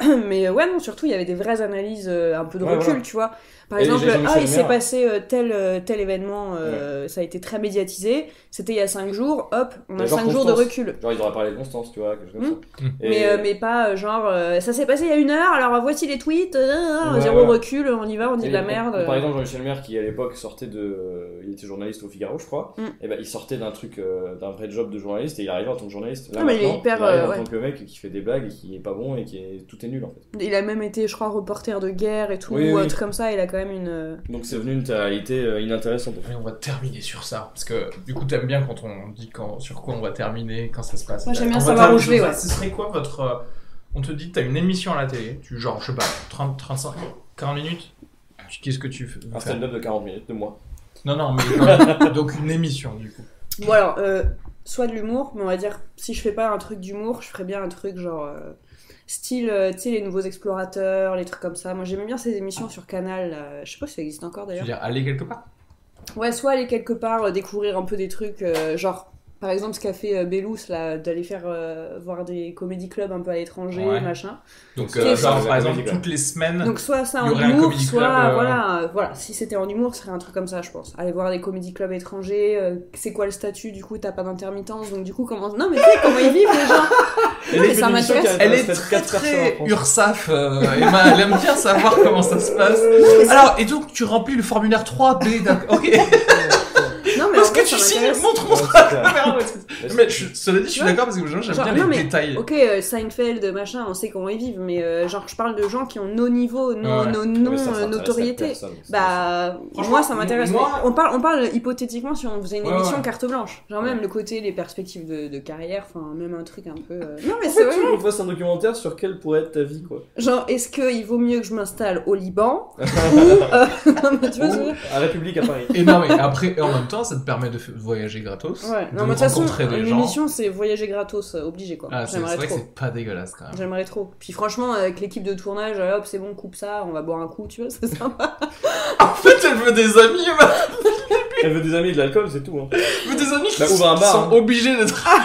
[clears throat] Mais euh, ouais, non, surtout, il y avait des vraies analyses euh, un peu de
Ouais,
recul,
voilà.
tu vois. Par
Et les
exemple,
Jean-Michel
ah, il s'est
Maire.
passé euh, tel, euh, tel événement, euh, ça a été très médiatisé, c'était il y a 5 jours, hop, on a
Mais genre
5 jours de
Constance.
recul.
euh, Genre, ils auraient parlé de Constance, tu vois, quelque chose comme
Mm.
ça.
Mm.
Et-
Mais, euh, mais pas euh, genre euh, ça s'est passé il y a une heure, alors euh, voici les tweets, euh, euh,
Ouais,
zéro
ouais.
recul, on y va, on dit
Et
de la
on-
merde. euh.
Par exemple, Jean-Michel Maire, qui à l'époque sortait de. euh, Il était journaliste au Figaro, je crois.
Mm.
Et ben, il sortait d'un truc, euh, d'un vrai job de journaliste et il arrivait en tant que journaliste. Là,
Ah, mais il est
maintenant,
hyper,
il arrive
euh,
en
ouais.
tant que mec qui fait des blagues et qui est pas bon et qui est... tout est nul en fait.
Il a même été, je crois, reporter de guerre et tout,
Oui,
ou
oui.
un truc comme ça, il a quand même une. euh,
Donc c'est devenu une réalité euh, inintéressante.
Allez, on va terminer sur ça. Parce que du coup, t'aimes bien quand on dit quand, sur quoi on va terminer, quand ça se passe.
Moi, j'aime bien
On va
savoir où
terminer
je vais,
sur ça.
ouais.
Ce serait quoi votre. euh, On te dit, t'as une émission à la télé, tu, genre, je sais pas, 30, 35, 40 minutes Tu- Qu'est-ce que tu fais
Un stand-up de 40 minutes, de moi.
Non, non,
[laughs]
mais quand même, donc une émission du coup.
Bon, alors, euh, soit de l'humour, mais on va dire, si je fais pas un truc d'humour, je ferais bien un truc genre. euh, style, euh, tu sais, les nouveaux explorateurs, les trucs comme ça. Moi, j'aimais bien ces émissions sur Canal, là. je sais pas si ça existe encore
Tu veux
d'ailleurs.
dire aller quelque part
Ouais, soit aller quelque part euh, découvrir un peu des trucs, euh, genre par exemple, ce qu'a fait euh, Bellous, là, d'aller faire euh, voir des comédie clubs un peu à l'étranger,
Ouais. [laughs]
machin.
Donc,
C'est
euh,
ça.
genre,
C'est
par
la
exemple,
comédie,
toutes les semaines.
Donc, soit ça
Il y
en
aurait un
humour,
comédie
soit,
club, euh,
voilà, euh, voilà. Si c'était en humour, ce serait un truc comme ça, je pense. Aller voir des comédie clubs étrangers, euh, c'est quoi le statut, du coup, t'as pas d'intermittence, donc du coup, comment. Non, mais tu sais, comment ils vivent, les gens
[laughs]
Elle
mais
est
ça
une émission qui
m'intéresse.
a-
elle est
reste
très
quatre personnes en
très
France.
URSAF, euh, Emma, elle aime bien savoir comment ça se
[laughs]
passe. Alors, et donc tu remplis le formulaire 3B, d'accord,
[laughs]
ok.
Non, mais en
Parce
vrai,
que tu
ça
signes,
m'intéresse.
[laughs] montre, montre. Mais je- cela dit, je suis
Ouais.
d'accord parce que genre, j'aime
Genre,
bien les
non, mais-
détails.
Ok, euh, Seinfeld, machin, on sait comment ils vivent, mais euh, genre, je parle de gens qui ont nos niveaux, nos,
Ouais.
nos
Non,
noms,
mais ça, ça
euh,
intéresse
notoriété.
personne, c'est
Bah,
Franchement,
moi ça m'intéresse.
moi- [laughs]
mais On parle, on parle hypothétiquement si on faisait une
Ouais,
émission
ouais.
carte blanche. Genre même
Ouais.
le côté, les perspectives de, de carrière, enfin même un truc un peu. euh, Non mais
pas
c'est
ça. En
vrai.
fait, tu veux qu'on fasse un documentaire sur quelle pourrait être ta vie, quoi.
Genre, est-ce qu'il vaut mieux que je m'installe au
[laughs]
Liban ou. euh, [laughs] non, mais tu vois, ce que je veux dire
À République à Paris.
Et non, mais après, et en même temps, ça te permet de f- voyager gratos,
Ouais,
de
non, mais de toute façon,
rencontrer des
une
gens.
émission c'est voyager gratos, euh, obligé quoi.
Ah, c'est c'est
J'aimerais
vrai que
trop.
c'est pas dégueulasse quand même.
J'aimerais trop. Puis franchement, avec l'équipe de tournage, euh, hop, c'est bon, coupe ça, on va boire un coup, tu vois, [laughs] c'est sympa.
En fait, elle veut des amis, Emma.
Elle veut des amis et de l'alcool, c'est tout. hein.
Elle veut des amis qui
Bah, ouvre un bar,
sont
hein.
obligés d'être. Ah,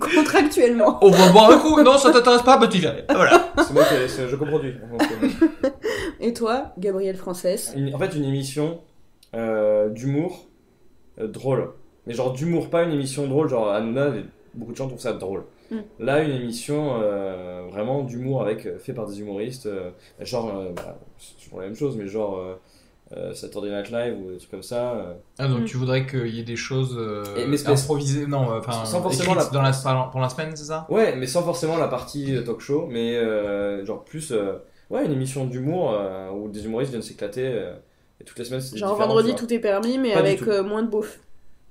Contractuellement.
On va boire un coup, non, ça t'intéresse pas, bah tu viens. Voilà.
C'est moi qui ai- c'est- je coproduis. Donc, euh,
Et toi, Gabrielle Française
une- en fait, une émission euh, d'humour euh, drôle. Mais genre d'humour, pas une émission drôle. Genre Hanouna, les- beaucoup de gens trouvent ça drôle.
Mm.
Là, une émission euh, vraiment d'humour avec euh, fait par des humoristes. euh, genre, euh, bah, c'est toujours la même chose, mais genre euh, euh, Saturday Night Live ou des trucs comme ça. euh,
Ah, donc
Mm.
tu voudrais qu'il y ait des choses euh,
Et- mais c'est-
improvisées, non, euh, enfin,
Sans forcément
écrites
la-
dans la... pendant la semaine, c'est ça
Ouais, mais sans forcément la partie euh, talk show, mais euh, genre plus euh, ouais, une émission d'humour euh, où des humoristes viennent s'éclater euh, et toutes les semaines c'est
Genre
différent,
vendredi,
tu vois.
tout est permis, mais
Pas du
avec
tout.
euh, moins de beauf.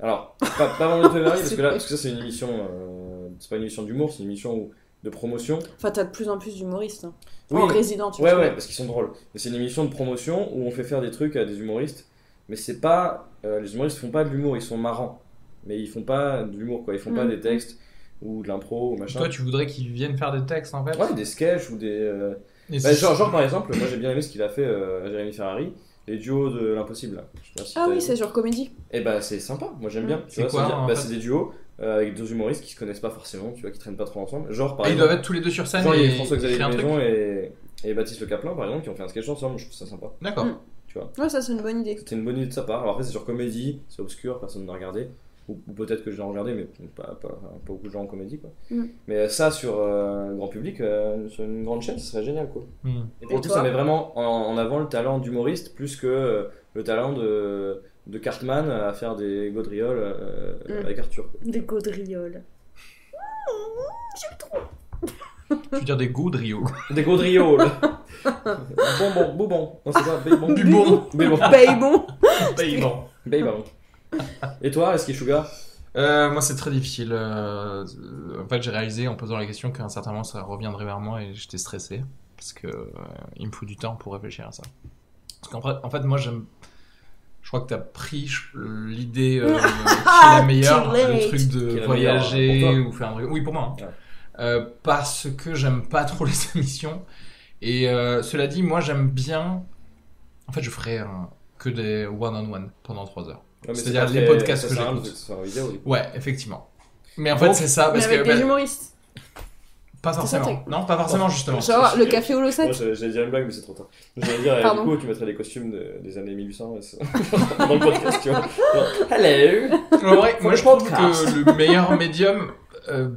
Alors, pas,
[laughs]
pas vendredi tout est permis, parce que
C'est
là
vrai.
parce que ça c'est une émission euh, c'est pas une émission d'humour, c'est une émission où- de promotion.
Enfin, t'as de plus en plus d'humoristes. hein.
Oui,
en
mais-
résident, tu
ouais
vois.
ouais, parce qu'ils sont drôles. Mais c'est une émission de promotion où on fait faire des trucs à des humoristes, mais c'est pas euh, les humoristes font pas de l'humour, ils sont marrants, mais ils font pas de l'humour quoi, ils font pas
Mm.
des textes ou de l'impro ou machin.
Toi, tu voudrais qu'ils viennent faire des textes, en fait
Ouais, des sketchs ou des euh,
Et c'est-
Bah,
Ah,
genre, genre, par exemple, moi j'ai bien aimé ce qu'il a fait euh, Jérémy Ferrari, les duos de l'impossible. là. Je sais pas si
Ah
t'as
oui,
vu.
c'est sur comédie.
Eh bah c'est sympa, moi j'aime bien. tu
Mm. C'est
vois,
quoi,
ça veut dire-
en
bah,
fait
C'est des duos euh, avec deux humoristes qui se connaissent pas forcément, tu vois, qui traînent pas trop ensemble. Genre par
Ah, ils doivent
exemple,
être tous les deux sur scène
genre, il y
et
a François-Xavier
créer un truc.
Maison et, et Baptiste Le Caplin par exemple qui ont fait un sketch ensemble, je trouve ça sympa.
D'accord.
Mm. Ouais, ça c'est une bonne idée.
C'était une bonne idée de sa part. Alors après c'est sur comédie, c'est obscur, personne n'a regardé. Ou, ou peut-être que j'ai regardé, mais pas, pas, pas beaucoup de gens en comédie quoi.
Mm.
Mais euh, ça sur euh, grand public, euh, sur une grande chaîne, ce serait génial quoi.
Mm.
Et pour
Et
le coup,
toi
ça met vraiment en, en avant le talent d'humoriste plus que euh, le talent de, de Cartman à faire des gaudrioles euh,
Mm.
avec Arthur. quoi.
Des gaudrioles.
Tu veux dire des gaudrioles.
[laughs]
[laughs]
Des gaudrioles Bonbon, boubon. Non, c'est pas
[laughs]
bébon.
Bubon.
Bébon.
Baybon
Ah, Paysan.
Bébon. Et toi, est-ce qu'il Sugar
Euh, moi, c'est très difficile. euh, euh, en fait, j'ai réalisé en posant la question qu'un certain moment, ça reviendrait vers moi et j'étais stressé parce que euh, il me faut du temps pour réfléchir à ça. Parce qu'en fait, en fait, moi, j'aime. Je crois que t'as pris je- l'idée euh, qui est la meilleure,
Too late.
le truc
Qui est
de
la
voyager
meilleure, euh, pour
ou faire un truc. Oui, pour moi. hein.
Ouais.
Euh, parce que j'aime pas trop [laughs] les émissions. Et euh, cela dit, moi, j'aime bien. En fait, je ferais un- que des one-on-one pendant 3 heures.
Ouais, mais c'est
C'est-à-dire
pas
les
très-
podcasts
ça
que
sert à rien,
j'écoute.
parce que c'est en vidéo, du coup.
Ouais, effectivement. Mais en
Donc-
fait, c'est ça,
Mais
parce
avec
que
des
bah,
humoristes.
pas
C'est ça,
forcément. Non, pas forcément, justement.
Genre le café au
Moi,
Lossac.
je- j'allais dire une blague, mais c'est trop tard. J'allais dire, euh,
Pardon.
du coup, tu mettrais des costumes de- des années 1800 et ça- [laughs] dans le podcast, tu vois. Genre, Hello
En vrai, moi, je
Faut le
pense
podcast.
que le meilleur médium euh,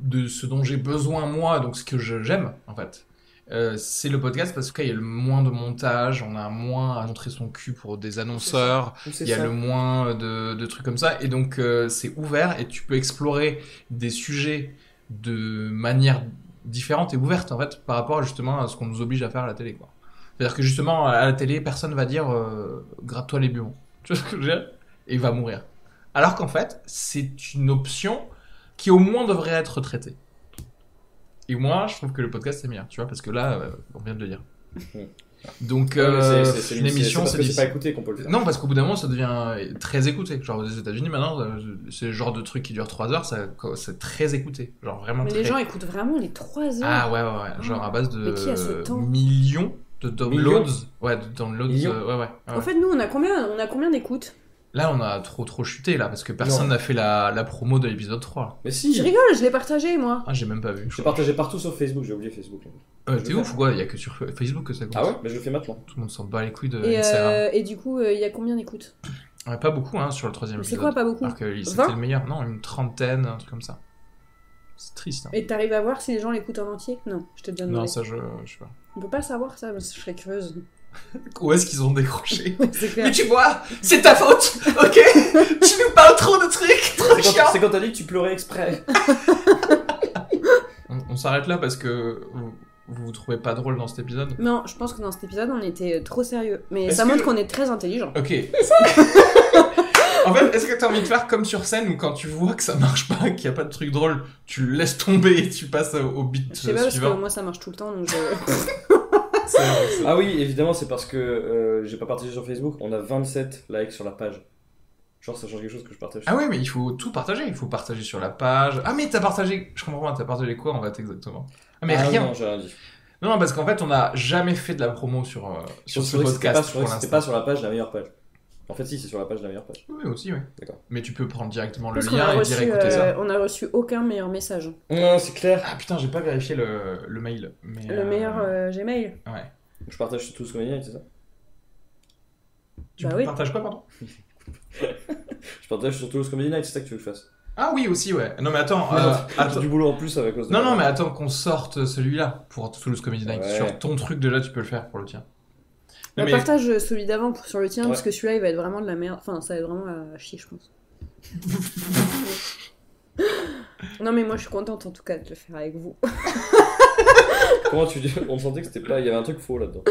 de ce dont j'ai besoin, moi, donc ce que je- j'aime, en fait, euh, c'est le podcast parce qu'il y a le moins de montage, on a moins à montrer son cul pour des annonceurs, Il y a le moins de, de trucs comme ça. Et donc, euh, c'est ouvert et tu peux explorer des sujets de manière différente et ouverte, en fait, par rapport justement à ce qu'on nous oblige à faire à la télé. quoi. C'est-à-dire que justement, à la télé, personne va dire euh, gratte-toi les bureaux. [laughs] Tu vois ce que je veux dire Et il va mourir. Alors qu'en fait, c'est une option qui au moins devrait être traitée. Et moi, je trouve que le podcast c'est bien, tu vois, parce que là, euh, on vient de
[laughs]
le dire. Donc,
Ouais, mais c'est-
euh,
c'est- c'est-
une
c'est-
émission,
c'est parce
c'est
que c'est pas
difficile.
écouté qu'on peut le faire.
Non, parce qu'au bout d'un moment, ça devient très écouté. Genre, aux États-Unis, maintenant, euh, c'est le genre de truc qui dure 3 heures, ça- c'est très écouté. Genre, vraiment
Mais
très.
les gens écoutent vraiment les 3 heures.
ah ouais, ouais, ouais. Genre, à base de
Mais qui a ce temps
millions de downloads.
Millions
Ouais, de downloads.
Millions
euh, ouais, ouais. ouais.
En fait, nous on a combien, on a combien d'écoutes
Là, on a trop trop chuté là parce que personne n'a fait la, la promo de l'épisode 3.
Mais
Je
si,
rigole, je l'ai partagé moi.
Ah, j'ai même pas vu.
je l'ai partagé partout sur Facebook, j'ai oublié Facebook.
Euh,
je
T'es
vais
ouf ou quoi Il y a que sur Facebook que ça compte.
Ah ouais Mais je le fais maintenant.
Tout le monde s'en bat les couilles de
Et,
Instagram.
euh, et du coup, euh, il y a combien d'écoutes
Ouais, pas beaucoup hein, sur le troisième
C'est
épisode.
quoi, pas beaucoup
Alors que c'était
20?
le meilleur, non, une trentaine, un truc comme ça. C'est triste. hein.
Et t'arrives à voir si les gens l'écoutent en entier Non, je te le donne.
Non,
mauvais.
ça je, je sais pas.
On peut pas savoir ça, parce que je serais
[laughs]
curieuse.
Où est-ce qu'ils
[laughs]
ont décroché
C'est
Mais
clair.
tu vois, c'est ta faute, ok Tu nous parles trop de trucs, trop
C'est
chiant
quand- c'est quand t'as dit que tu pleurais exprès.
On, on s'arrête là parce que vous, vous vous trouvez pas drôle dans cet épisode
Non, je pense que dans cet épisode, on était euh, trop sérieux. Mais
Est-ce
ça montre
que-
qu'on est très intelligent.
Ok. [laughs] en fait, est-ce que t'as envie de faire comme sur scène où quand tu vois que ça marche pas, qu'il y a pas de truc drôle, tu le laisses tomber et tu passes au au beat euh,
Je sais pas, parce que
suivant
moi ça marche tout le temps,
[laughs]
donc je.
[laughs] C'est vrai, c'est-
Ah oui, évidemment, c'est parce que euh, j'ai pas partagé sur Facebook. On a 27 likes sur la page. Genre, ça change quelque chose que je partage.
Ah oui, mais il faut tout partager. Il faut partager sur la page. Ah, mais t'as partagé. Je comprends pas, t'as partagé quoi en fait exactement Ah, mais
Ah
rien.
Non,
Non.
j'ai rien dit.
non, parce qu'en fait, on n'a jamais fait de la promo sur, euh, sur
Je
ce
trouvais que c'était pas-
podcast
je
pour
trouvais que
l'instant.
C'était pas sur la page la meilleure page. En fait, si, c'est sur la page la meilleure page.
Oui, aussi, oui.
D'accord.
Mais tu peux prendre directement le
Parce qu'on a
lien et dire
reçu,
écoutez ça.
euh, on a reçu aucun meilleur message.
Non, c'est clair.
Ah putain, j'ai pas vérifié le, le mail. Mais,
Le
euh,
meilleur euh, Gmail.
Ouais.
Je partage tout ce qu'on a dit, c'est ça
Tu
Bah oui.
partages quoi, pardon
Je partage surtout ce Comedy Night, c'est ça que tu veux que je fasse.
Ah oui, aussi, ouais. Non, mais attends. euh,
Merde,
attends.
J'ai du boulot en plus avec cause de
Non,
la-
non, mais attends qu'on sorte celui-là pour Toulouse Comedy Night.
Ouais.
Sur ton truc, déjà, tu peux le faire pour le tien. [laughs] Non,
Bah,
mais-
Partage euh, celui d'avant pour- sur le tien,
Ouais.
parce que celui-là il va être vraiment de la merde. Enfin, ça va être vraiment à chier, je
[laughs]
pense. non, mais moi je suis contente en tout cas de le faire avec vous.
Comment tu dis On sentait que c'était pas. Il y avait un truc faux là-dedans.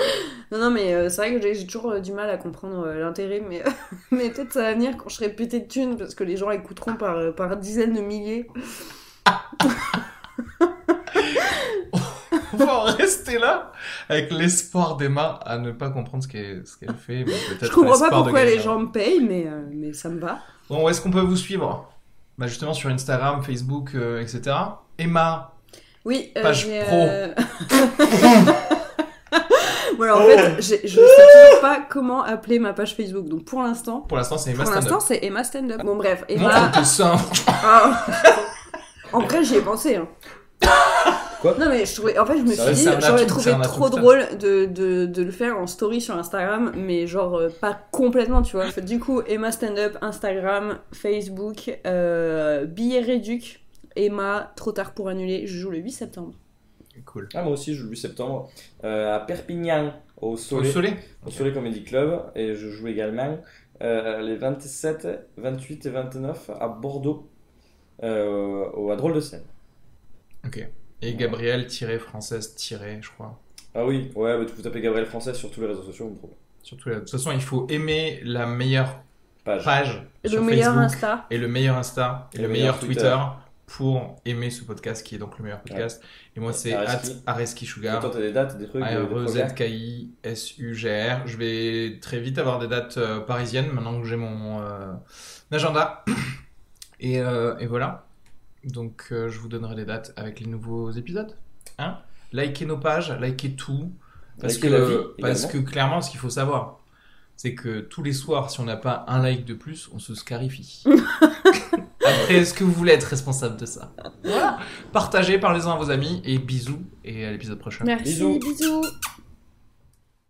Non, non, mais euh, c'est vrai que j'ai- j'ai toujours euh, du mal à comprendre euh, l'intérêt, mais, [laughs] mais peut-être ça va venir quand je serai pété de thunes, parce que les gens écouteront par, euh, par dizaines de milliers.
On va en rester là avec l'espoir d'Emma à ne pas comprendre ce qu'elle ce qu'elle fait. Mais
Je
peut-être
comprends pas
l'espoir de
pourquoi
gagner.
les gens me payent, mais, euh, mais ça me va.
Bon, où est-ce qu'on peut vous suivre bah Justement sur Instagram, Facebook, euh, etc. Emma,
Oui, euh,
Page
j'ai,
pro.
euh, [laughs] voilà,
Oh.
en fait, j'ai- je ne sais toujours pas comment appeler ma page Facebook. Donc pour l'instant,
pour l'instant, c'est Emma
pour l'instant,
Stand-up.
c'est Emma Stand Up. Bon, bref,
Moi,
Emma.
c'est plus simple.
Ah. en vrai, j'y ai pensé. hein.
Quoi
Non, mais je trouvais... en fait, je me
Ça,
suis dit,
c'est un
j'aurais
atout, c'est
trouvé
un atout,
trop
ça.
drôle de, de, de le faire en story sur Instagram, mais genre euh, pas complètement, tu vois. Du coup, Emma Stand Up, Instagram, Facebook, euh, billet réduc. Emma, trop tard pour annuler, je joue le 8 septembre.
[laughs] Cool.
Ah, moi aussi, je le 8 septembre euh, à Perpignan, au
Au
soleil.
soleil
au Soleil Comedy Club et je joue également euh, les 27, 28 et 29 à Bordeaux euh, au, à Drôle de scène.
Et Gabrielle-Française- je crois.
Ah oui, ouais, bah, vous tapez Gabriel Français sur tous les réseaux sociaux, vous me trouvez.
Surtout, là, de toute façon, il faut aimer la meilleure
Page.
page
Le
sur
meilleur
Facebook
Insta.
et le meilleur Insta et, le, meilleur Twitter, pour aimer ce podcast qui est donc le meilleur podcast. Et moi, c'est
Areski.
Areski
Et
Sugar. E
toi, t'as euh, des dates, des trucs, des- des projets.
A-R-E-Z-K-I-S-U-G-R. Je vais très vite avoir des dates euh, parisiennes maintenant que j'ai mon euh, agenda. [coughs] Et, euh, et voilà. Donc euh, je vous donnerai les dates avec les nouveaux épisodes. Hein likez nos pages, likez tout. Parce,
Likez
que,
la vie,
parce que
également.
clairement, ce qu'il faut savoir, c'est que tous les soirs, si on n'a pas un like de plus, on se
[laughs]
scarifie. Après, est-ce que vous voulez être responsable de ça Voilà. Partagez, parlez-en à vos amis et bisous et à l'épisode prochain.
Merci,
Bisous.
bisous.